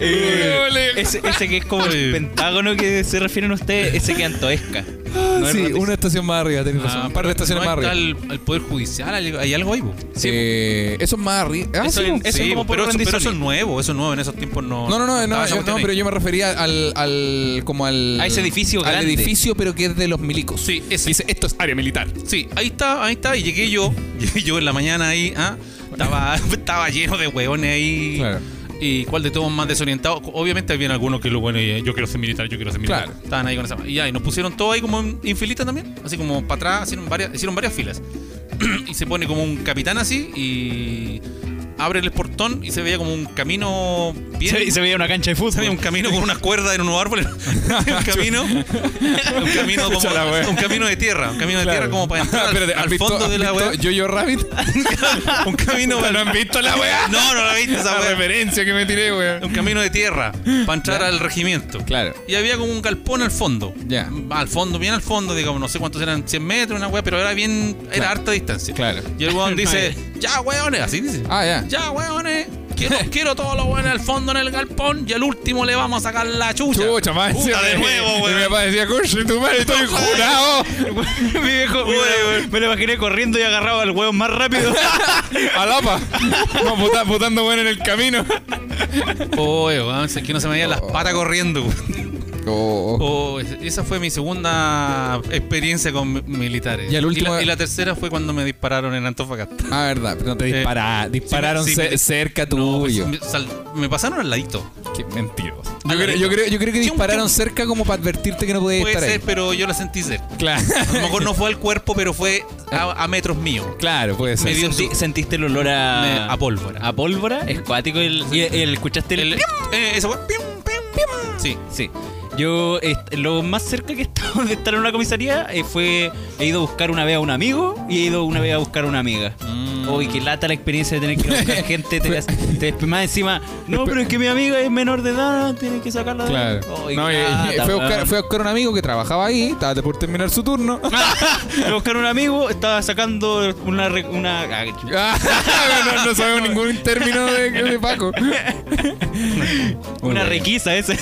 S2: Eh, Ese, ese que es como el pentágono que se refieren ustedes, ese que antoesca. No es
S5: Ah, sí,
S2: rotis-
S5: una estación más arriba, tenés razón. Un par de estaciones
S8: Ah, no
S5: más
S8: está
S5: arriba.
S8: el, el Poder Judicial, hay, hay algo ahí, po.
S2: Sí,
S5: Eh, eso es más arriba. Ah,
S2: Eso
S5: sí,
S2: en-
S5: po.
S2: Eso es como por
S8: pero, eso, pero
S2: Rondizoni.
S8: eso es nuevo, eso es nuevo, en esos tiempos no...
S5: No, no, no, no,
S8: estaba esa
S5: yo- no,
S8: cuestión ahí.
S5: pero yo me refería al, al como al
S2: A ese edificio
S5: al
S2: grande.
S5: edificio, pero que es de los milicos.
S8: Sí, ese.
S5: Dice, esto es área militar.
S8: Sí, ahí está, ahí está. Y llegué yo, [laughs] llegué yo en la mañana ahí, ¿ah? Estaba, [laughs] estaba lleno de hueones ahí.
S5: Claro.
S8: Y cuál de todos más desorientado. Obviamente habían algunos que lo bueno, y, eh, yo quiero ser militar, yo quiero ser militar.
S5: Claro.
S8: Estaban ahí con esa. Y ahí nos pusieron todo ahí como en, en filita también, así como para [clears throat] atrás, hicieron varias, hicieron varias filas. y se pone como un capitán así y abre el portón y se veía como un camino bien.
S2: Se, se veía una cancha de
S8: se veía un
S2: fútbol.
S8: camino con unas cuerdas en
S1: [laughs]
S8: unos árboles. un camino. un camino como-
S1: Escucha la wea.
S8: un camino de tierra. Un camino de tierra como para entrar al,
S1: Espérate, ¿has
S8: al
S1: visto-
S8: fondo
S1: has
S8: de la
S1: visto
S8: wea.
S1: Yo-Yo Rabbit. [laughs]
S8: un camino.
S1: ¿No han visto la Ah, wea?
S8: No, no la viste esa
S1: La
S8: wea.
S1: referencia que me tiré,
S8: un
S1: weón.
S8: camino de tierra para entrar al regimiento.
S5: Claro.
S8: Y había como un galpón al fondo.
S5: Ya.
S8: Al fondo, bien al fondo, digamos, no sé cuántos eran, 100 metros, una weá, pero era bien, era harta distancia.
S5: Claro.
S8: Y
S1: [laughs]
S8: el weón dice, ya weones, así dice.
S5: Ah, ya.
S8: Ya weones, quiero, quiero todos los weones al fondo en el galpón y al último le vamos a sacar la chucha.
S1: Chucha, más
S8: Puta,
S1: encima
S8: de
S1: me-
S8: nuevo,
S1: y
S8: weón.
S1: Mi papá decía, coche, tu madre, estoy jurado.
S2: [laughs] Mi viejo, me, lo- me lo imaginé corriendo y agarraba al huevo más rápido.
S1: Alapa. No, puta- putando weón en el camino.
S8: Oye, Oh, eh, weón, es que no se me veían las patas corriendo. weón.
S5: Oh, oh.
S8: Oh, es- esa fue mi segunda experiencia con mi- militares.
S5: Y al último-
S8: la, y la tercera fue cuando me dispararon en Antofagasta.
S5: Ah, verdad, pero no te
S8: Eh,
S5: dispara- dispararon
S8: sí me- sí
S5: ce-
S8: me-
S5: cerca
S8: No, pues,
S5: tuyo.
S8: me, sal- me pasaron al ladito.
S1: Qué mentiroso.
S5: yo, creo, yo, creo, yo creo que
S8: Chum,
S5: dispararon
S8: chum.
S5: cerca como para advertirte que no podías
S8: Puede
S5: estar
S8: ser,
S5: ahí.
S8: pero yo la sentí cerca.
S1: Claro.
S8: A lo mejor no fue al cuerpo, pero fue a, a metros míos.
S5: Claro, puede ser.
S8: Me dio-
S2: Sentí- ¿Sentiste el olor
S5: Ah.
S2: a,
S8: Me- a pólvora.
S2: a pólvora? Es cuático. El, y el- ¿Escuchaste el,
S8: El- eh, esa fue- pium, pium, pium. Sí.
S2: Sí. Yo est- lo más cerca que he estado de estar en una comisaría eh, fue he ido a buscar una vez a un amigo y he ido una vez a buscar a una amiga. Uy, qué lata la experiencia de tener que ir a buscar gente, te, las- te- más encima, no, pero es que mi amiga es menor de edad, tiene que sacarla de
S1: Claro.
S2: Uy,
S1: No,
S2: qué
S1: y- y-
S2: lata,
S5: fue, a buscar,
S2: weón.
S5: fue a buscar un amigo que trabajaba ahí, estaba por terminar su turno.
S2: Fui a buscar un amigo, estaba sacando una re- una ah,
S1: Ah, no, no sabemos ningún término de, de Paco.
S2: una
S5: bueno.
S2: requisa
S8: [laughs]
S2: esa.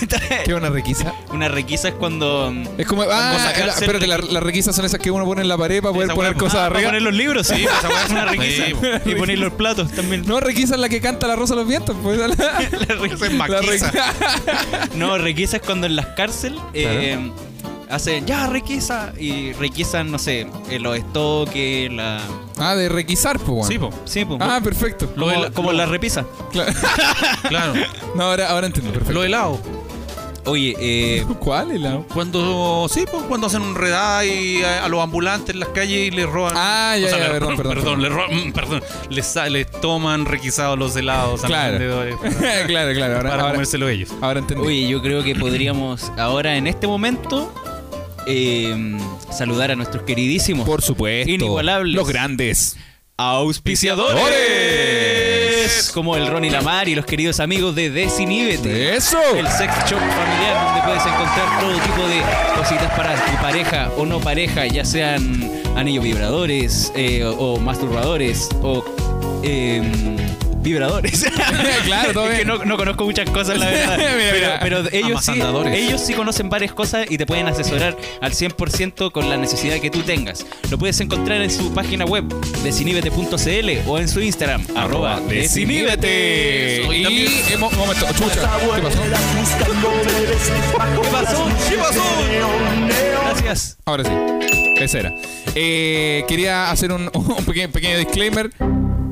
S5: Qué una requisa.
S2: una requisa es cuando mm,
S5: Es como.
S2: Como
S5: Ah,
S2: sacar
S5: la- espérate, la-
S2: cerca-
S5: las requisas son esas que uno pone en la pared para poder
S8: Esa
S5: poner
S8: hueá,
S5: cosas
S2: ah, para
S5: arriba.
S2: poner los libros,
S8: [laughs]
S2: sí,
S8: pues,
S2: esa weá es una requisa.
S8: Sí,
S2: y poner los platos también.
S8: [laughs]
S5: No, requisa es la que canta la rosa de los vientos.
S2: [laughs]
S5: Pues, [laughs] la,
S2: La requisa
S8: es
S5: la
S8: maquiza.
S5: requisa.
S2: No, requisa es cuando en las cárceles hacen ya requisa y requisan, no sé, eh, los estoques, la.
S5: Ah, de requisar, pues, weón.
S8: Sí, po.
S2: Sí, pues.
S5: Ah, perfecto.
S8: Oh. lo de
S2: como,
S8: la-
S2: como
S8: lo-
S2: las repisas.
S5: Claro.
S8: Claro.
S5: No, ahora, ahora entiendo, perfecto.
S8: Lo helado.
S2: Oye, eh,
S5: ¿Cuál helado?
S8: Cuando, sí, pues, cuando hacen un redada y a, a los ambulantes en las calles y les roban.
S5: Ah, ya, ya,
S8: le-
S5: perdón, perdón,
S8: Perdón, les roban- mm, perdón. Les, sa- les toman requisados los helados a
S5: Claro.
S8: los vendedores
S5: [laughs]
S8: para,
S5: claro, claro. Ahora,
S8: para
S5: ahora,
S8: comérselo ellos.
S5: ahora entendí.
S2: oye, yo creo que podríamos ahora en este momento eh, saludar a nuestros queridísimos
S1: Por supuesto.
S2: Inigualables.
S1: Los grandes.
S2: auspiciadores. Como el Ron y la Mar y los queridos amigos de Desiníbete.
S1: ¡Eso!
S2: El sex shop familiar donde puedes encontrar todo tipo de cositas para tu pareja o no pareja, ya sean anillos vibradores eh, o masturbadores o em, vibradores.
S1: [laughs] Claro, todo
S2: Es que
S1: bien.
S2: no, no conozco muchas
S1: [laughs]
S2: cosas, la verdad.
S1: Mira, mira.
S2: pero, pero ellos, sí,
S8: Amasandadores.
S2: ellos sí conocen varias cosas y te pueden asesorar al 100% con la necesidad que tú tengas. Lo puedes encontrar en su página web desinibete.cl o en su Instagram, arroba
S1: Desiníbete.
S2: desiníbete.
S5: Y
S2: eh,
S5: hemos. Momento, chucha. ¿Qué
S2: ¿Qué
S5: pasó?
S2: pasó? ¿Qué pasó? Gracias.
S1: Ahora sí. Esa era. Eh, quería hacer un, [laughs] un pequeño, pequeño disclaimer.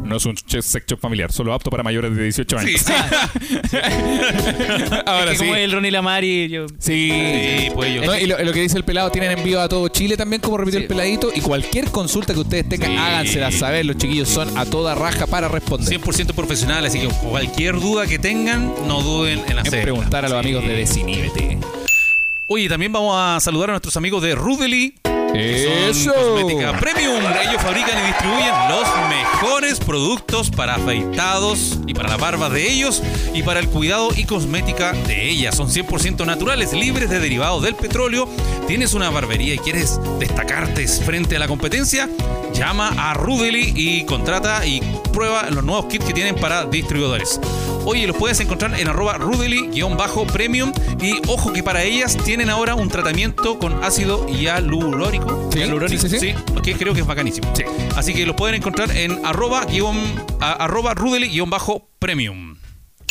S1: No es un che- sex shop familiar, solo apto para mayores de 18 años. [laughs] Ahora
S2: Que
S1: sí.
S2: como el Ron y la Mari, yo...
S1: Sí.
S8: Sí, pues ellos.
S5: No, y lo, lo que dice el pelado, tienen envío a todo Chile también, como repitió
S2: Sí.
S5: el peladito. Y cualquier consulta que ustedes tengan,
S8: Sí.
S5: hágansela saber. Los chiquillos son a toda raja para responder.
S8: 100% profesional, así que cualquier duda que tengan, no duden en
S5: Es
S8: hacerla.
S5: preguntar a los
S8: Sí.
S5: amigos de Desiníbete.
S8: Oye, también vamos a saludar a nuestros amigos de Rudely,
S1: Eh,
S8: que son
S5: Eso.
S8: cosmética premium. Ellos fabrican y distribuyen los mejores productos para afeitados y para la barba de ellos y para el cuidado y cosmética de ellas. Son 100% naturales, libres de derivados del petróleo. ¿Tienes una barbería y quieres destacarte frente a la competencia? Llama a Rudely y contrata y prueba los nuevos kits que tienen para distribuidores. Oye, los puedes encontrar en arroba rudely-premium y ojo que para ellas tienen ahora un tratamiento con ácido hialurónico.
S5: Sí,
S8: Hialurónico,
S5: sí,
S8: sí,
S5: sí, sí.
S8: que creo que es bacanísimo. Así que los pueden encontrar en arroba, guión, a- arroba rudely-premium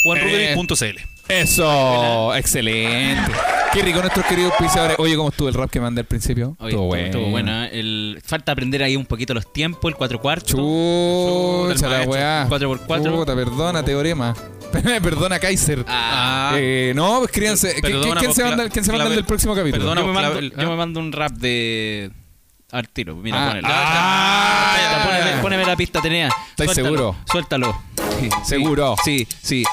S8: o en
S1: Eh.
S8: rudely.cl.
S1: Eso. Excelente.
S5: Qué rico nuestros queridos pisadores. Oye, ¿cómo estuvo el rap que mandé al principio?
S2: Oye, estuvo- estuvo buena. El, falta aprender ahí un poquito los tiempos, el 4 cuartos.
S5: Chucha,
S8: Chuta, el
S5: la
S8: maestro.
S5: weá.
S2: Cuatro por cuatro.
S5: Puta, perdona,
S1: [laughs]
S5: teorema. perdona, Kaiser.
S8: Ah.
S5: Eh, no, pues críanse. ¿Qui- qui-
S8: Perdona,
S5: ¿Quién,
S8: vos,
S5: se
S8: Cla-
S5: manda, quién se manda el
S8: Clavel.
S5: del próximo capítulo?
S8: Perdona,
S2: yo, me
S8: vos,
S2: mando,
S8: Clavel.
S2: yo me mando un rap de... al tiro. Mira,
S5: Ah,
S2: ponelo.
S5: ah,
S2: Ya,
S5: ya.
S2: Póneme, póneme la pista, Tenea.
S5: ¿Estáis
S2: Suéltalo,
S5: seguro?
S2: Suéltalo. Sí,
S5: ¿Seguro?
S2: Sí, sí.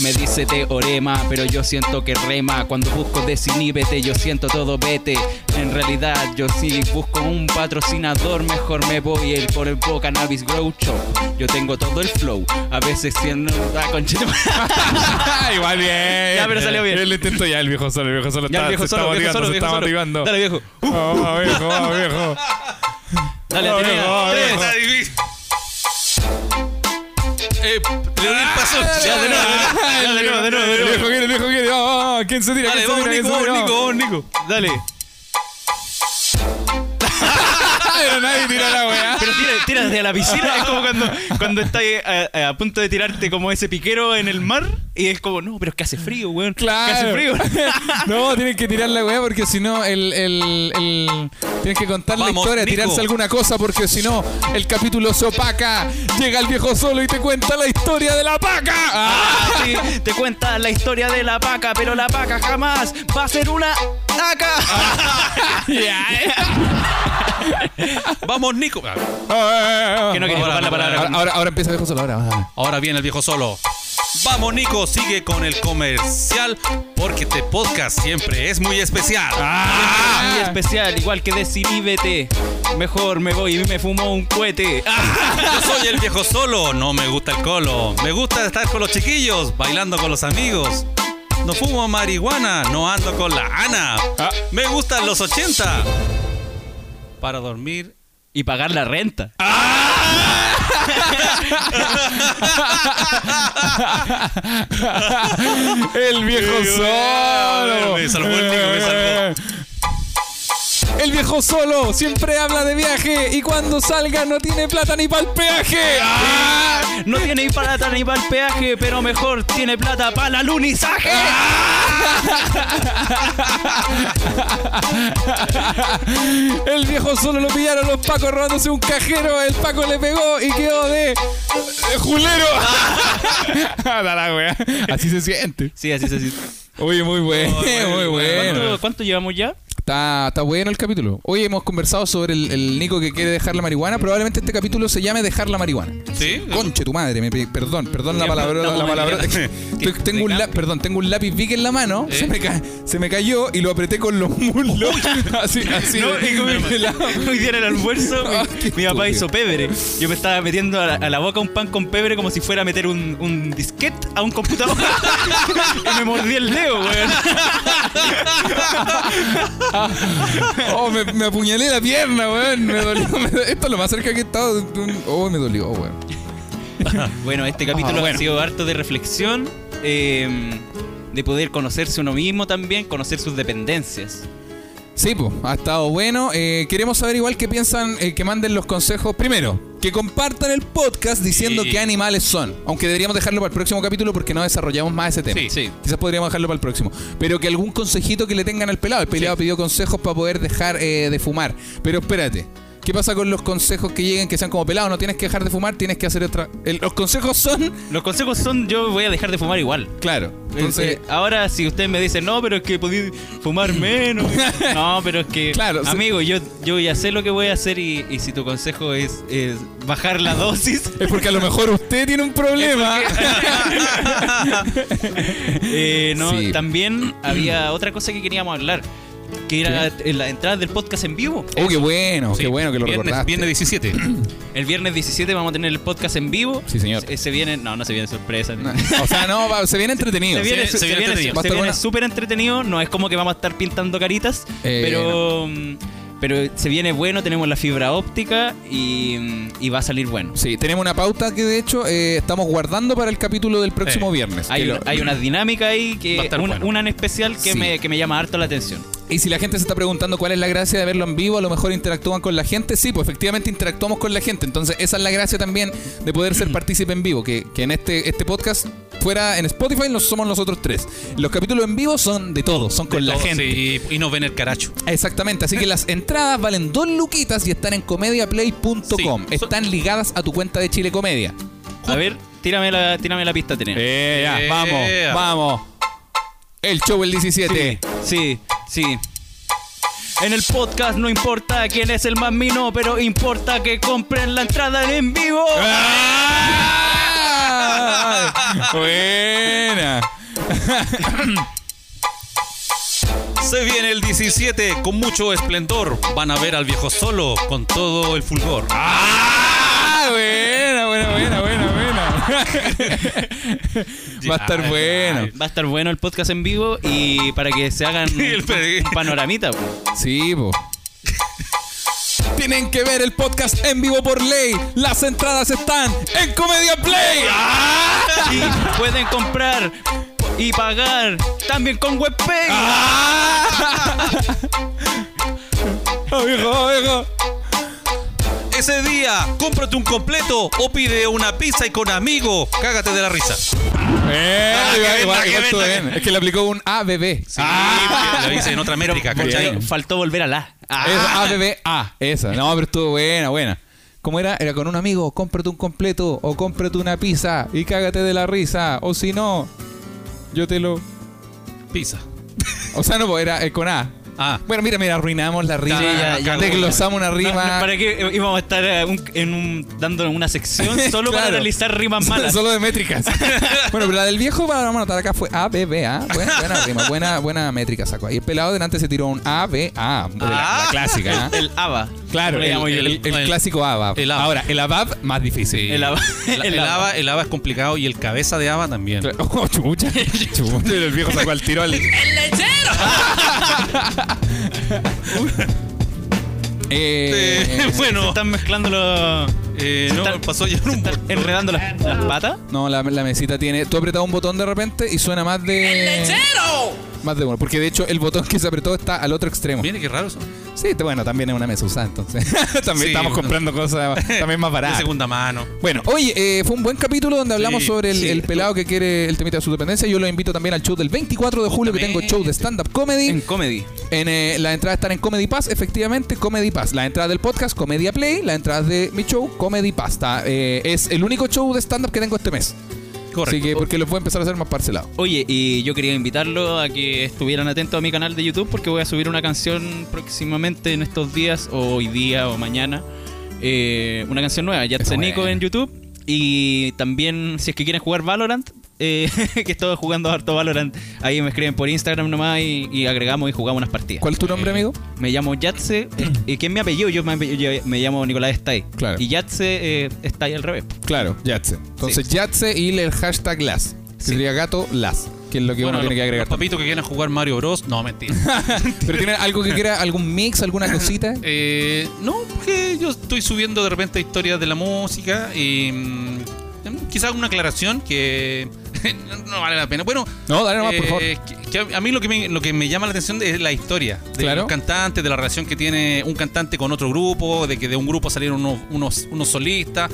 S2: Me dice teorema, pero yo siento que rema. Cuando busco desiníbete, yo siento todo vete. En realidad, yo sí busco un patrocinador, mejor me voy el por el Bo Cannabis Grow Shop. Yo tengo todo el flow, a veces siendo. Ah, conchito.
S1: Ah, Igual bien.
S2: Ya, pero salió bien.
S1: El intento ya, el viejo solo, el viejo solo.
S2: Ya,
S1: está,
S2: viejo
S1: se
S2: solo,
S1: está motivando,
S2: viejo solo,
S1: se
S2: viejo
S1: está
S2: solo.
S1: motivando.
S2: Dale, viejo. Uh,
S1: Oh, viejo, oh, viejo.
S2: Dale,
S1: No,
S2: Atenea.
S1: viejo, no,
S2: Tres.
S1: viejo.
S8: Está difícil. Eh, Leonel pasó. Ya, de nuevo, de nuevo, de nuevo, de nuevo, de
S1: El
S8: nuevo.
S1: viejo quiere, el viejo quiere. Oh, oh, ¿Quién se tira?
S8: Dale,
S1: ¿Quién se
S8: vamos,
S1: tira? ¿Quién
S8: Nico,
S1: se
S8: vamos,
S1: tira?
S8: Nico, vamos, Nico.
S2: Dale.
S1: Ah, pero nadie tiró la
S2: [laughs]
S1: weá.
S2: Pero tira, tira desde la piscina. [laughs] Es como cuando, cuando estás eh, a, a punto de tirarte como ese piquero en el mar. Y es como, no, pero es que hace frío, weón. Que hace
S1: Claro.
S2: frío.
S1: [laughs] no, tienen que tirar la weá [laughs] porque si no, el, el, el- Tienen que contar la
S8: Vamos,
S1: historia,
S8: Nico.
S1: tirarse alguna cosa porque si no, el capítulo se opaca. Llega el viejo solo y te cuenta la historia de la paca. Ah.
S2: Ah, sí, te cuenta la historia de la vaca, pero la vaca jamás va a ser una vaca. [laughs] eh.
S8: Vamos, Nico. Ah,
S1: Ah, ah, ah, ah.
S2: Que no quería
S8: Ahora,
S2: robar la palabra.
S1: Ahora, ahora, ahora empieza el viejo solo, ahora. ahora.
S8: Ahora viene el viejo solo. Vamos, Nico, sigue con el comercial porque este podcast siempre es muy especial.
S2: Y especial, igual que desiníbete. Mejor me voy y me fumo un cohete. Ah,
S8: Yo soy el viejo solo, no me gusta el colo. Me gusta estar con los chiquillos, bailando con los amigos. No fumo marihuana, no ando con la Ana.
S1: Ah.
S8: Me gustan los 80. Para dormir.
S2: Y pagar la renta.
S1: El viejo solo.
S8: Me salvó el Nico, me salvó.
S1: El viejo solo siempre habla de viaje y cuando salga no tiene plata ni para el peaje. Ah.
S2: No tiene plata ni para el peaje, pero mejor tiene plata para el alunizaje.
S1: Ah. El viejo solo lo pillaron los pacos robándose un cajero. El paco le pegó y quedó de. de [laughs] julero. Ah, Da la wea. Así se siente.
S2: Sí, así es así.
S1: Oye, [laughs] muy bueno, muy bueno.
S2: ¿Cuánto, cuánto llevamos ya? [laughs]
S1: Está, está bueno el capítulo. Hoy hemos conversado sobre el, el Nico que quiere dejar la marihuana. Probablemente este capítulo se llame Dejar la marihuana.
S8: Sí.
S1: Conche tu madre, me pe- perdón, perdón la
S2: Ya,
S1: palabra,
S2: estamos
S1: la
S2: en
S1: palabra.
S2: el-
S1: [laughs] Estoy-
S2: que-
S1: tengo un
S2: de
S1: la-
S2: cambio. ¿Eh?
S1: perdón, tengo un lápiz Vic en la mano, se, me ca- se me cayó y lo apreté con los [laughs]
S2: [laughs]
S1: muslos. así, así.
S2: No,
S1: de-
S2: y como-
S1: de lado.
S2: Hoy día en el almuerzo, mi-
S1: Ah,
S2: mi,
S1: qué estúpido.
S2: papá hizo pebre. Yo me estaba metiendo a la, a la boca un pan con pebre como si fuera a meter un, un disquete a un computador. [laughs] y me mordí el dedo, weón.
S1: Oh, me, me apuñalé la pierna, weón. Me dolió, me do- Esto es lo más cerca que he estado. de un- Oh, me dolió, weón.
S2: Bueno,
S1: Ah,
S2: este capítulo ha sido harto de reflexión, eh, de poder conocerse uno mismo también, conocer sus dependencias.
S1: Sí, pues, ha estado bueno. Eh, queremos saber igual qué piensan, eh, que manden los consejos. Primero, que compartan el podcast diciendo
S8: Sí.
S1: qué animales son. Aunque deberíamos dejarlo para el próximo capítulo porque no desarrollamos más ese tema.
S8: Sí. Sí.
S1: Quizás podríamos dejarlo para el próximo. Pero que algún consejito que le tengan al pelado. El pelado pidió consejos para poder dejar eh, de fumar. Pero espérate. ¿Qué pasa con los consejos que lleguen que sean como pelado? No tienes que dejar de fumar, tienes que hacer otra. el- los consejos son.
S2: Los consejos son, yo voy a dejar de fumar igual.
S1: Claro. Entonces,
S2: Eh, ahora, si usted me dice, no, pero es que podí fumar menos.
S1: [laughs]
S2: no, pero es que.
S1: Claro, sí.
S2: amigo, yo, yo ya sé lo que voy a hacer y, y si tu consejo es, es bajar
S1: [laughs]
S2: la dosis,
S1: es porque a lo mejor usted tiene un problema.
S2: eh, no.
S1: Sí. [clears throat]
S2: También había otra cosa que queríamos hablar, que era en la entrada del podcast en vivo.
S1: Oh, qué bueno,
S8: Sí.
S1: qué bueno que lo
S8: Viernes-
S1: recordaste.
S8: Viernes 17.
S2: El viernes 17 vamos a tener el podcast en vivo.
S1: Sí, señor.
S2: Se, se viene, no, no se viene sorpresa.
S1: No, O sea, no, va- se viene entretenido.
S2: Se viene, se
S8: se viene
S2: viene-
S8: entretenido.
S1: Va a
S2: se
S1: estar
S2: viene
S1: buena.
S2: súper entretenido. No es como que vamos a estar pintando caritas,
S1: Eh,
S2: pero, mm, pero se viene bueno. Tenemos la fibra óptica y, mm, y va a salir bueno.
S1: Sí, tenemos una pauta que de hecho eh, estamos guardando para el capítulo del próximo
S8: Eh,
S1: viernes.
S2: Hay,
S1: Que
S2: un-
S1: lo-
S2: hay una dinámica ahí,
S8: Va a
S2: que
S8: estar
S2: una,
S8: bueno.
S2: una en especial que,
S1: Sí.
S2: me, que me llama harto la atención.
S1: Y si la gente se está preguntando cuál es la gracia de verlo en vivo, a lo mejor interactúan con la gente. Sí, pues efectivamente interactuamos con la gente. Entonces, esa es la gracia también de poder ser partícipe en vivo. Que, que en este, este podcast fuera en Spotify, nos somos nosotros tres. Los capítulos en vivo son de todos, son con la
S8: Todo,
S1: gente.
S8: sí, y nos ven el caracho.
S1: Exactamente, así que las entradas valen dos luquitas y están en comediaplay.com.
S8: Sí.
S1: Están ligadas a tu cuenta de Chile Comedia.
S2: A ver, tírame la, tírame la pista, Tenea.
S1: Eh, ya,
S8: Eh.
S1: vamos, vamos. El show el 17.
S2: Sí, sí, sí. En el podcast no importa quién es el más mino, pero importa que compren la entrada en vivo.
S1: [laughs]
S5: ¡Ah! Buena.
S8: Se viene el 17 con mucho esplendor. Van a ver al viejo solo con todo el fulgor.
S5: ¡Ah! Buena, buena, buena, buena, buena. Va a estar bueno.
S2: Va a estar bueno el podcast en vivo y para que se hagan
S8: El pre-
S2: un panoramita. pues.
S5: Sí, po. Tienen que ver el podcast en vivo por ley. Las entradas están en Comedia Play.
S2: Y pueden comprar y pagar también con WebPay.
S5: Oigo, oigo.
S8: Ese día, cómprate un completo o pide una pizza y con amigo, cágate de la risa.
S5: Eh,
S8: Ah,
S5: igual-
S8: que
S5: igual-
S8: venda, que
S5: igual estuvo
S8: venda.
S5: bien. Es que le aplicó un ABB.
S8: Sí,
S5: Ah.
S8: porque la dice en otra métrica, ¿cachai?
S2: Pero faltó volver a la.
S5: Esa, ABBA, esa. No, pero estuvo buena, buena. ¿Cómo era? Era con un amigo, cómprate un completo o cómprate una pizza y cágate de la risa. O si no, yo te lo...
S8: Pizza.
S5: O sea, no, pues era eh, con A.
S8: Ah.
S5: Bueno, mira, mira, arruinamos la rima.
S8: Sí, ya, ya.
S5: desglosamos una
S2: No,
S5: rima.
S2: no, ¿Para qué eh, íbamos a estar eh, un- en un, dando una [laughs] sección solo para
S5: Claro.
S2: realizar rimas malas?
S5: Solo de [laughs] métricas. bueno, pero la del viejo para vamos a anotar acá fue ABBA. Buena, buena rima, buena, buena métrica sacó. ahí. el pelado delante se tiró un ABA. La, la clásica. ¿ah?
S2: [laughs] El ABA.
S5: Claro,
S2: Lo
S5: el,
S2: llamo yo,
S5: el- el clásico ABBA.
S8: el ABBA.
S5: Ahora, el ABAB más
S2: [laughs]
S5: difícil.
S2: el ABA.
S8: El, el haba, el haba es complicado y el cabeza de haba también.
S5: [laughs] [laughs] Oh, [laughs] chucha. Chucha, el viejo sacó al tiro al. ¡El
S2: [laughs]
S5: lechero!
S8: Eh, bueno,
S2: Están mezclando los.
S8: eh, no,
S2: están-
S8: pasó ya un...
S2: Están enredando las, las patas.
S5: No, la, la mesita tiene. Tú apretas un botón de repente y suena más de. Más de uno. Porque de hecho el botón que se apretó está al otro extremo.
S8: Mire, qué raro eso.
S5: Sí, te- bueno, también es una mesa usada, entonces. [laughs] también
S8: Sí,
S5: estamos
S8: bueno.
S5: comprando cosas también más
S8: De
S5: baratas.
S8: segunda mano.
S5: Ah. Bueno, oye, eh, fue un buen capítulo donde hablamos
S8: Sí,
S5: sobre el,
S8: sí.
S5: el pelado que quiere el temita de su dependencia. Yo lo invito también al show del 24 de julio, que tengo show de stand-up comedy.
S2: En comedy.
S5: En, eh, las entradas están en Comedy Pass, efectivamente, Comedy Pass. La entrada del podcast, Comedia Play. La entrada de mi show, Comedy Pasta. es el único show de stand-up que tengo este mes. Así
S8: Correcto.
S5: que, porque los voy a empezar a hacer más parcelado.
S2: Oye, y yo quería invitarlo a que estuvieran atentos a mi canal de YouTube porque voy a subir una canción próximamente en estos días, o hoy día o mañana. eh, una canción nueva, Yatsenico
S5: buena.
S2: en YouTube. Y también, si es que quieren jugar Valorant, eh, [laughs] que estoy jugando harto Valorant, ahí me escriben por Instagram nomás y, y agregamos y jugamos unas partidas.
S5: ¿Cuál es tu
S8: Eh.
S5: nombre, amigo?
S2: Me llamo
S8: [clears throat]
S2: Yatse. eh, ¿Y quién me apellido? Yo me, ape- yo me llamo Nicolás Stay.
S5: Claro.
S2: Y Yatse eh, Stay al revés.
S5: Claro, Yatse. Entonces, Yatse y el hashtag las. Que sería gato las, que es lo que
S8: Bueno,
S5: uno tiene
S8: los-
S5: que agregar.
S8: Los papitos que quieran jugar Mario Bros. No, mentira.
S5: Pero tiene algo que quiera, algún mix, alguna cosita.
S8: Eh, no, porque yo estoy subiendo de repente historias de la música y mm, quizás una aclaración que [laughs] no vale la pena. Bueno,
S5: [laughs] No, dale nomás, por
S8: eh,
S5: favor.
S8: que- que a- a mí lo que, me, lo que me llama la atención es la historia de
S5: Claro.
S8: los cantantes, de la relación que tiene un cantante con otro grupo, de que de un grupo salieron unos, unos, unos solistas.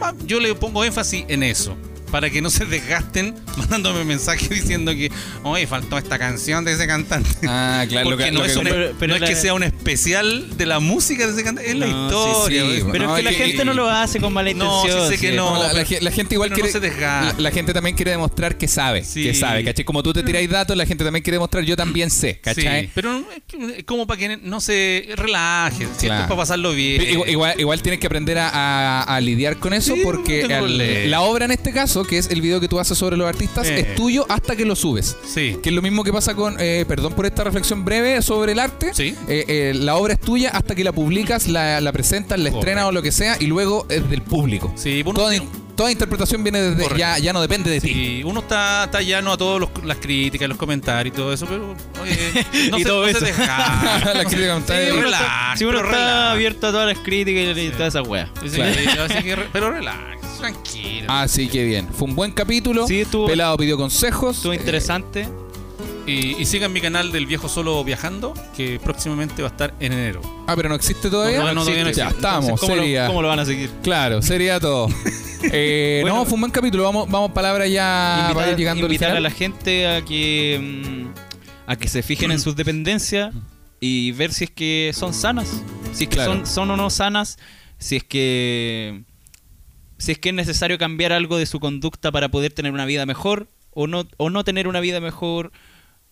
S8: Ah, Yo le pongo énfasis en eso. Para que no se [laughs] desgasten mandándome mensajes [laughs] diciendo que, oye, faltó esta canción de ese cantante.
S5: Ah, claro, lo
S8: Porque
S5: que,
S8: no,
S5: lo que-
S8: es, un-
S2: Pero- pero
S8: no es
S2: la-
S8: que sea un especial de la música de ese cantante, es la
S2: No,
S8: historia.
S5: sí, sí,
S8: ¿ves?
S5: bueno.
S2: Pero
S5: No,
S2: es que la
S5: que-
S2: gente no lo hace con mala
S8: No, sí
S2: intención.
S8: sé que
S2: sí.
S8: no,
S5: la, la ge- la gente igual
S8: pero
S5: quiere.
S8: no se desgasta.
S5: la, la gente también quiere demostrar [laughs] que sabe.
S8: Sí.
S5: Que sabe, ¿cachai? Como tú te tiráis datos, la gente también quiere demostrar yo también sé, ¿cachai?
S8: Sí, pero es que- es como para que no se relajen, ¿cierto?
S5: Claro.
S8: Es para pasarlo bien.
S5: Pero Igual, igual, igual tienes que aprender a, a- a lidiar con eso
S8: Sí,
S5: porque
S8: no tengo
S5: al-
S8: problema.
S5: la obra en este caso, que es el video que tú haces sobre los artistas,
S8: Eh.
S5: es tuyo hasta que lo subes.
S8: Sí.
S5: Que es lo mismo que pasa con, eh, perdón por esta reflexión breve sobre el arte.
S8: Sí.
S5: Eh, eh, la obra es tuya hasta que la publicas, la, la presentas, la estrenas o lo que sea, y luego es del público.
S8: Sí, pues bueno,
S5: Toda, toda interpretación viene desde.
S8: Correcto.
S5: Ya, ya no depende de ti.
S8: sí, uno está, está llano a todas las críticas, los comentarios y todo eso, pero
S2: [laughs]
S8: oye, no,
S2: Y
S8: se,
S2: todo
S8: no se
S2: eso.
S8: desgasta.
S5: [laughs] La crítica
S8: Sí,
S5: comentaria.
S8: relax,
S2: Si uno
S8: pero
S2: está
S8: relax.
S2: abierto a todas las críticas y todas esas weas.
S8: Sí, sí, así que re- pero relax, tranquilo.
S5: Así que bien, fue un buen capítulo.
S2: Sí, estuvo- Eh,
S5: Pelado pidió consejos.
S2: Estuvo interesante.
S8: Y, y sigan mi canal del viejo solo viajando, que próximamente va a estar en enero.
S5: Eh, ah, pero no existe todavía.
S8: No, no, todavía no
S5: ya
S8: existe.
S5: estamos.
S2: Entonces, ¿cómo,
S5: sería-
S2: lo, cómo lo van a seguir?
S5: Claro, sería todo. Eh,
S2: Bueno.
S5: no, fue un buen capítulo. Vamos, vamos palabra ya para ir
S2: invitar
S5: Ah, llegando al
S2: invitar a
S5: final.
S2: la gente a que, mm, a que se fijen
S5: [clears throat]
S2: en sus dependencias y ver si es que son sanas. Si es que
S5: Claro.
S2: son, son o no sanas. Si es que. Si es que es necesario cambiar algo de su conducta para poder tener una vida mejor o no, o no tener una vida mejor.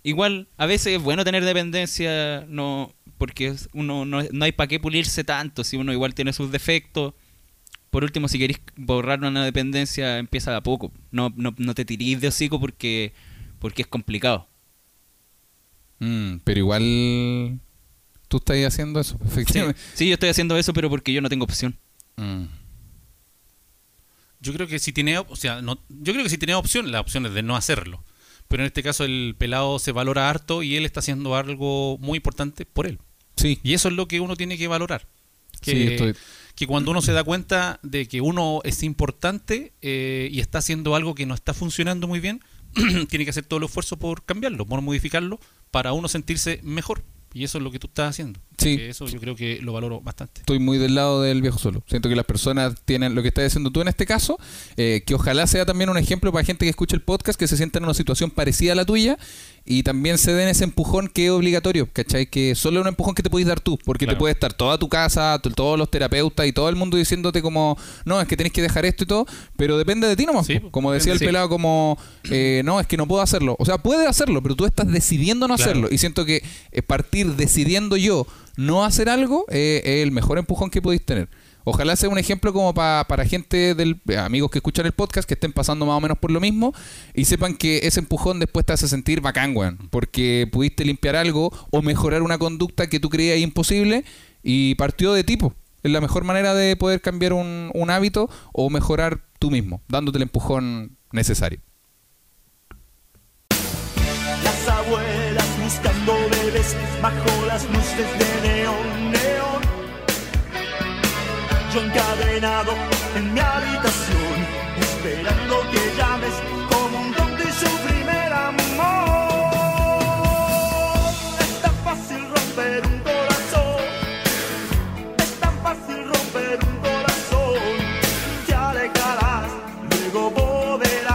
S2: igual a veces es bueno tener dependencia, no porque es- uno no, no hay para qué pulirse tanto, si uno igual tiene sus defectos. Por último, si queréis borrar una dependencia, empieza de a poco. No, no, no te tirís de hocico porque, porque es complicado.
S5: Mm, pero igual tú estás haciendo eso, [laughs]
S2: Sí,
S5: efectivamente.
S2: sí, yo estoy haciendo eso, pero porque yo no tengo opción.
S5: Mm.
S8: Yo creo que si tiene, op- o sea, no, yo creo que si tiene opción, la opción es de no hacerlo. Pero en este caso el pelado se valora harto y él está haciendo algo muy importante por él.
S5: Sí,
S8: Y eso es lo que uno tiene que valorar. Que,
S5: Sí, estoy-
S8: que cuando uno se da cuenta de que uno es importante eh, y está haciendo algo que no está funcionando muy bien, [clears throat] tiene que hacer todo el esfuerzo por cambiarlo, por modificarlo, para uno sentirse mejor. Y eso es lo que tú estás haciendo.
S5: Sí.
S8: Que Eso yo creo que lo valoro bastante.
S5: estoy muy del lado del viejo solo. Siento que las personas tienen lo que estás diciendo tú en este caso, eh, que ojalá sea también un ejemplo para gente que escucha el podcast, que se sienta en una situación parecida a la tuya y también se den ese empujón que es obligatorio, ¿cachai? Que solo es un empujón que te puedes dar tú, porque
S8: Claro.
S5: te puede estar toda tu casa, t- todos los terapeutas y todo el mundo diciéndote como, no, es que tenés que dejar esto y todo, pero depende de ti nomás.
S8: Sí,
S5: po.
S8: pues,
S5: como decía el
S8: depende, sí.
S5: pelado, como, eh, no, es que no puedo hacerlo. O sea, puedes hacerlo, pero tú estás decidiendo no
S8: Claro.
S5: hacerlo. Y siento que eh, partir decidiendo yo no hacer algo eh, es el mejor empujón que podéis tener. Ojalá sea un ejemplo como pa- para gente, del, eh, amigos que escuchan el podcast, que estén pasando más o menos por lo mismo y sepan que ese empujón después te hace sentir bacán, weón. Porque pudiste limpiar algo o mejorar una conducta que tú creías imposible y partió de tipo. Es la mejor manera de poder cambiar un, un hábito o mejorar tú mismo, dándote el empujón necesario.
S3: Las abuelas buscando bebés bajo las luces de neón, neón. Yo encadenado en mi habitación, esperando que llames como un don de su primer amor. Es tan fácil romper un corazón, es tan fácil romper un corazón. Te alejarás, luego volverás.